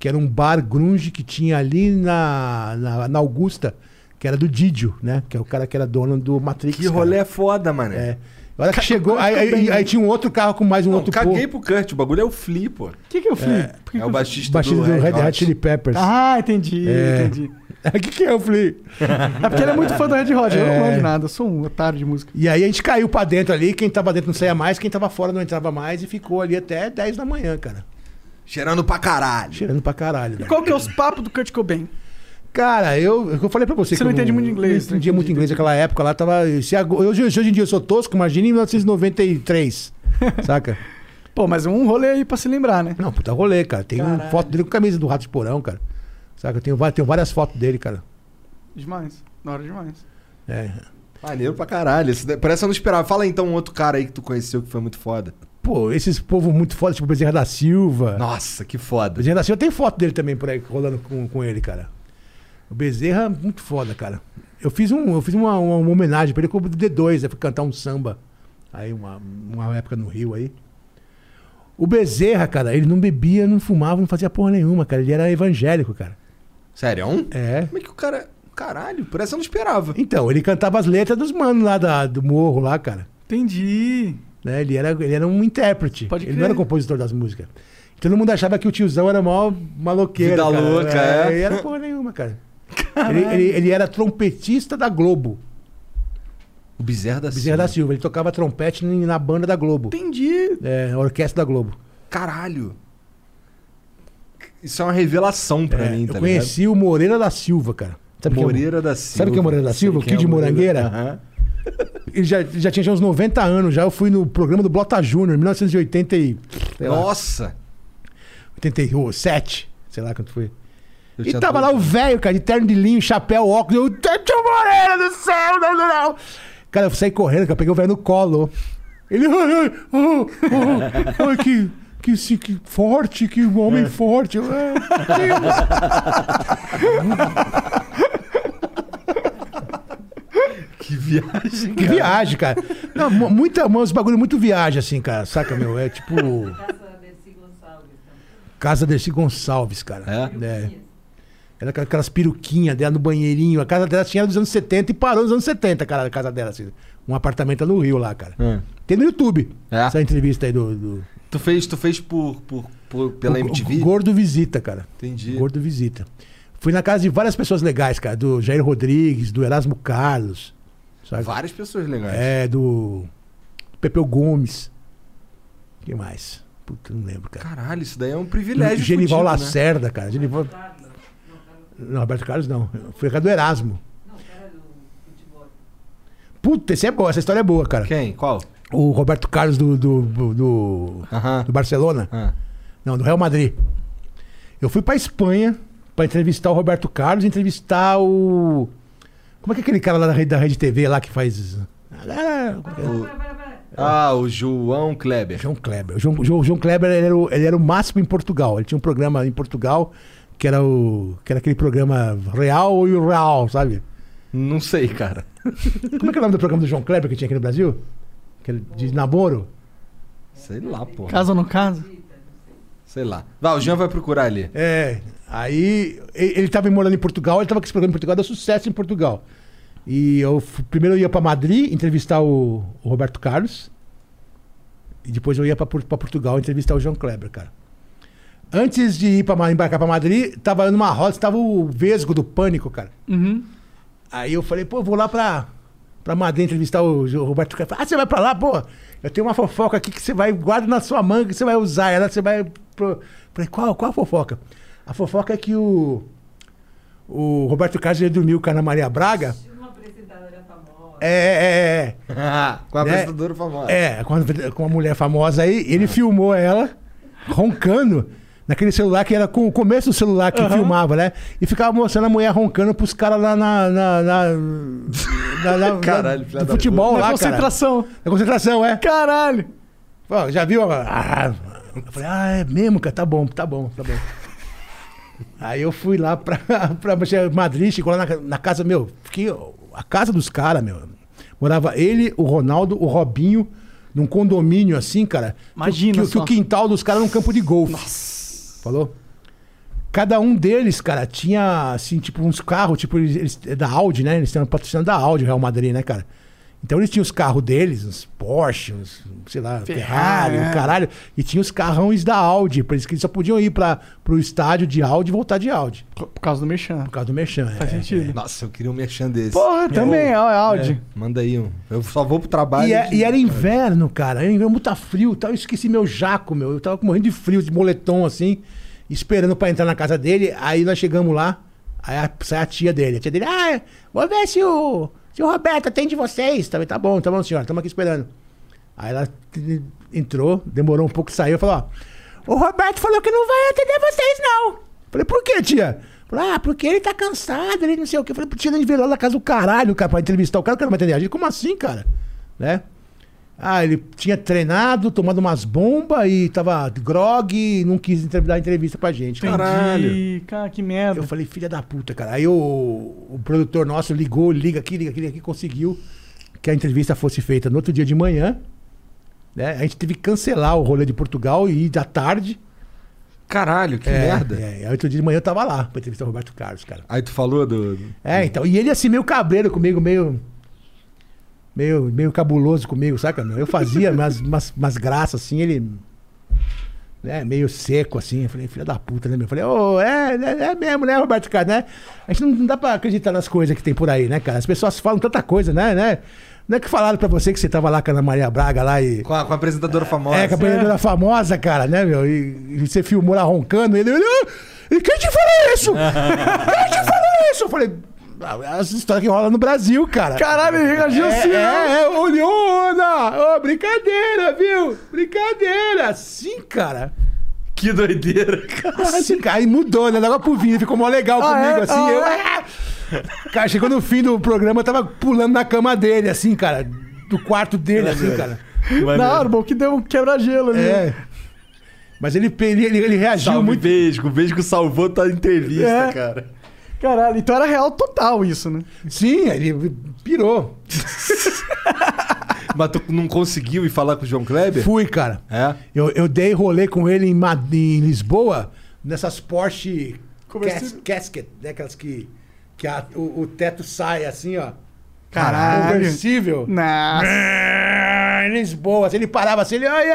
D: que era um bar grunge que tinha ali na, na, na Augusta, que era do Didio, né? Que é o cara que era dono do Matrix.
B: Que
D: cara.
B: rolê é foda, mané.
D: É. A hora que chegou, aí, aí- aí tinha um outro carro com mais um
B: Não,
D: outro
B: caguei pro Kurt, o bagulho é o Flea, pô.
C: O que, que eu falei? Por que
B: É
C: que
B: o
C: eu-
B: baixista,
D: Baixista do Red Hot Chili Peppers.
C: Ah, entendi,
D: É.
C: entendi.
D: O que, que é? Eu falei.
C: É porque ele é muito fã do Red Hot, eu não
D: É.
C: manjo nada, eu sou um otário de música.
D: E aí a gente caiu pra dentro ali, quem tava dentro não saía mais, quem tava fora não entrava mais e ficou ali até 10 da manhã, cara.
B: Cheirando pra caralho.
D: Cheirando pra caralho. né?
C: E qual que é os papos do Kurt Cobain?
D: Cara, eu, eu falei pra você
C: Você não
D: eu
C: entende muito inglês,
D: Não entendia
C: né?
D: muito inglês naquela época lá, tava. Se, ag- hoje, hoje em dia eu sou tosco, imagina em 1993. saca?
C: Pô, mas é um rolê aí pra se lembrar, né?
D: Não, puta rolê, cara. Tem
F: Caralho.
D: foto dele com camisa do Rato de Porão, cara. Saca? Eu tenho, va- tenho várias fotos dele, cara.
C: Demais, na hora demais.
D: É.
B: Maneiro pra caralho. Esse daí- parece que eu não esperava. Fala aí, então um outro cara aí que tu conheceu que foi muito foda.
D: Pô, esses povo muito foda, tipo Bezerra da Silva.
B: Nossa, que foda.
D: Bezerra da Silva tem foto dele também por aí, rolando com, com ele, cara. O Bezerra, muito foda, cara. Eu fiz, um, eu fiz uma, uma, uma homenagem pra ele com o D2, né? Fui cantar um samba. Aí, uma, uma época no Rio aí. O Bezerra, cara, ele não bebia, não fumava, não fazia porra nenhuma, cara. Ele era evangélico, cara.
B: Sério, é um?
D: É.
B: Como é que o cara. Caralho, parece que eu não esperava.
D: Então, ele cantava as letras dos manos lá da- do morro lá, cara.
C: Entendi.
D: né? Ele era, ele era um intérprete.
C: Pode
D: ele
C: crer.
D: não era compositor das músicas. Todo mundo achava que o tiozão era o maior maloqueiro.
B: Vida
D: cara.
B: louca, é.
D: Ele era porra nenhuma, cara. Ele, ele- ele era trompetista da Globo.
B: O Bezerra da
D: Bezerra da Silva. Ele tocava trompete em- na banda da Globo.
C: Entendi.
D: É, a orquestra da Globo.
B: Caralho. Isso é uma revelação pra
D: É,
B: mim,
D: eu
B: tá
D: conheci o Moreira da Silva, cara.
B: ligado?
D: quem é o-
B: Moreira da Silva.
D: Sabe quem é o Moreira da
B: Sei
D: Silva? O
B: quem é
D: Kid de Morangueira?
B: Aham.
D: Ele já, já tinha já uns 90 anos. Já eu fui no programa do Blota Júnior, em 1987.
B: Nossa.
D: Sei lá quanto foi.
B: Eu
D: E
B: tinha
D: tava lá
B: dois-
D: o velho, cara, de terno de linho, chapéu, óculos. Eu, Tio Moreira do céu, não, não, não. Cara, eu saí correndo, cara, peguei o velho no colo. Ele, ai, ai, oh, oh, ai, que, que, se- que forte, que homem forte. Eu, "É, que
B: Que viagem,
D: que viagem, cara. Não, mu- muita, mano, esse bagulho muito viagem, assim, cara, saca, meu? É tipo
E: Casa desse Gonçalves.
D: Casa Dercy Gonçalves, cara.
B: É?
D: Era aquela- aquelas peruquinhas dela no banheirinho. A casa dela tinha dos anos 70 e parou nos anos 70, cara, a casa dela. Assim, um apartamento no Rio lá, cara.
B: Hum.
D: Tem no YouTube.
B: É.
D: Essa entrevista aí do. do-
B: Tu fez, tu fez por, por, por- pela
D: o-
B: MTV?
D: o Gordo Visita, cara.
B: Entendi.
D: Gordo Visita. Fui na casa de várias pessoas legais, cara. Do Jair Rodrigues, do Erasmo Carlos. Sabe?
B: Várias pessoas legais.
D: É, do. Pepeu Gomes. que mais? Puta, não lembro, cara.
B: Caralho, isso daí é um privilégio. fudido,
D: Genival
B: né?
D: Lacerda, cara. Genival. Não, Roberto Carlos não. Foi a casa do Erasmo.
E: Não, cara do futebol.
D: Puta, esse é boa, essa história é boa, cara.
B: Quem? Qual?
D: O Roberto Carlos do- do- do, do
B: Aham.
D: do Barcelona.
B: Ah.
D: Não, do Real Madrid. Eu fui pra Espanha pra entrevistar o Roberto Carlos, entrevistar o. Como é que é aquele cara lá da rede, da rede TV lá que faz. Ah, como é que é?
E: Para, para, para, para.
B: Ah, o João Kleber.
D: João Kleber. O João, João, João Kleber ele era, o, ele era o máximo em Portugal. Ele tinha um programa em Portugal que era o. que era aquele programa Real e o Real, sabe?
B: Não sei, cara.
D: Como é que é o nome do programa do João Kleber que tinha aqui no Brasil? Aquele de namoro?
B: Sei lá, pô.
C: Casa ou não casa?
B: Sei lá. Vai, o Jean vai procurar ali.
D: É, aí e- ele tava morando em Portugal, ele tava com esse programa em Portugal, deu sucesso em Portugal. E eu fu- primeiro eu ia pra Madrid entrevistar o, o Roberto Carlos. E depois eu ia pra Por- pra Portugal entrevistar o João Kleber, cara. Antes de ir pra, Ma- embarcar pra Madrid, tava eu numa roda, tava o Vesgo do Pânico, cara.
C: Uhum.
D: Aí eu falei, pô, vou lá pra, pra Madrid entrevistar o, Jo- Roberto Carlos. Ah, você vai pra lá, pô? Eu tenho uma fofoca aqui que você vai, guarda na sua manga, que você vai usar ela, você vai. Pro... Falei, qual, qual a fofoca? A fofoca é que o. O Roberto Carlos ele dormiu com a Ana Maria Braga.
E: Uma apresentadora famosa.
D: É, é,
B: Com a apresentadora famosa.
D: é. É, com a- com uma mulher famosa aí. Ele filmou ela roncando. Naquele celular que era com o começo do celular que filmava, né? E ficava mostrando a mulher roncando pros caras lá na. na, na, na- na-
B: Caralho,
D: na-
B: filha
D: no
B: da
D: futebol
C: Na
D: lá, cara.
C: concentração.
D: Na concentração, é.
C: Caralho.
D: Pô, já viu? Ah, eu falei, ah, é mesmo, cara? Tá bom, tá bom, tá bom. Aí eu fui lá pra, pra Madrid, chegou lá na, na casa, meu, fiquei. A casa dos caras, meu. Morava ele, o Ronaldo, o Robinho, num condomínio assim, cara. que o-
C: Imagina
D: que, o- que
C: só.
D: o quintal dos caras era um campo de golfe. Falou? Cada um deles, cara, tinha, assim, tipo, uns carros, tipo, eles, eles- é da Audi, né? Eles estavam patrocinando da Audi, o Real Madrid, né, cara? Então eles tinham os carros deles, uns Porsche, uns, sei lá, Ferrari,
C: é.
D: o caralho. E tinha os carrões da Audi, por isso que eles só podiam ir para pro estádio de Audi e voltar de Audi,
C: Por por causa do Mechan.
D: por causa do Merchan.
C: Faz
D: é.
C: sentido.
B: Nossa, eu queria um merchan desse.
C: Porra, também, ó, é Audi.
B: Manda aí um. Eu só vou pro trabalho.
D: E, é-
B: de-
D: e era inverno, cara. Era inverno, muito tá frio e tal. Eu esqueci meu jaco, meu. Eu tava morrendo de frio, de moletom, assim, esperando pra entrar na casa dele. Aí nós chegamos lá, aí a- sai a tia dele. A tia dele, ah, vou ver se o, se o Roberto atende vocês. Tá, tá bom, tá bom, senhora. Estamos aqui esperando. Aí ela t- entrou, demorou um pouco, saiu e falou, ó, o Roberto falou que não vai atender vocês, não. Falei, por quê, tia? Falou, ah, porque ele tá cansado, ele não sei o quê. Falei, tia, a gente veio lá na casa do caralho, cara, pra entrevistar o cara, o cara não vai atender a gente. Como assim, cara? Né? Ah, ele tinha treinado, tomado umas bombas e tava grog e não quis entre- dar entrevista pra gente. cara.
C: Entendi. Cara, que merda.
D: Eu falei, filha da puta, cara. Aí o, o produtor nosso ligou, liga aqui, liga aqui, liga aqui, conseguiu que a entrevista fosse feita no outro dia de manhã. Né? A gente teve que cancelar o rolê de Portugal e ir da tarde.
B: Caralho, que
D: É,
B: merda.
D: É, aí outro dia de manhã eu tava lá pra entrevistar o Roberto Carlos, cara.
B: Aí tu falou do. do-
D: É, então. E ele assim, meio cabreiro comigo, meio. Meio, meio cabuloso comigo, saca? meu? Eu fazia umas, umas, umas graças assim, ele. Né, meio seco assim. Eu falei, filha da puta, né? meu? Eu falei, ô, é, né, é mesmo, né, Roberto Carlos, né? A gente não, não dá pra acreditar nas coisas que tem por aí, né, cara? As pessoas falam tanta coisa, né? né? Não é que falaram pra você que você tava lá com a Ana Maria Braga lá e.
B: Com, a, com a apresentadora famosa.
D: É, que a apresentadora famosa, cara, né, meu? E, e você filmou lá roncando, ele. ele "Ah, e quem te falou isso? quem te falou isso? Eu falei. "Ah, As histórias que rola no Brasil, cara.
C: Caralho, ele reagiu
D: É,
C: assim, né?
D: é, é, olhou, Ana! Ô, brincadeira, viu? Brincadeira! Sim, cara.
B: Que doideira, cara.
D: Assim, cara, e mudou, né? Logo pro Vini, ficou mó legal
C: Ah,
D: comigo,
C: é?
D: assim.
C: Ah,
D: eu,
C: é?
D: Ah! Cara, chegou no fim do programa, eu tava pulando na cama dele, assim, cara. Do quarto dele, assim, cara.
B: é.
C: Na Arbol, que deu um quebra-gelo ali.
D: É. Mas ele, ele, ele- ele reagiu
B: Salve
D: muito.
B: Vesgo. O Vesgo salvou tua entrevista,
C: É.
B: cara.
C: Caralho, então era real total isso, né?
D: Sim, ele pirou.
B: Mas tu não conseguiu ir falar com o João Kleber?
D: Fui, cara.
B: É.
D: Eu, eu dei rolê com ele em, Ma- em Lisboa, nessas Porsche cas
C: Conversível.
D: Casket, né? Aquelas que, que a- o, o teto sai assim, ó.
C: Caralho.
D: Conversível.
C: Nossa.
D: Em Lisboa, assim, ele parava assim, ele, ai,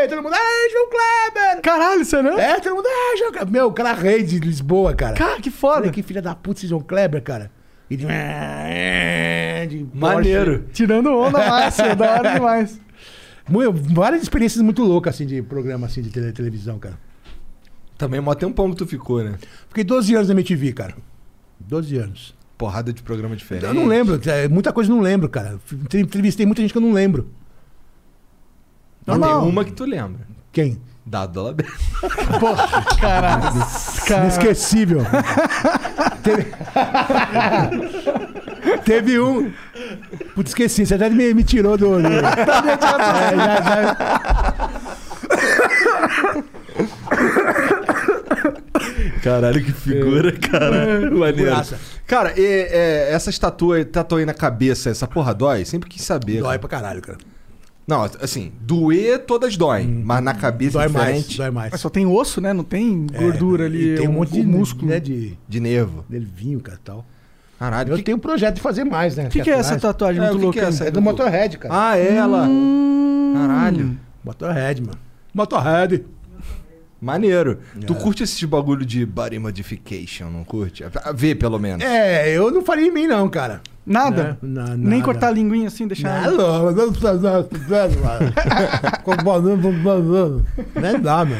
D: ai, todo mundo, ai, João Kleber!
C: Caralho, você não?
D: É, todo mundo, ai, João Kleber! Meu, o cara rei de Lisboa, cara.
C: Cara, que
D: É. Olha
C: foda.
D: que filha da puta esse João Kleber, cara. E de... de Porsche.
B: Maneiro.
C: Tirando onda massa, da hora demais.
D: Mu- Várias experiências muito loucas, assim, de programa, assim, de tele- televisão, cara.
B: Também é mó tempão que tu ficou, né?
D: Fiquei 12 anos na MTV, cara. 12 anos.
B: Porrada de programa diferente.
D: Eu não lembro, é, muita coisa eu não lembro, cara. Entre- Entrevistei muita gente que eu não lembro.
B: Mas tem
D: Normal.
B: uma que tu lembra.
D: Quem?
B: Dado Dolabella.
C: Porra, caralho. Cara,
D: Inesquecível. Teve... Teve um. Putz, esqueci, você até me, me tirou do. do- É, já- já-
B: Caralho, que figura, cara. Maneiro.
D: Figuraça.
B: Cara, e, é, essa estatua, tatuei na cabeça, essa porra dói? Sempre quis saber.
D: Dói
B: cara.
D: pra caralho, cara.
B: Não, assim, doer todas doem, mas na cabeça é
D: Dói
B: diferente
D: mais. Dói mais.
C: mas só tem osso, né? Não tem gordura
D: É,
C: ali.
D: e Tem um monte de
C: músculo.
D: né, de
B: de nervo.
D: nervinho, cara, tal.
B: Caralho,
D: Eu
B: que-
D: tenho um projeto de fazer mais, né?
C: O que, que é essa
D: tatuagem?
C: tatuagem
B: É,
C: muito
B: o que
C: louca?
B: que é
C: hein?
B: essa?
D: É do Motorhead, cara.
B: Ah, é ela.
C: Hum.
B: Caralho.
D: Motorhead, mano. Motorhead.
B: Maneiro. Tu curte esses bagulho de body modification, não curte? Ah, Vê, pelo menos.
D: É, eu não faria em mim, não, cara.
C: Nada?
D: Não, não,
C: Nem
D: nada.
C: cortar a linguinha assim, deixar...
D: Não, não, não, não, não, não, não, não. Não dá, meu.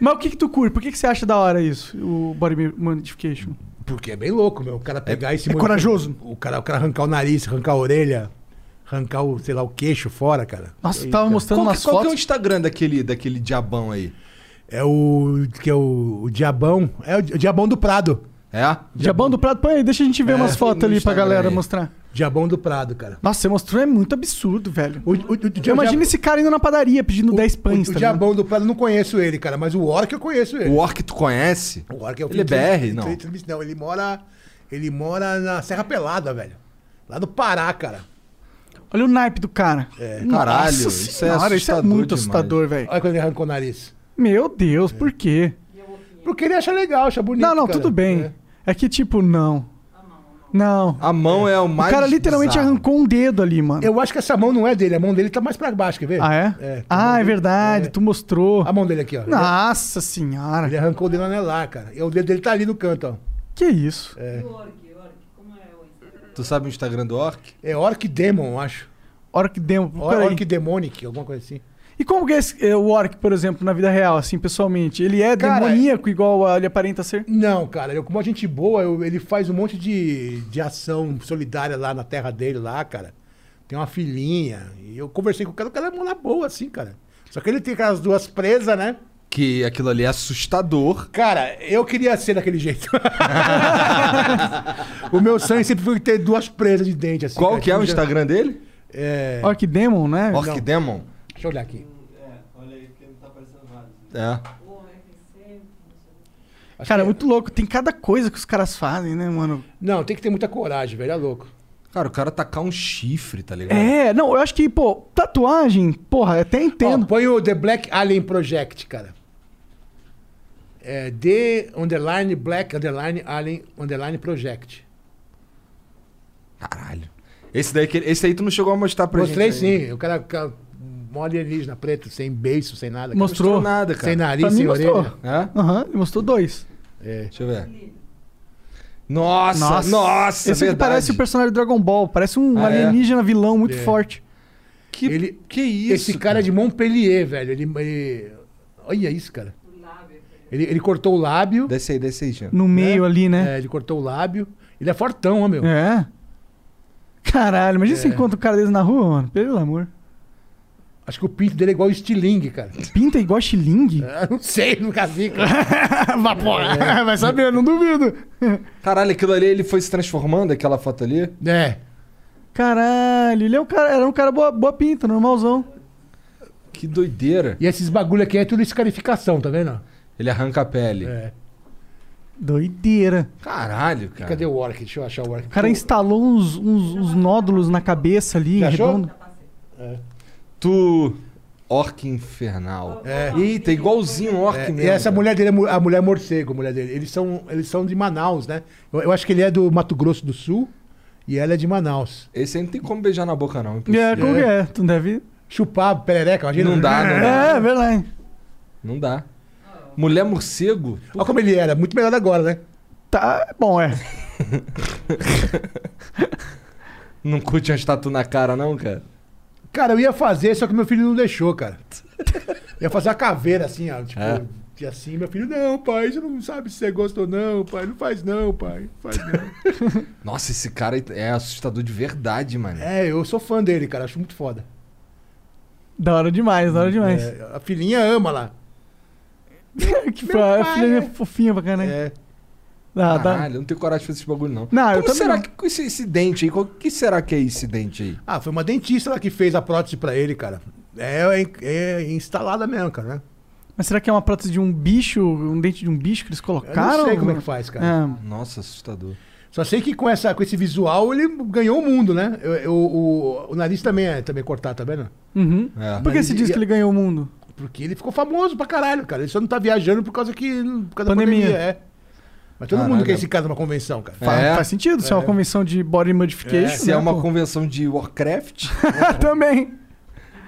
C: Mas o que que tu curte? Por que que você acha da hora isso? O body modification?
D: Porque é bem louco, meu. O cara pegar esse.
C: é
D: monte-
C: corajoso.
D: O cara, o cara arrancar o nariz, arrancar a orelha, arrancar o, sei lá, o queixo fora, cara.
C: Nossa, tu tava mostrando
B: Qual,
C: umas
B: que, qual que é o
C: fotos...
B: Instagram daquele, daquele diabão aí?
D: É o. que é o, o Diabão. É o, Di- o Diabão do Prado.
B: É?
C: Diabão do Prado, põe aí, deixa a gente ver
B: É,
C: umas
B: tem
C: fotos
B: no
C: ali pra
B: Instagram
C: galera
B: aí.
C: mostrar.
D: Diabão do Prado, cara.
C: Nossa, você mostrou é muito absurdo, velho.
D: O, o, o, o,
C: Eu imagino esse cara indo na padaria pedindo 10 pães,
D: O, o
C: tá ligado?
D: Diabão do Prado, eu não conheço ele, cara, mas o Orc eu conheço ele.
B: O Orc tu conhece?
D: O Orc é o
B: Ele é BR, não.
D: Não, ele mora. Ele mora na Serra Pelada, velho. Lá no Pará, cara.
C: Olha o naipe do cara.
B: Caralho,
C: Nossa
B: isso é
C: senhora, isso é
B: assustador
C: muito
B: demais.
C: assustador, velho.
D: Olha quando ele arrancou o nariz.
C: Meu Deus, por quê?
D: Porque ele acha legal, acha bonito.
C: não, não,
D: cara.
C: tudo bem.
D: É.
C: É. que tipo, não. Não.
B: A mão é, o
C: O
B: mais.
C: cara literalmente
B: bizarro.
C: arrancou um dedo ali, mano.
D: Eu acho que essa mão não é dele, a mão dele tá mais pra baixo, quer ver?
C: Ah, é?
D: É, tá
C: ah,
D: bom.
C: é verdade, tu mostrou.
D: A mão dele aqui, ó.
C: Nossa
D: Ele
C: senhora.
D: arrancou o dedo anelar, cara. E o dedo dele tá ali no canto, ó. É,
C: Que isso?
E: E o orc, orc, como é o Instagram?
B: Tu sabe o Instagram do Orc?
D: É Orc Demon, eu acho.
C: Orc Demon.
D: Or-
C: peraí.
D: Orc Demonic, alguma coisa assim.
C: E como que é esse- é o Orc, por exemplo, na vida real, assim, pessoalmente? Ele é
D: Cara,
C: demoníaco igual a- ele aparenta ser?
D: Não, cara, eu, como a gente boa, eu- ele faz um monte de, de ação solidária lá na terra dele, lá, cara. Tem uma filhinha. E eu conversei com o cara, o cara é uma boa, assim, cara. Só que ele tem aquelas duas presas, né?
B: Que aquilo ali é assustador.
D: Cara, eu queria ser daquele jeito. o meu sonho sempre foi ter duas presas de dente, assim.
B: Qual
D: cara.
B: que é o
D: Já-
B: Instagram dele?
D: É...
C: Orc Demon, né?
B: Orc
D: não.
B: Demon?
D: Deixa eu olhar aqui.
F: É, olha aí, porque não tá aparecendo nada.
B: É.
E: O orc sempre.
D: Acho
C: Cara, é
D: que-
C: muito louco. Tem cada coisa que os caras fazem, né, mano?
D: Não, tem que ter muita coragem, velho. É louco.
B: Cara, o cara tacar um chifre, tá ligado?
C: É, não, eu acho que, pô, tatuagem, porra, eu até
D: Ó,
C: entendo.
D: põe o The Black Alien Project, cara. É The Underline Black Underline Alien Underline Project.
B: Caralho. Esse daí, que- esse aí tu não chegou a mostrar pra
D: Mostrei
B: gente. ainda.
D: sim. O cara, o cara mó alienígena preto, sem beiço, sem nada. cara.
C: Mostrou.
B: Mostrou nada, cara.
D: Sem
C: Pra
D: nariz,
C: mim,
D: sem
C: mostrou.
D: orelha.
B: É?
C: Aham, ele mostrou dois.
D: É.
B: Deixa eu ver. Nossa, nossa,
C: Esse aqui
B: verdade.
C: parece o personagem do Dragon Ball. Parece um
B: Ah, é?
C: alienígena vilão muito
D: É.
C: forte.
B: Que,
D: Ele-
B: que isso?
D: Esse cara é de Montpellier, velho. Ele, ele- Olha isso, cara.
E: O lábio.
D: Ele, ele cortou o lábio.
B: Desce aí, desce aí, Jean.
C: No meio ali, né?
D: É, ele cortou o lábio. Ele é fortão, ó, meu.
C: É. Caralho, imagina se
D: É.
C: encontra um cara desse na rua, mano. Pelo amor.
D: Acho que o pinto dele é igual o estilingue, cara.
C: Pinta igual xilingue?
D: Eu não sei, nunca vi, cara.
C: Vai,
D: É.
C: porra. Vai saber, eu não duvido.
B: Caralho, aquilo ali, ele foi se transformando, aquela foto ali.
D: É.
C: Caralho, ele é um cara, era um cara boa, boa pinta, normalzão.
B: Que doideira.
D: E esses bagulho aqui é tudo escarificação, tá vendo?
B: Ele arranca a pele.
D: É.
C: Doideira.
B: Caralho, cara. é
D: Cadê o Orc? Deixa eu achar o Orc.
C: O cara instalou uns, uns, uns nódulos na cabeça ali,
D: Você achou?
C: redondo.
B: Tu. Orc infernal.
D: É.
B: Eita, igualzinho um orc
D: É,
B: mesmo.
D: e essa
B: cara.
D: mulher dele, é mu- a mulher morcego, a mulher dele. Eles são, eles são de Manaus, né? Eu, eu acho que ele é do Mato Grosso do Sul e ela é de Manaus.
B: Esse aí não tem como beijar na boca, não. impossível.
C: É, como que é? Tu deve.
D: Chupar perereca, imagina.
B: Não dá, né? não dá.
C: É, é verdade.
B: Não dá. Mulher morcego?
D: Olha como ele era, muito melhor agora, né?
C: Tá, bom, é.
B: Não curte uma tatu na cara, não, cara?
D: Cara, eu ia fazer, só que meu filho não deixou, cara. ia fazer a caveira assim, ó. Tipo,
B: É.
D: e assim, meu filho, não, pai, você não sabe se você gosta ou não, pai. Não faz não, pai. Não faz não.
B: Nossa, esse cara é assustador de verdade, mano.
D: é, eu sou fã dele, cara. Acho muito foda.
C: Da hora demais, da hora demais.
D: É, a filhinha ama lá.
C: que fa... a filha é fofinha pra
B: né?
C: caralho.
D: né? É.
C: Ah, dá-
B: Caralho, eu não tenho coragem de fazer esse bagulho, não.
C: Não, eu
B: Como
C: também
B: será
C: não.
B: que com esse, esse dente aí? O que será que é esse dente aí?
D: Ah, foi uma dentista lá que fez a prótese pra ele, cara. É, é- é instalada mesmo, cara, né?
C: Mas será que é uma prótese de um bicho, um dente de um bicho que eles
D: Eu
C: colocaram?
D: não sei como é que faz, cara.
C: É.
B: Nossa, assustador.
D: Só sei que com, essa, com esse visual ele ganhou o mundo, né? Eu- eu- o, o nariz também é também cortado, tá vendo?
C: Uhum.
B: É.
C: Por que se diz que ele ganhou o mundo?
D: Porque ele ficou famoso pra caralho, cara. Ele só não tá viajando por causa que. Por causa
C: Pandemia.
D: da pandemia, é. Mas todo
B: Caralho.
D: mundo quer esse cara numa convenção, cara.
C: Fa-
B: É.
C: Faz sentido, se é uma convenção de body modification.
B: Se é
C: né,
B: uma
C: pô?
B: convenção de Warcraft,
C: Também.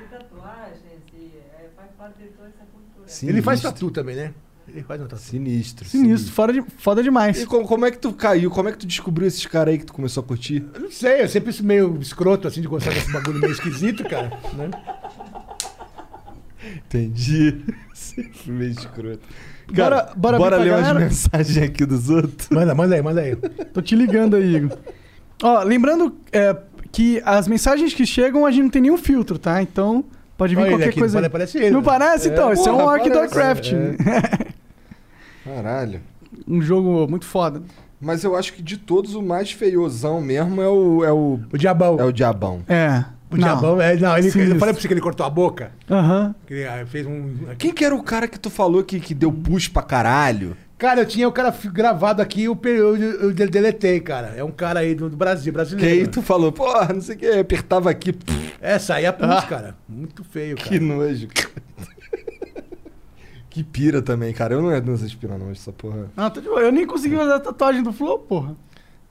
E: E tatuagens, e é, faz parte de toda essa cultura.
B: Sim.
D: Ele faz
B: Sinistro.
D: tatu também, né? Ele faz uma tatu.
B: sinistro.
C: Sinistro, fora de, foda demais.
B: E como, como é que tu caiu? Como é que tu descobriu esses caras aí que tu começou a curtir?
D: Eu não sei, eu sempre sou meio escroto assim de gostar desse bagulho meio esquisito, cara. né?
B: Entendi. Sempre meio escroto.
C: Bora-
B: Cara, bora,
C: bora vir pra
B: ler
C: galera?
B: umas mensagens aqui dos outros.
D: Manda, manda aí, manda aí.
C: Tô te ligando aí, Igor. Ó, lembrando é, que as mensagens que chegam a gente não tem nenhum filtro, tá? Então, Pode vir
D: Olha ele
C: qualquer
D: aqui,
C: coisa.
D: pare- Parece ele.
C: Não
D: né?
C: parece, então?
D: É,
C: Esse é um
D: porra,
C: Arcdorcraft.
B: é.
D: parece, É.
B: Caralho.
C: um jogo muito foda.
B: Mas eu acho que de todos o mais feiosão mesmo é o. É o,
D: O diabão.
B: é o diabão.
C: É.
D: O diabão, é, não, ele,
C: Sinistro.
D: eu falei pra você que ele cortou a boca.
C: Aham.
D: Que ele ah, fez um. aqui.
B: Quem que era o cara que tu falou que, que deu push pra caralho?
D: Cara, eu tinha o cara fi- gravado aqui, eu, pe- eu, eu, eu deletei, cara. É um cara aí do, do Brasil,
B: Que aí
D: brasileiro.
B: tu falou, porra, não sei o que, apertava aqui, pff,
D: É, saía pus, cara. Muito feio, cara.
B: Ah. que nojo. que pira também, cara. Eu não é dança de pira, não, essa porra.
C: Ah, tô de boa. Eu nem consegui fazer a tatuagem do Flow, porra.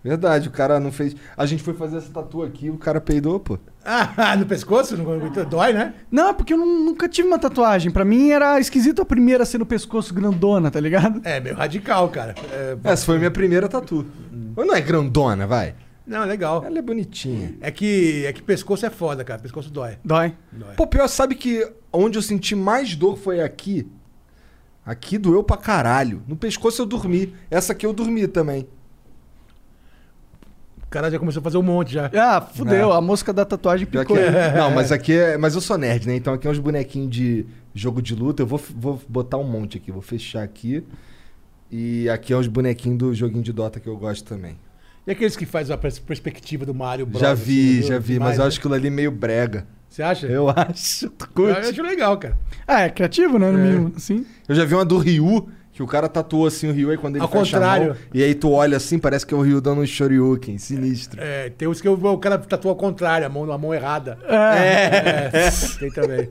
B: Verdade, o cara não fez. A gente foi fazer essa tatu aqui, o cara peidou, pô.
D: Ah, no pescoço? Não aguenta, dói, né?
C: Não, é porque eu nu- nunca tive uma tatuagem. Pra mim era esquisito a primeira ser no pescoço grandona, tá ligado?
D: É, meio radical, cara. É,
B: Essa foi minha primeira tatu.
D: Hum.
B: Mas não é grandona, vai.
D: não, é legal.
B: Ela é bonitinha.
D: É que, é que pescoço é foda, cara. Pescoço dói.
C: Dói.
D: dói.
B: É. Pô, pior, sabe que onde eu senti mais dor foi aqui? Aqui doeu pra caralho. No pescoço eu dormi. Essa aqui eu dormi também.
D: O cara já começou a fazer um monte já.
C: Ah, fudeu.
B: É.
C: A mosca da tatuagem
B: Pior
C: picou.
B: que- é.
C: ele.
B: Não, mas aqui é. Mas eu sou nerd, né? Então aqui é uns bonequinhos de jogo de luta. Eu vou, vou botar um monte aqui, vou fechar aqui. E aqui é uns bonequinhos do joguinho de Dota que eu gosto também.
D: E aqueles que fazem a pers- perspectiva do Mario Bros.
B: já vi,
D: entendeu?
B: já vi, mas
D: Demais,
B: eu
D: né?
B: acho que aquilo ali é meio brega.
D: Você acha?
B: Eu acho. Tu
D: Eu
B: curte?
D: acho legal, cara.
C: Ah, é criativo, né? No
D: É.
C: mínimo, assim.
B: Eu já vi uma do Ryu, que o cara tatuou assim o Ryu aí quando ele
D: Ao
B: fecha a
D: contrário.
B: mão, e aí tu olha assim, parece que é o Ryu dando um shoryuken, sinistro.
D: É, tem os que o, o cara tatua ao contrário, a mão, a mão errada.
C: É.
D: É, tem também.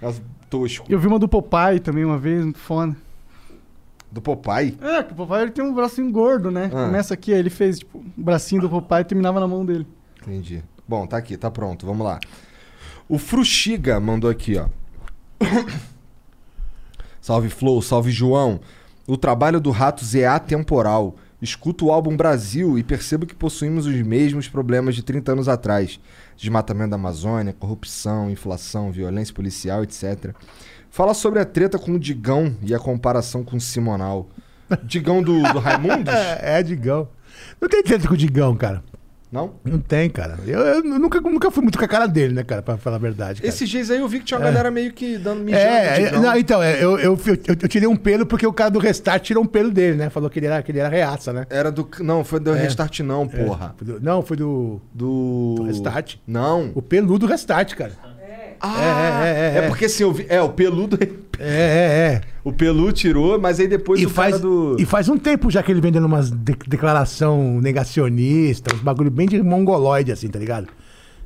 B: Nossa, tosco.
C: Eu vi uma do Popeye também uma vez, muito foda.
B: Do Popeye?
C: É, que o Popeye ele tem um bracinho gordo, né?
B: Ah.
C: Começa aqui, aí ele fez, tipo, o bracinho do Popeye e terminava na mão dele.
B: Entendi. Bom, tá aqui, tá pronto, vamos lá. O Fruxiga mandou aqui, ó. salve Flow, salve João. O trabalho do Ratos é atemporal. Escuto o álbum Brasil e percebo que possuímos os mesmos problemas de 30 anos atrás. Desmatamento da Amazônia, corrupção, inflação, violência policial, etc. Fala sobre a treta com o Digão e a comparação com o Simonal. Digão do, do Raimundos?
D: É, é, Digão. Não tem treta com o Digão, cara.
B: Não?
D: Não tem, cara. Eu, eu nunca, nunca fui muito com a cara dele, né, cara, pra falar a verdade. Cara.
B: Esses dias aí eu vi que tinha uma galera meio que dando mijando no
D: É, é,
B: Digão.
D: não, então, é, eu, eu, eu, eu tirei um pelo porque o cara do Restart tirou um pelo dele, né? Falou que ele era, que ele era reaça, né?
B: Era do. Não, foi do Restart, não, porra.
D: É, foi do- não, foi do.
B: Do.
D: Do Restart?
B: Não.
D: O peludo Restart, cara.
B: Ah,
D: É,
B: é,
D: é, é, é, é.
B: porque assim, eu vi. É, o peludo.
D: É, é, é.
B: O pelu tirou, mas aí depois
D: E
B: o
D: faz,
B: cara do.
D: e faz um tempo já que ele vem dando umas de- declaração negacionista, uns bagulho bem de mongoloide, assim, tá ligado?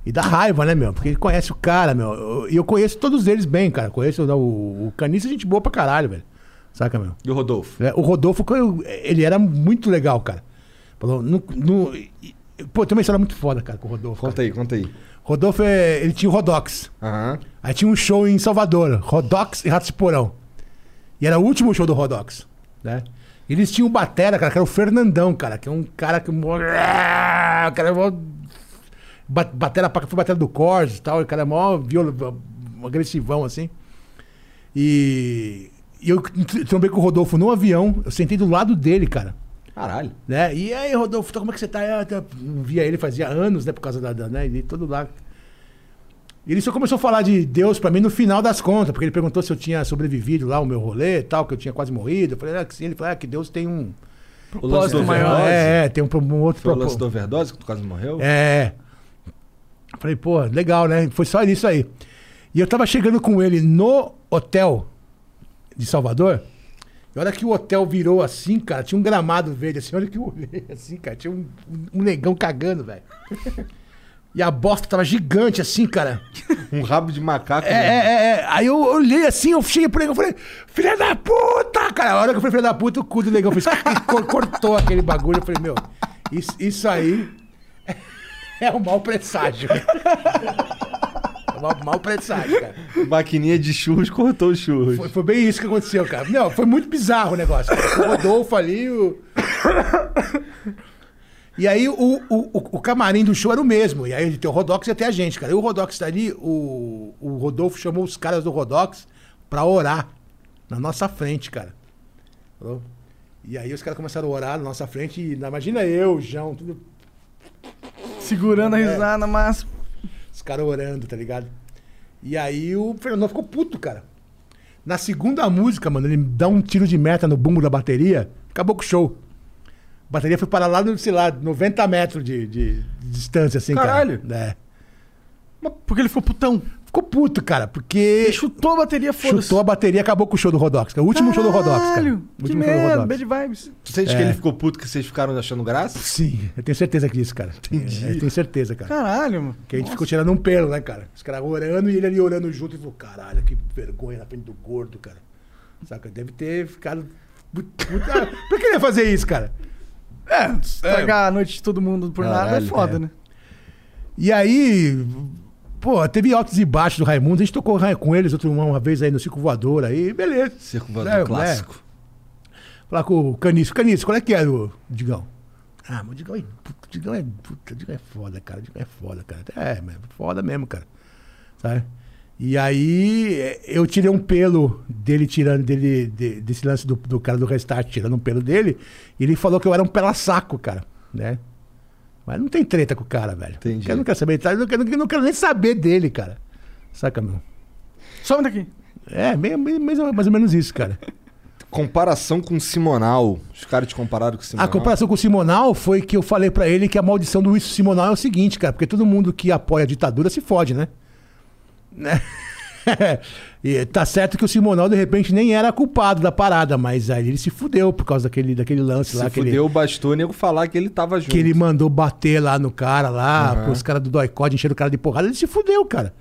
D: E dá raiva, né, meu? Porque ele conhece o cara, meu. Eu- E eu, conheço todos eles bem, cara. Conheço né, o, o Caniço, é gente boa pra caralho, velho. Saca, meu?
B: E o Rodolfo.
D: É, O Rodolfo, eu- ele era muito legal, cara. Falou, nu- nu- e- e- pô, tem uma história muito foda, cara, com o Rodolfo.
B: Conta aí, conta aí.
D: cara. Rodolfo, é- ele tinha o Rodox.
B: Aham.
D: Aí tinha um show em Salvador, Rodox e Ratos de Porão. E era o último show do Rodox, né? Eles tinham o Batera, cara, que era o Fernandão, cara, que é um cara que. mó- O cara é mó. ba- Batera, pra- foi batera do Corsos e tal, o cara é mó viol... agressivão, assim. E. E eu tr- trombei com o Rodolfo no avião, eu sentei do lado dele, cara
B: Caralho.
D: né? E aí, Rodolfo, tá, como é que você tá? Eu, tá- não via ele fazia anos, né? Por causa da, da né? Ele todo lá. Ele só começou a falar de Deus pra mim no final das contas, porque ele perguntou se eu tinha sobrevivido lá o meu rolê e tal, que eu tinha quase morrido. Eu falei, ah, que sim. Ele falou, ah, que Deus tem um.
B: O lance
C: Propósito
B: do
C: maior.
B: overdose?
D: É, é, tem um, pro- um outro
B: Foi o
D: propo-
B: lance da overdose que tu quase morreu?
D: é. Eu Falei, pô, legal, né? Foi só isso aí. E eu tava chegando com ele no hotel de Salvador. E a hora que o hotel virou assim, cara, tinha um gramado verde assim. Olha que eu olhei assim, cara. Tinha um, um negão cagando, velho. E a bosta tava gigante assim, cara.
B: Um rabo de macaco.
D: É,
B: né?
D: é, é, é. Aí eu olhei assim, eu cheguei pro negão e falei, filha da puta! Cara, a hora que eu falei filha da puta, o cu do negão fez, cor- cortou aquele bagulho. Eu falei, meu, isso, isso aí é um mau presságio. É um mau, mau presságio, cara.
B: Maquininha de churros cortou os churros.
D: é. Foi, foi bem isso que aconteceu, cara. Não, foi muito bizarro o negócio. cara. O Rodolfo ali, o... E aí o, o, o, o camarim do show era o mesmo. E aí tem o Rodox e até a gente, cara. E o Rodox tá ali, o, o Rodolfo chamou os caras do Rodox pra orar na nossa frente, cara. Falou? E aí os caras começaram a orar na nossa frente. E, imagina eu, o João, tudo É.
C: Segurando a risada, mas.
D: os caras orando, tá ligado? E aí o Fernandão ficou puto, cara. Na segunda música, mano, ele dá um tiro de meta no bumbo da bateria, acabou com o show. A bateria foi parar lá, no, sei lá, 90 metros de, de- de distância, assim,
B: Caralho.
D: cara. É.
C: Mas Porque ele ficou putão.
D: Ficou puto, cara, porque
C: Ele chutou a bateria, Então, foda-se.
D: chutou a bateria e acabou com o show do Rodox. cara. O último show do Rodox, cara.
C: Caralho,
D: O
C: Que
D: último show do
C: merda,
D: Rodox.
C: bad vibes.
B: Tu sente
D: É.
B: que ele ficou puto que vocês ficaram achando graça?
D: Sim, eu tenho certeza que isso, cara.
B: Entendi.
D: É, eu tenho certeza, cara.
C: Caralho, mano.
D: Que a gente ficou tirando um pelo, né, cara? Os caras orando e ele ali orando junto e falou, caralho, que vergonha na frente do gordo, cara. Saca? Deve ter ficado. Muito... muito- Ah, Por que ele ia fazer isso, cara?
C: É, estragar a noite de todo mundo por nada é
B: Caralho,
C: foda,
D: é.
C: né?
B: é.
D: E aí, pô, teve altos e baixos do Raimundo. A gente tocou ra- com eles outro, uma vez aí no Circo Voador, aí, beleza.
B: Circo
D: É,
B: voador clássico.
D: Falar com o Caniço. Caniço, qual é que é o Digão? Ah, mas o Digão é, puta, o Digão é, puta, o Digão é foda, cara. O Digão é foda, cara. É, mas foda mesmo, cara. Sabe? E aí eh, eu tirei um pelo dele tirando, dele, de- desse lance do, do cara do restart tirando um pelo dele. E ele falou que eu era um pela-saco, cara, né? Mas não tem treta com o cara, velho.
B: Entendi.
D: Eu não quero saber, tá? eu não quero, eu não quero nem saber dele, cara. Saca, meu?
C: Some daqui.
D: É, meio, meio- mais ou- mais ou menos isso, cara.
B: Comparação com Simonal. Os caras te compararam com Simonal.
D: A comparação com o Simonal foi que eu falei pra ele que a maldição do Wilson Simonal é o seguinte, cara, porque todo mundo que apoia a ditadura se fode, né? Né? e tá certo que o Simonal de repente nem era culpado da parada, mas aí ele se fudeu por causa daquele, daquele lance
B: Se
D: lá que ele-
B: fudeu, bastou o nego falar que ele tava junto.
D: que ele mandou bater lá no cara, lá,
B: Aham.
D: pros caras do Doicode encheram o cara de porrada, ele se fudeu, cara.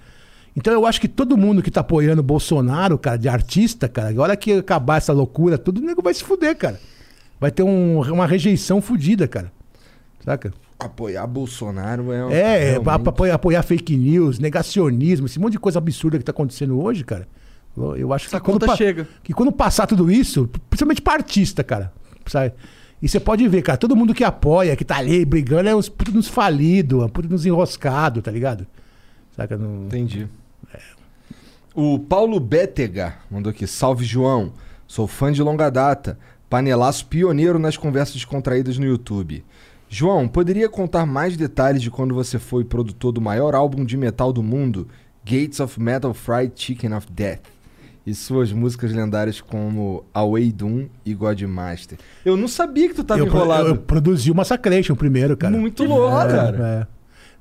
D: Então eu acho que todo mundo que tá apoiando o Bolsonaro, cara, de artista, cara, agora que acabar essa loucura, tudo, o nego vai se fuder, cara. Vai ter um- uma rejeição fudida, cara. Saca?
B: Apoiar Bolsonaro é... um-
D: É, é
B: realmente.
D: pra, pra apoiar, apoiar fake news, negacionismo, esse monte de coisa absurda que tá acontecendo hoje, cara. eu- Eu acho
C: Essa
D: que quando
C: conta
D: pa-
C: chega.
D: que quando passar tudo isso, principalmente pra artista, cara, sabe? E você pode ver, cara, todo mundo que apoia, que tá ali brigando, é uns puta nos falido, é puta nos enroscado, tá ligado? Saca? Não...
B: Entendi. O Paulo Bétega mandou aqui. Salve, João. Sou fã de longa data. Panelaço pioneiro nas conversas descontraídas no YouTube. João, poderia contar mais detalhes de quando você foi produtor do maior álbum de metal do mundo, Gates of Metal Fried Chicken of Death, e suas músicas lendárias como Away Doom e Godmaster? Eu não sabia que tu tava
D: eu, pro-
B: Tá enrolado.
D: eu produzi o Massacration primeiro, cara.
B: Muito louco,
D: É,
B: cara.
D: é.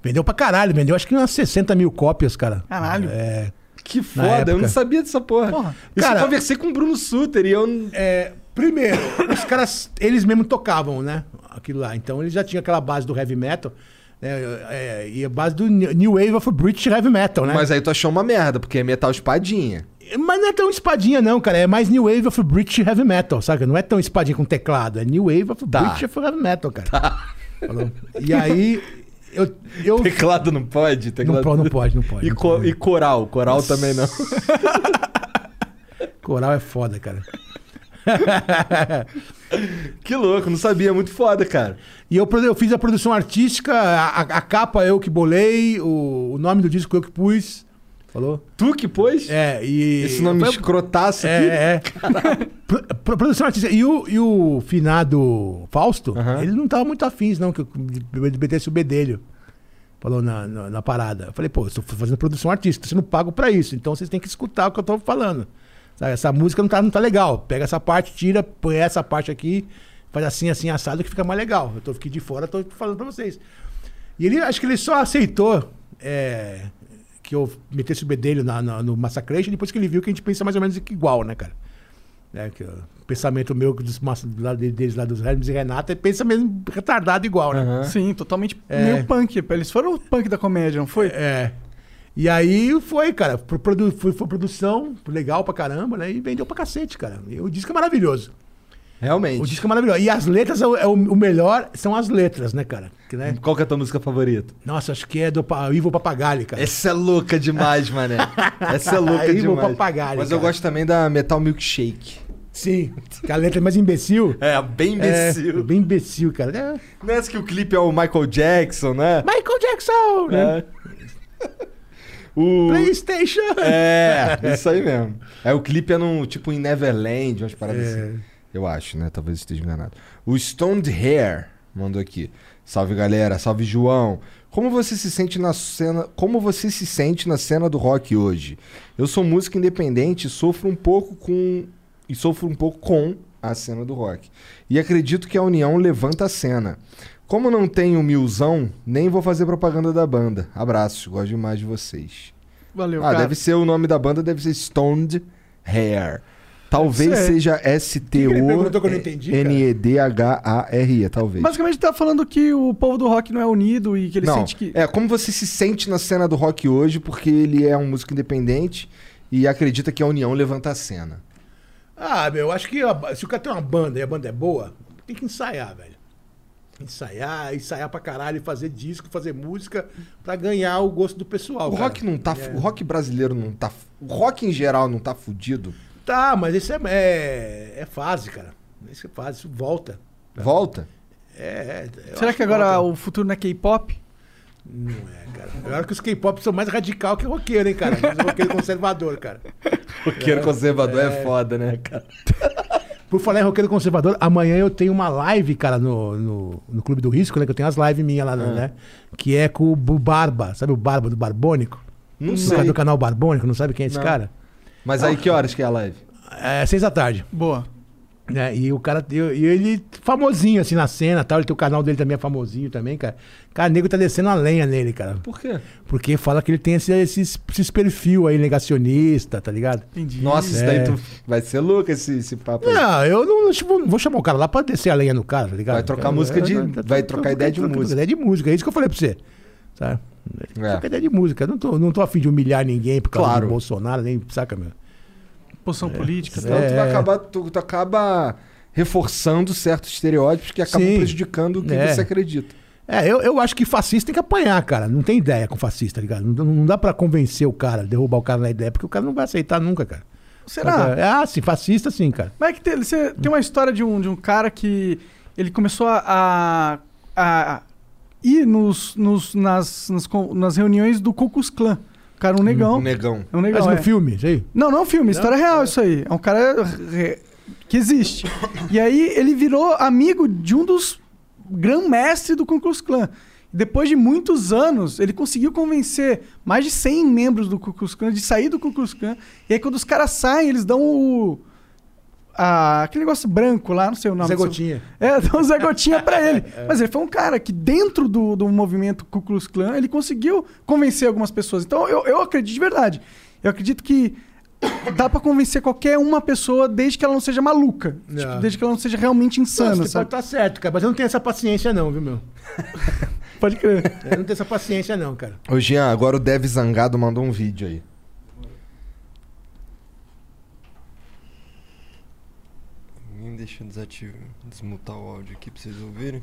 D: Vendeu pra caralho, vendeu acho que umas 60 mil cópias, cara.
C: Caralho.
D: É,
B: Que foda, eu
D: época.
B: não sabia dessa porra.
C: Porra.
B: Isso
D: Cara-
B: eu conversei com o Bruno Suter e eu né?
D: É, primeiro, os caras, eles mesmo tocavam, né? Aquilo lá. Então eles já tinham aquela base do heavy metal, né? É, e a base do New New Wave of British Heavy Metal, né?
B: Mas aí tu achou uma merda, porque é metal espadinha.
D: Mas não é tão espadinha, não, cara. É mais New Wave of British Heavy Metal, saca? Não é tão espadinha com teclado. É New Wave of
B: Tá.
D: British Heavy Metal, cara. Falou. E aí, eu. eu...
B: Teclado não pode?
D: Não,
B: Teclado...
D: po- não pode, não pode.
B: E,
D: não
B: co-
D: pode.
B: e coral, coral também não.
D: Coral é foda, cara.
B: que louco, não sabia, muito foda, cara.
D: E eu, produ- eu fiz a produção artística, a, a- a capa eu que bolei, o, o nome do disco eu que pus. Falou?
B: Tu que pôs?
D: É, e.
B: Esse nome
D: Foi-
B: escrotaço aqui.
D: É, é. Pro- pro- Produção artística. E o, e o finado Fausto,
B: Aham.
D: ele não tava muito afins, não, que eu de- metesse o bedelho. Falou na, na, na parada. Eu falei, pô, eu estou fazendo produção artística, você não pago pra isso, então vocês têm que escutar o que eu tô falando. Sabe, essa música não tá, não tá legal. Pega essa parte, tira, põe essa parte aqui, faz assim, assim, assado, que fica mais legal. Eu tô aqui de fora, tô falando pra vocês. E ele, acho que ele só aceitou é, que eu metesse o bedelho na, na- no Massacration depois que ele viu que a gente pensa mais ou menos que igual, né, cara? Né, que o pensamento meu que dos, massa- do lado deles lá dos Hermes e Renata é pensa mesmo retardado igual, né?
B: Aham.
C: Sim, totalmente
D: É.
C: meio punk. Eles foram o punk da comédia, um não foi?
D: É. E aí foi, cara. Pro, produ- foi, foi produção, legal pra caramba, né? E vendeu pra cacete, cara. E o disco é maravilhoso. O
B: Realmente.
D: disco é maravilhoso. E as letras, é o, é o- o melhor são as letras, né, cara? Que, né?
B: Qual que é a tua música favorita?
D: Nossa, acho que é do pa- Ivo Papagalho, cara.
B: Essa é louca demais, mané. Essa é louca
D: Aí vou
B: demais.
D: papagaio,
B: Mas eu
D: cara.
B: gosto também da Metal Milkshake.
D: Sim. Que a letra é mais imbecil.
B: É, bem
D: É,
B: imbecil.
D: bem imbecil, cara. É.
B: Não é essa que o clipe é o Michael Jackson, né?
D: Michael Jackson, né?
B: É. o...
D: PlayStation.
B: É, isso aí mesmo. É, o clipe é num, tipo em Neverland, umas paradas assim.
D: É.
B: Eu acho, né? Talvez eu esteja enganado. O Stoned Hair mandou aqui. Salve galera, salve João. Como você se sente na cena, como você se sente na cena do rock hoje? Eu sou músico independente e sofro um pouco com e sofro um pouco com a cena do rock. E acredito que a união levanta a cena. Como não tenho um milzão, nem vou fazer propaganda da banda. Abraço, gosto demais de vocês.
C: Valeu,
B: ah,
C: cara.
B: deve ser o nome da banda, deve ser Stoned Hair. Talvez
C: Sei.
B: seja
D: Que que ele perguntou que eu não entendi, cara?
B: S-T-O-N-E-D-H-A-R-E, talvez.
C: Basicamente tá falando que o povo do rock não é unido e que ele sente que.
B: É, como você se sente na cena do rock hoje, porque ele é um músico independente e acredita que a união levanta a cena.
D: Ah, meu, eu acho que a- se o cara tem uma banda e a banda é boa, tem que ensaiar, velho. Ensaiar, ensaiar pra caralho, fazer disco, fazer música pra ganhar Ah, o gosto do pessoal.
B: o
D: cara. É.
B: rock não tá. O rock brasileiro não tá. O rock em geral não tá fudido.
D: Tá, mas isso é, é, é fase, cara. Isso é fase, isso volta.
B: Volta.
D: É, é, eu
C: Será
D: acho
C: que agora
D: volta.
C: o futuro não é K-pop?
D: Não é, cara. Agora que os K-pop são mais radical que roqueiro, hein, cara? Mas roqueiro conservador, cara.
B: Roqueiro conservador é. foda, né, cara?
D: Por falar em roqueiro conservador, amanhã eu tenho uma live, cara, no, no, no Clube do Risco, né? Que eu tenho as lives minhas
B: Ah.
D: lá, né? Que é com o Bu- Barba, sabe o Barba do Barbônico?
B: Não
D: O cara
B: sei.
D: do canal Barbônico, não sabe quem é esse
B: Não.
D: cara?
B: Mas aí que horas que é a live?
D: É seis da tarde.
C: Boa.
D: Né? E o cara, e e ele famosinho assim na cena tal, ele tem o canal dele também é famosinho também, cara. Cara, o nego tá descendo a lenha nele, cara.
B: Por quê?
D: Porque fala que ele tem esse- esses, esses perfil aí negacionista, tá ligado?
C: Entendi.
B: Nossa, isso daí
D: É.
B: tu... vai ser louco esse, esse papo aí.
D: Não, eu não, não vou- vou chamar o cara lá pra descer a lenha no cara, tá ligado? tá
B: Vai trocar música de- vai trocar ideia de música. É.
D: ideia de música, é isso que eu falei pra você. Tá? Trocar ideia de música. Eu Não tô, não tô afim de humilhar ninguém por causa
B: Claro.
D: do Bolsonaro, nem, saca, meu?
C: Posição política.
B: Senão Então, tu, vai
D: É.
B: acabar, tu, tu acaba reforçando certos estereótipos que acabam
D: Sim.
B: prejudicando o que
D: É.
B: você acredita.
D: É, eu, eu acho que fascista tem que apanhar, cara. Não tem ideia com fascista, tá ligado? Não, não dá pra convencer o cara, derrubar o cara na ideia, porque o cara não vai aceitar nunca, cara.
C: Será?
D: Ah, sim, fascista sim, cara.
C: Mas é que tem, você, tem uma história de um, de um cara que ele começou a, a, a ir nos, nos- nas, nas, con- nas reuniões do Ku Klux Klan. O cara é um negão.
D: Então-
B: Um negão.
C: É um negão.
D: Mas no
C: é.
D: filme, isso aí.
C: Não, não filme, história real isso aí. É um cara re- que existe. E aí ele virou amigo de um dos grão-mestres do Ku Klux Klan. Depois de muitos anos, ele conseguiu convencer mais de 100 membros do Ku Klux Klan de sair do Ku Klux Klan. E aí quando os caras saem, eles dão o... a- aquele negócio branco lá, não sei o nome.
D: Zé
C: disso.
D: Gotinha.
C: É, dão o Zé Gotinha pra ele. Mas ele foi um cara que, dentro do, do movimento Ku Klux Klan, ele conseguiu convencer algumas pessoas. Então, eu, eu acredito de verdade. Eu acredito que dá pra convencer qualquer uma pessoa desde que ela não seja maluca.
D: É.
C: Tipo, desde que ela não seja realmente
D: Não,
C: insana,
D: você pode
C: sabe?
D: estar certo, cara, mas eu não tenho essa paciência não, viu, meu?
C: Pode crer.
D: Eu não tenho essa paciência não, cara.
B: Ô Jean, agora o Dev Zangado mandou um vídeo aí.
F: Ninguém deixa eu desativo, desmutar o áudio aqui pra vocês ouvirem.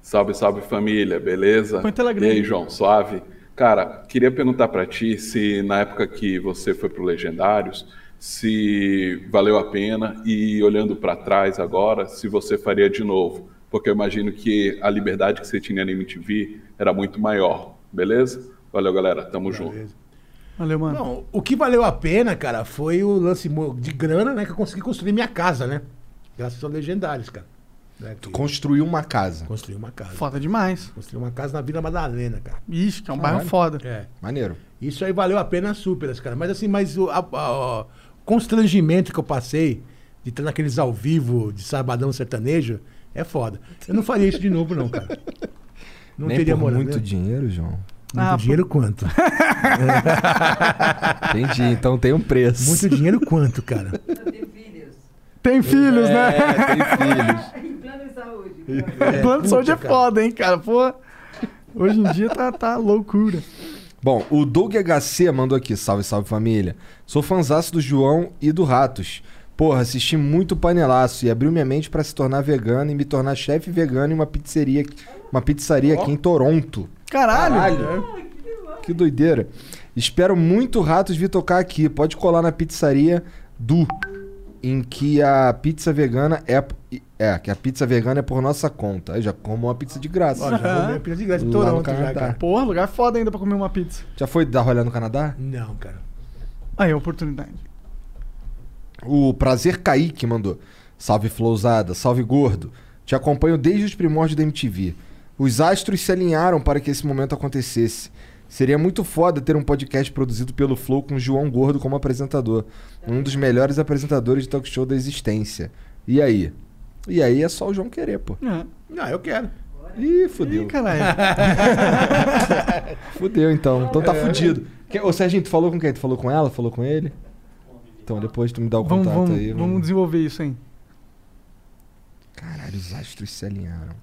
G: Salve, salve família, beleza?
C: Põe tela grande.
G: E aí, João, suave? Cara, queria perguntar pra ti se na época que você foi pro Legendários, se valeu a pena e olhando pra trás agora, se você faria de novo, porque eu imagino que a liberdade que você tinha na MTV era muito maior, beleza? Valeu, galera, tamo junto.
C: Valeu, mano.
D: Não, o que valeu a pena, cara, foi o lance mo- de grana, né, que eu consegui construir minha casa, né? Graças aos legendários, cara. Né, que
B: Construiu uma casa.
D: Construí uma casa.
C: Foda demais.
D: Construí uma casa na Vila Madalena, cara.
C: Ixi, que é um bairro foda.
D: É.
B: Maneiro.
D: Isso aí valeu a pena super, cara. Mas assim, mas o, a- a- o constrangimento que eu passei de estar naqueles ao vivo de Sabadão Sertanejo é foda. Eu não faria isso de novo, não, cara. Não
B: Nem
D: teria
B: por
D: moral.
B: muito
D: né?
B: dinheiro, João.
D: Muito
C: Ah,
D: dinheiro quanto?
B: Entendi, então tem um preço.
D: Muito dinheiro quanto, cara?
E: Ela Então, tem filhos.
C: Tem filhos, né?
B: É,
E: Em plano de saúde.
C: Plano de saúde é
D: puta, cara.
C: foda, hein, cara? Pô. Hoje em dia tá, tá loucura.
B: Bom, o Doug HC mandou aqui, salve, salve família. Sou fanzaço do João e do Ratos. Porra, assisti muito panelaço e abriu minha mente pra se tornar vegano e me tornar chefe vegano em uma pizzeria, uma pizzaria aqui em Toronto.
C: Caralho.
B: Que doideira. Espero muito o Ratos vir tocar aqui. Pode colar na pizzaria do em que a pizza vegana é é que a pizza vegana é por nossa conta. Aí já como uma pizza de graça.
D: Ó, já roubei a pizza de graça em
B: Lá no
D: Toronto,
B: Canadá.
D: já, cara.
C: É. Porra, lugar foda ainda pra comer uma pizza.
B: Já foi dar rolê no Canadá?
D: Não, cara.
C: Aí, oportunidade.
B: O Prazer Kaique mandou. Salve Flouzada, salve gordo. Te acompanho desde os primórdios da MTV. Os astros se alinharam para que esse momento acontecesse. Seria muito foda ter um podcast produzido pelo Flow com João Gordo como apresentador. Um dos melhores apresentadores de talk show da existência. E aí? E aí é só o João querer, pô.
C: É.
D: Não, Ah, eu quero.
B: Ih, fudeu.
C: Ih, caralho.
B: Fudeu então. Então
C: É.
B: tá fudido. Que, ô Serginho, tu falou com quem? Tu falou com ela? Falou com ele? Então depois tu me dá o
C: vamos,
B: contato
C: vamos,
B: aí. vamos-
C: vamos desenvolver isso, hein?
B: Caralho, os astros se alinharam.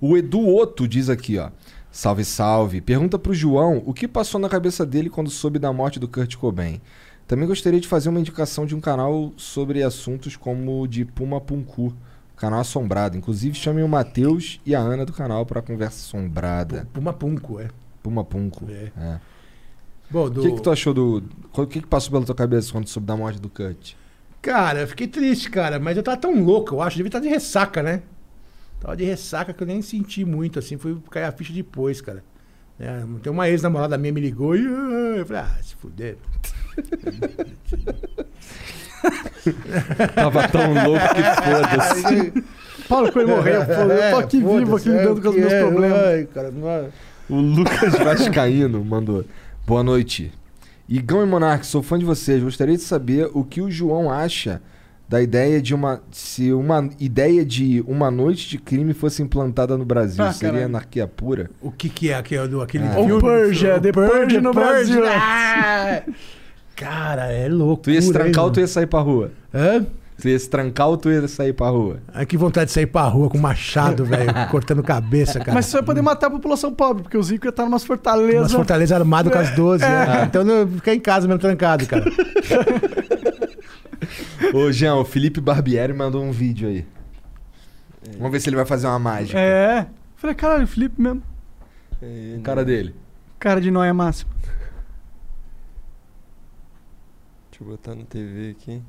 B: O Edu Otto diz aqui, ó. Salve, salve. Pergunta pro João o que passou na cabeça dele quando soube da morte do Kurt Cobain. Também gostaria de fazer uma indicação de um canal sobre assuntos como o de Puma Punku, canal assombrado. Inclusive, chamem o Matheus e a Ana do canal pra conversa assombrada.
D: Puma Punco, é.
B: Puma Punku.
D: É.
B: É.
D: Bom,
B: O
D: do...
B: que, que tu achou do. O que, que passou pela tua cabeça quando soube da morte do Kurt?
D: Cara, eu fiquei triste, cara, mas eu tava tão louco, eu acho. Devia estar de ressaca, né? Tava de ressaca que eu nem senti muito, assim. Fui cair a ficha depois, cara. É, tem uma ex-namorada minha me ligou e ah, eu falei, ah, se fuder.
B: Tava tão louco que foda-se.
C: Paulo Coelho morreu. pô, Eu tô aqui
D: foda-se,
C: vivo, aqui
D: é,
C: lidando com os
D: o que
C: meus
D: é,
C: problemas.
D: ai, cara, não é-
B: O Lucas Vascaíno mandou. Boa noite. Igão e Monark, sou fã de vocês. Gostaria de saber o que o João acha da ideia de uma. Se uma ideia de uma noite de crime fosse implantada no Brasil,
C: Ah,
B: seria
C: caralho.
B: anarquia pura?
D: O que que é aquele, do- aquele
B: Ah.
D: filme?
C: O Purge, é, The
D: O
C: Purge no Brasil.
D: Ah! cara, é louco.
B: Tu ia se trancar ou tu ia sair pra rua?
D: Hã?
B: Tu ia se trancar ou tu ia sair pra rua?
D: Ai, que vontade de sair pra rua com machado, velho, cortando cabeça, cara.
C: Mas você vai poder matar a população pobre, porque o Zico ia estar numas
D: Umas
C: fortalezas.
D: fortalezas armadas
C: É.
D: com as 12, né? Então eu ficar em casa mesmo trancado, cara.
B: Ô, Jean, o Felipe Barbieri mandou um vídeo aí. Vamos ver se ele vai fazer uma mágica.
C: É. Falei, caralho, o Felipe mesmo.
F: É ele.
B: O cara dele.
C: Cara de nóia máxima.
F: Deixa eu botar na TV aqui.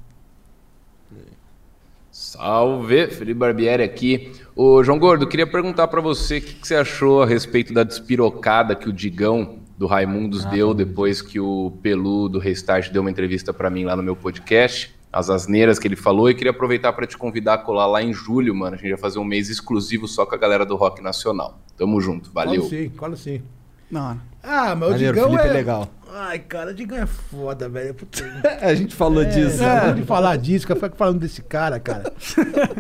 H: Salve, Felipe Barbieri aqui. Ô, João Gordo, queria perguntar pra você o que, que você achou a respeito da despirocada que o Digão do Raimundos deu depois que o Pelu do Restart deu uma entrevista pra mim lá no meu podcast, as asneiras que ele falou, e queria aproveitar pra te convidar a colar lá em julho, mano. A gente vai fazer um mês exclusivo só com a galera do Rock Nacional. Tamo junto, valeu.
D: Colo sim, colo sim.
C: Não,
D: Ah, mas
B: Maneiro,
D: o Digão
B: Felipe
D: é...
B: é legal.
D: Ai, cara, o Digão é foda, velho. Puta,
B: A gente falou disso.
D: é, de falar disso, cara, fica falando desse cara, cara.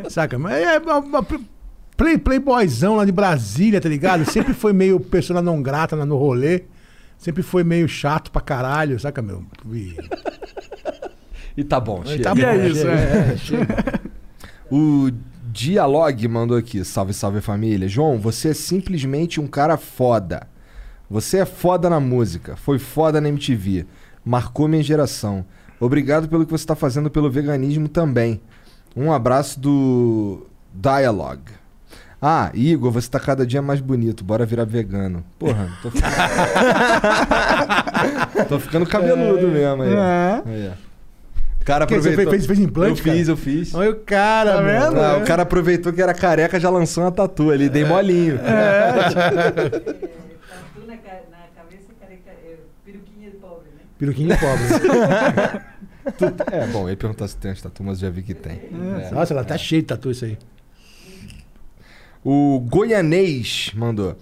D: Saca? Mas é uma, uma play, playboyzão lá de Brasília, tá ligado? Sempre foi meio persona não grata na- no rolê. Sempre foi meio chato pra caralho, saca, meu? E,
B: E tá bom, chega.
D: tá
C: E é
D: bom,
C: isso,
D: chega,
C: é.
D: é, chega.
B: O Dialogue mandou aqui. Salve, salve família. João, você é simplesmente um cara foda. Você é foda na música. Foi foda na MTV. Marcou minha geração. Obrigado pelo que você está fazendo pelo veganismo também. Um abraço do Dialogue. Ah, Igor, você tá cada dia mais bonito. Bora virar vegano. Porra, tô ficando, tô ficando cabeludo mesmo aí. ó.
C: É.
B: Aí, ó. O cara
D: Que, você
B: aproveitou.
D: fez, fez, fez
B: eu
D: implante, cara?
B: fiz, eu fiz.
D: Olha o cara,
C: Tá
D: meu.
C: vendo?
B: Ah, o cara aproveitou que era careca, já lançou uma tatu ali, dei molinho.
C: É.
E: É, tatu na, ca- na cabeça, careca, é, peruquinha de pobre, né?
D: Peruquinho pobre.
B: É, bom, eu ia perguntar se tem as tatu, mas já vi que tem. É.
D: Nossa, ela tá cheia de tatu isso aí.
B: O Goianês mandou.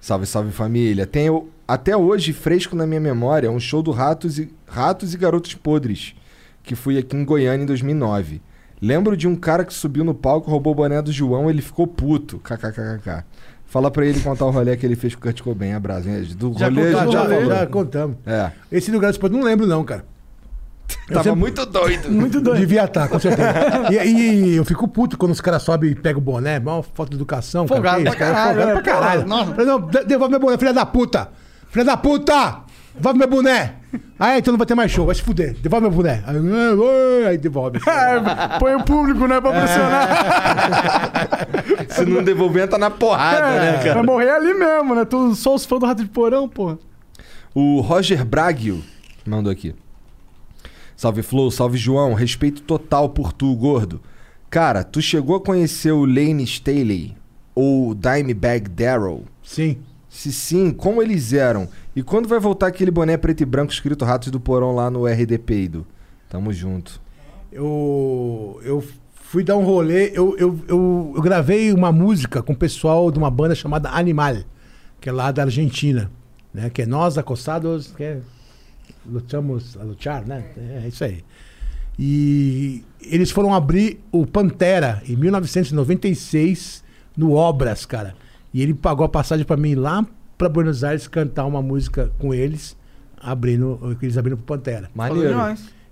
B: Salve, salve família. Tenho até hoje fresco na minha memória um show do Ratos e, Ratos e Garotos Podres, que fui aqui em Goiânia em 2009. Lembro de um cara que subiu no palco, roubou o boné do João, ele ficou puto. KKKKK. Fala pra ele contar o rolê que ele fez com o Kurt Cobain. Abraço. hein? Do rolê,
D: contamos,
B: a gente já
D: já,
B: falou.
D: já contamos.
B: É.
D: Esse lugar do esporte não lembro, não, cara. Eu
B: Tava
D: sempre-
B: muito doido.
D: Muito doido. Devia estar, com certeza. E aí eu fico puto quando os caras sobem e pegam o boné. Mó falta de educação.
C: Folgado
D: cara, que isso,
C: pra
D: cara,
C: caralho,
D: Folgado
C: é,
D: pra caralho.
C: nossa.
D: Falei, não, de- devolve meu boné, filha da puta. Filha da puta! Devolve meu boné. Ah, é, então não vai ter mais show. Vai se fuder. Devolve meu boné. Aí, ah, ah, Aí devolve.
C: É, põe o público, né, pra
D: É.
C: pressionar.
B: Se não devolver, tá na porrada,
D: É.
B: né,
C: Vai
B: cara?
C: morrer ali mesmo, né? Tu sou os fãs do Rato de Porão, pô.
B: O Roger Braggio mandou aqui. Salve Flow, salve João, respeito total por tu, gordo. Cara, tu chegou a conhecer o Lane Staley ou o Dimebag Darrell?
D: Sim.
B: Se sim, como eles eram? E quando vai voltar aquele boné preto e branco escrito Ratos do Porão lá no RD Peido? Tamo junto.
D: Eu, eu fui dar um rolê, eu, eu, eu, eu gravei uma música com o pessoal de uma banda chamada Animal, que é lá da Argentina, né? Que é nós acostados, que é, lutamos a lutar, né? É isso aí. E eles foram abrir o Pantera em 1996 no Obras, cara. E ele pagou a passagem pra mim lá pra Buenos Aires cantar uma música com eles, abrindo, eles abrindo pro Pantera.
B: Maneiro.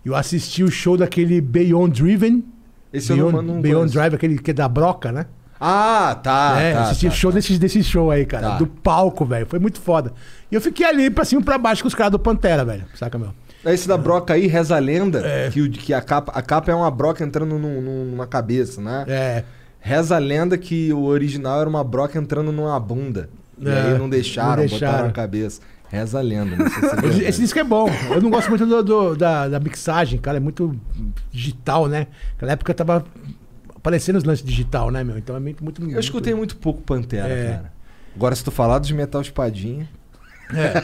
D: Eu assisti o show daquele Beyond Driven.
B: Esse eu
D: Beyond,
B: não, não
D: Beyond
B: conheço.
D: Drive, aquele que é da broca, né?
B: Ah, tá.
D: é,
B: tá,
D: assisti
B: tá,
D: o show
B: tá.
D: Desse, desse show aí, cara.
B: Tá.
D: Do palco, velho. Foi muito foda. E eu fiquei ali pra cima e pra baixo com os caras do Pantera, velho. Saca, meu?
B: É Esse da broca aí, reza a lenda,
D: É.
B: que, o- que a, capa, a capa é uma broca entrando num- num- numa cabeça, né?
D: É.
B: Reza a lenda que o original era uma broca entrando numa bunda. E
D: É,
B: aí não deixaram,
D: não
B: botaram
D: deixaram.
B: na cabeça. Reza a lenda. Não sei se é
D: Esse,
B: verdade.
D: esse disco é bom. Eu não gosto muito do- do- da, da mixagem, cara. É muito digital, né? Naquela época tava aparecendo os lances digital, né, meu? Então é muito. muito
B: Eu escutei muito pouco Pantera,
D: É.
B: cara. Agora, se tu falar dos Metal Espadinha...
D: é.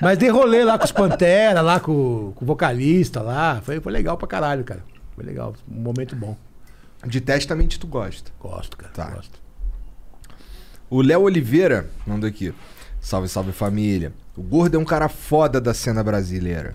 D: Mas dei rolê lá com os Pantera, lá com, com o vocalista lá. Foi, foi legal pra caralho, cara. Foi legal. Um momento bom.
B: De testamente tu gosta.
D: Gosto, cara.
B: Tá.
D: Gosto.
B: O Léo Oliveira mandou aqui. Salve, salve família. O Gordo é um cara foda da cena brasileira.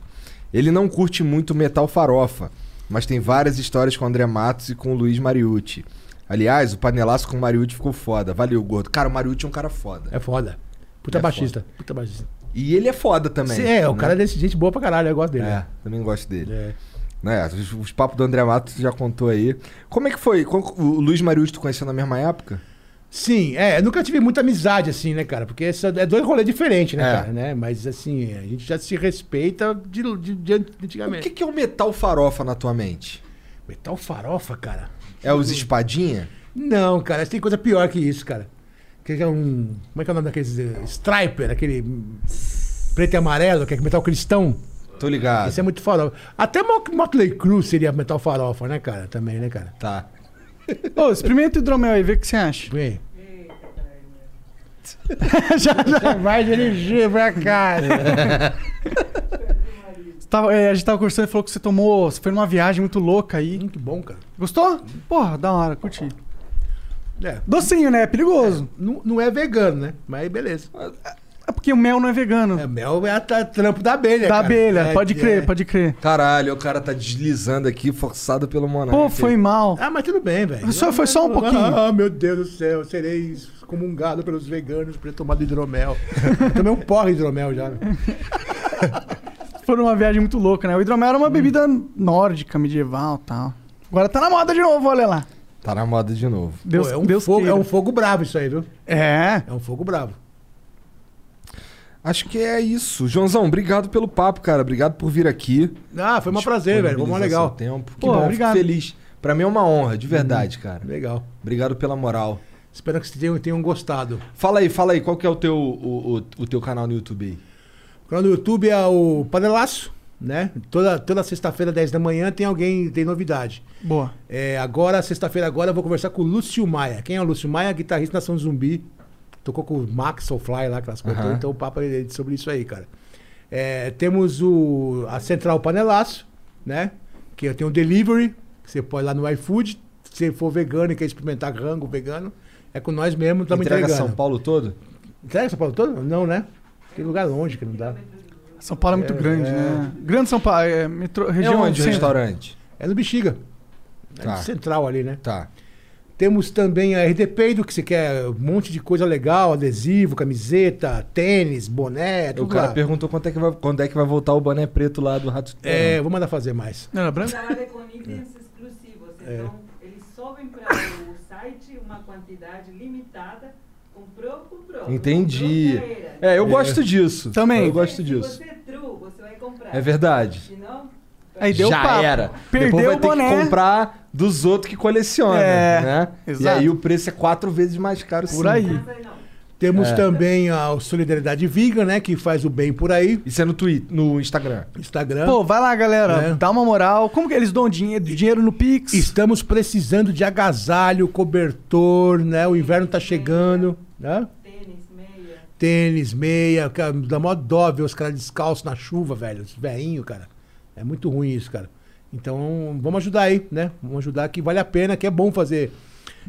B: Ele não curte muito metal farofa, mas tem várias histórias com o André Matos e com o Luiz Mariucci. Aliás, o panelaço com o Mariucci ficou foda. Valeu, Gordo. Cara, o Mariucci é um cara foda.
D: É foda. Puta
B: É
D: baixista. Puta baixista.
B: E ele é foda também.
D: Sim, é, o
B: né?
D: cara é desse gente boa pra caralho. Eu gosto dele. né?
B: É, também gosto dele.
D: É.
B: Né, os, os papos do André Matos já contou aí. Como é que foi? Qual- O Luiz Mariucci tu conheceu na mesma época?
D: Sim, é, eu nunca tive muita amizade assim, né, cara? Porque essa- é dois rolês diferentes, né,
B: É.
D: cara? Né? Mas assim, a gente já se respeita de, de, de
B: O
D: antigamente.
B: que, que é o metal farofa na tua mente?
D: Metal farofa, cara?
B: É os espadinha?
D: Não, cara, tem coisa pior que isso, cara. Que é um. Como é que é o nome daqueles. eh, Striper, aquele. hum, Preto e amarelo, que é metal cristão.
B: Tô ligado.
D: Isso é muito farofa. Até Mo- Motley Crue seria metal farofa, né, cara? Também, né, cara?
B: Tá.
C: Ô, experimenta o hidromel aí, vê o que você acha.
D: Bem,
C: já, já.
D: Vai dirigir pra cá.
C: Você tava- é, a gente tava conversando e falou que você tomou. Você foi numa viagem muito louca aí.
D: É muito bom, cara.
C: Gostou? Porra, da hora, curti.
D: É,
C: Docinho, né? É perigoso.
D: não, não é vegano, né? Mas beleza.
C: É porque o mel não é vegano.
D: É, mel é a tra- trampo da abelha.
C: da
D: cara.
C: abelha,
D: É,
C: pode crer,
D: é.
C: pode crer.
B: Caralho, o cara tá deslizando aqui, forçado pelo Monark.
C: Pô, foi mal.
D: Ah, mas tudo bem, velho.
C: Só- foi só um pouquinho.
D: Ah, meu Deus do céu, serei excomungado pelos veganos por ter tomado hidromel. Eu tomei um porra de hidromel já. né?
C: Foi uma viagem muito louca, né? O hidromel era uma bebida nórdica, medieval e tal. Agora tá na moda de novo, olha lá.
B: Tá na moda de novo.
C: Deus,
D: Pô, é um
C: Deus
D: fogo,
C: queira.
D: é um fogo bravo isso aí, viu?
C: É.
D: É um fogo bravo.
B: Acho que é isso. Joãozão, obrigado pelo papo, cara. Obrigado por vir aqui.
D: Ah, foi um prazer, velho. Foi mó
B: Disponibilizar
D: legal.
B: seu Tempo. Que
C: Pô,
B: bom,
C: obrigado. Uhum.
B: fico feliz. Pra mim é uma honra, de verdade, cara.
D: Legal.
B: Obrigado pela moral.
D: Espero que vocês tenham, tenham gostado.
B: Fala aí, fala aí, qual que é o teu, o, o, o teu canal no YouTube aí?
D: O canal do YouTube é o Panelaço, né? Toda, toda sexta-feira, 10 da manhã, tem alguém, tem novidade.
C: Boa.
D: É, agora, sexta-feira agora, eu vou conversar com o Lúcio Maia. Quem é o Lúcio Maia? Guitarrista da Nação Zumbi. Tocou com o Max Soulfly lá, que elas contou.
B: Aham.
D: Então o papo é sobre isso aí, cara. É, temos o, a Central Panelaço, né? Que tem o Delivery, que você pode ir lá no iFood. Se for vegano e quer experimentar rango vegano, é com nós mesmo, estamos
B: Entrega
D: entregando.
B: São Paulo todo?
D: Entrega São Paulo todo? Não, né? Tem lugar longe que não dá.
C: São Paulo é muito
D: É,
C: grande,
D: é.
C: né? Grande São Paulo, é metrô, região
B: é onde o
C: centro.
B: restaurante?
D: É no Bexiga. É
B: Tá.
D: no central ali, né?
B: Tá.
D: Temos também a RDP, do que você quer, um monte de coisa legal, adesivo, camiseta, tênis, boné,
B: O
D: tudo
B: cara
D: lá.
B: perguntou quando é, que vai, quando é que vai voltar o boné preto lá do Rato
D: É, vou mandar fazer mais.
C: Não era
E: Ele
C: branco?
E: trabalha com itens exclusivos,
B: É.
E: então eles sobem para o site uma quantidade limitada, comprou, comprou.
B: Entendi. É, eu gosto disso.
C: Também.
B: Eu gosto disso.
E: Se você é true, você vai comprar.
B: É verdade.
E: Se não,
C: Aí deu
B: já
C: papo.
B: era.
C: Perdeu
B: Depois vai
C: o
B: ter
C: boné.
B: que comprar dos outros que colecionam,
C: É,
B: né? E
C: exato.
B: aí o preço é quatro vezes mais caro.
C: Por
B: sim.
C: aí.
E: essa aí não.
B: É.
D: Temos também a o Solidariedade Vegan, né? Que faz o bem por aí.
B: Isso é no Twitter, no Instagram.
D: Instagram.
C: Pô, vai lá, galera.
D: Né?
C: Dá uma moral. Como que eles dão dinheiro, dinheiro no Pix?
D: Estamos precisando de agasalho, cobertor, né? O inverno tá chegando, né?
E: Tênis, meia.
D: Tênis, meia, cara, dá mó dó ver os caras descalços na chuva, velho. Os velhinhos, cara. É muito ruim isso, cara. Então, vamos ajudar aí, né? Vamos ajudar que vale a pena, que é bom fazer.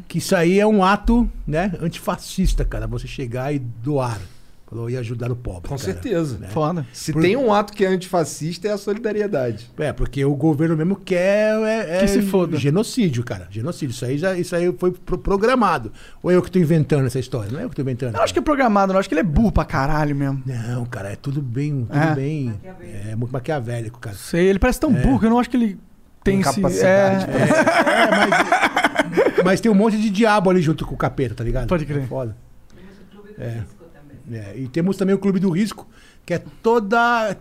D: Que isso aí é um ato, né, antifascista, cara. Você chegar e doar. Falou, e ajudar o pobre.
B: Com
D: cara.
B: certeza.
C: Foda.
B: Se
D: Por-
B: tem um ato que é antifascista, é a solidariedade.
D: É, porque o governo mesmo quer. É, é
C: Que se foda.
D: Genocídio, cara. Genocídio. Isso aí, já, isso aí foi pro- programado. Ou eu que tô inventando essa história? Não é eu que tô inventando.
C: Eu acho que é programado, não. Acho que ele é burro pra caralho mesmo.
D: Não, cara, é tudo bem. Tudo
C: É.
D: bem.
E: Maquiavélico.
D: É muito maquiavélico, cara.
C: Sei, ele parece tão burro que eu não acho que ele tem esse...
B: capacidade
C: é,
D: Mas tem um monte de diabo ali junto com o capeta, tá ligado?
C: Pode crer.
D: É foda.
E: Temos o clube do risco também.
D: É, e temos também o Clube do Risco, que é toda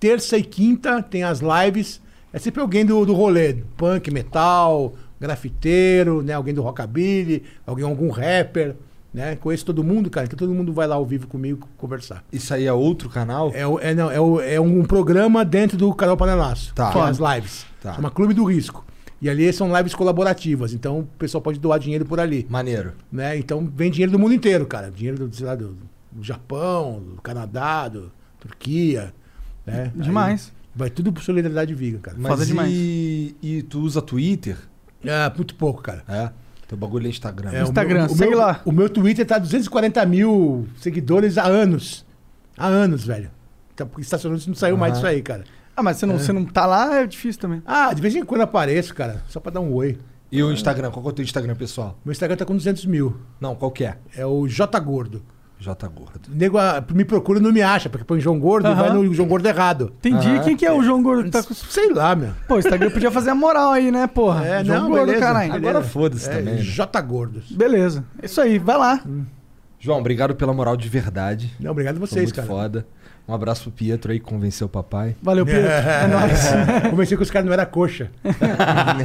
D: terça e quinta, tem as lives. É sempre alguém do, do rolê, punk, metal, grafiteiro, né? Alguém do rockabilly, alguém, algum rapper, né? Conheço todo mundo, cara, que todo mundo vai lá ao vivo comigo conversar.
B: Isso aí é outro canal?
D: É, o- é, não, é, o- é um programa dentro do Canal Panelaço,
B: Tá.
D: que é as lives.
B: Tá.
D: Chama Clube do Risco. E ali são lives colaborativas, então o pessoal pode doar dinheiro por ali
B: Maneiro.
D: né? Então vem dinheiro do mundo inteiro, cara. Dinheiro do, sei lá, do, do Japão, do Canadá, do Turquia, né?
C: Demais.
D: Aí vai tudo por solidariedade viga, cara.
B: Mas
C: Foda
B: e...
C: demais.
B: e tu usa Twitter?
D: É, muito pouco, cara.
B: É. Teu bagulho é Instagram.
D: É, o
C: Instagram,
D: meu- o
C: segue
D: meu,
C: lá.
D: O meu Twitter tá 240 mil seguidores há anos. Há anos, velho. Tá, porque estacionando não saiu mais
B: Aham.
D: disso aí, cara.
C: Ah, mas você não, você não tá lá, é difícil também.
D: Ah, de vez em quando eu apareço, cara, só pra dar um oi.
B: E o Instagram? Qual que é o teu Instagram, pessoal?
D: Meu Instagram tá com 200 mil.
B: Não, qual que é?
D: É o J Gordo.
B: J Gordo.
D: O nego ah, me procura e não me acha, porque põe João Gordo e
C: Aham.
D: vai no João Gordo errado.
C: Entendi.
B: Aham.
C: Quem que é o João Gordo que tá com...
D: Sei lá, meu.
C: Pô, o Instagram podia fazer a moral aí, né, porra?
D: É,
C: João
D: não,
C: Gordo,
D: beleza.
C: caralho.
D: Beleza.
B: Agora foda-se
D: É,
B: também. né?
D: J Gordos.
C: Beleza. É Isso aí, vai lá.
B: né? João, obrigado pela moral de verdade.
D: Não, obrigado a
B: Foi
D: vocês,
B: muito
D: cara.
B: foda. Um abraço pro Pietro aí, que convenceu o papai.
C: Valeu, Pedro. É nóis.
D: Comecei com os caras não era coxa.
B: Eu Ah,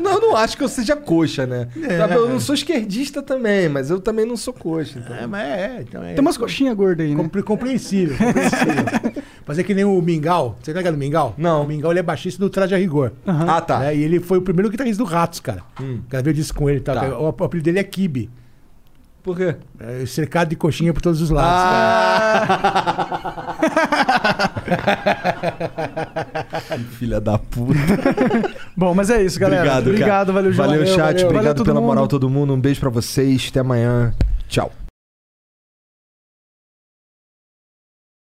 B: não, eu não acho que eu seja coxa, né?
C: É.
B: Sabe, Eu não sou esquerdista também, mas eu também não sou coxa. Então.
D: É, mas é, é, então é.
C: Tem umas coxinhas gordas aí, né?
D: Compre- compreensível, compreensível. mas é que nem o Mingau. Você tá ligado no Mingau?
B: Não.
D: O Mingau ele é baixista do Traje a Rigor.
C: Aham.
B: Ah, tá. Hum.
D: Né? E ele foi o primeiro guitarrista do Ratos, cara. Gravei o disco com ele. e tal.
B: Tá.
D: O ap- o apelido dele é Kibe.
B: Por quê? Ah,
D: É, cercado de coxinha por todos os lados.
B: Filha da puta.
C: Bom, mas é isso, galera.
B: Obrigado, cara.
C: Obrigado, valeu, João.
B: Valeu, chat.
C: valeu.
B: Obrigado
C: Valeu todo
B: pela
C: mundo.
B: moral, todo mundo. Um beijo pra vocês. Até amanhã. Tchau.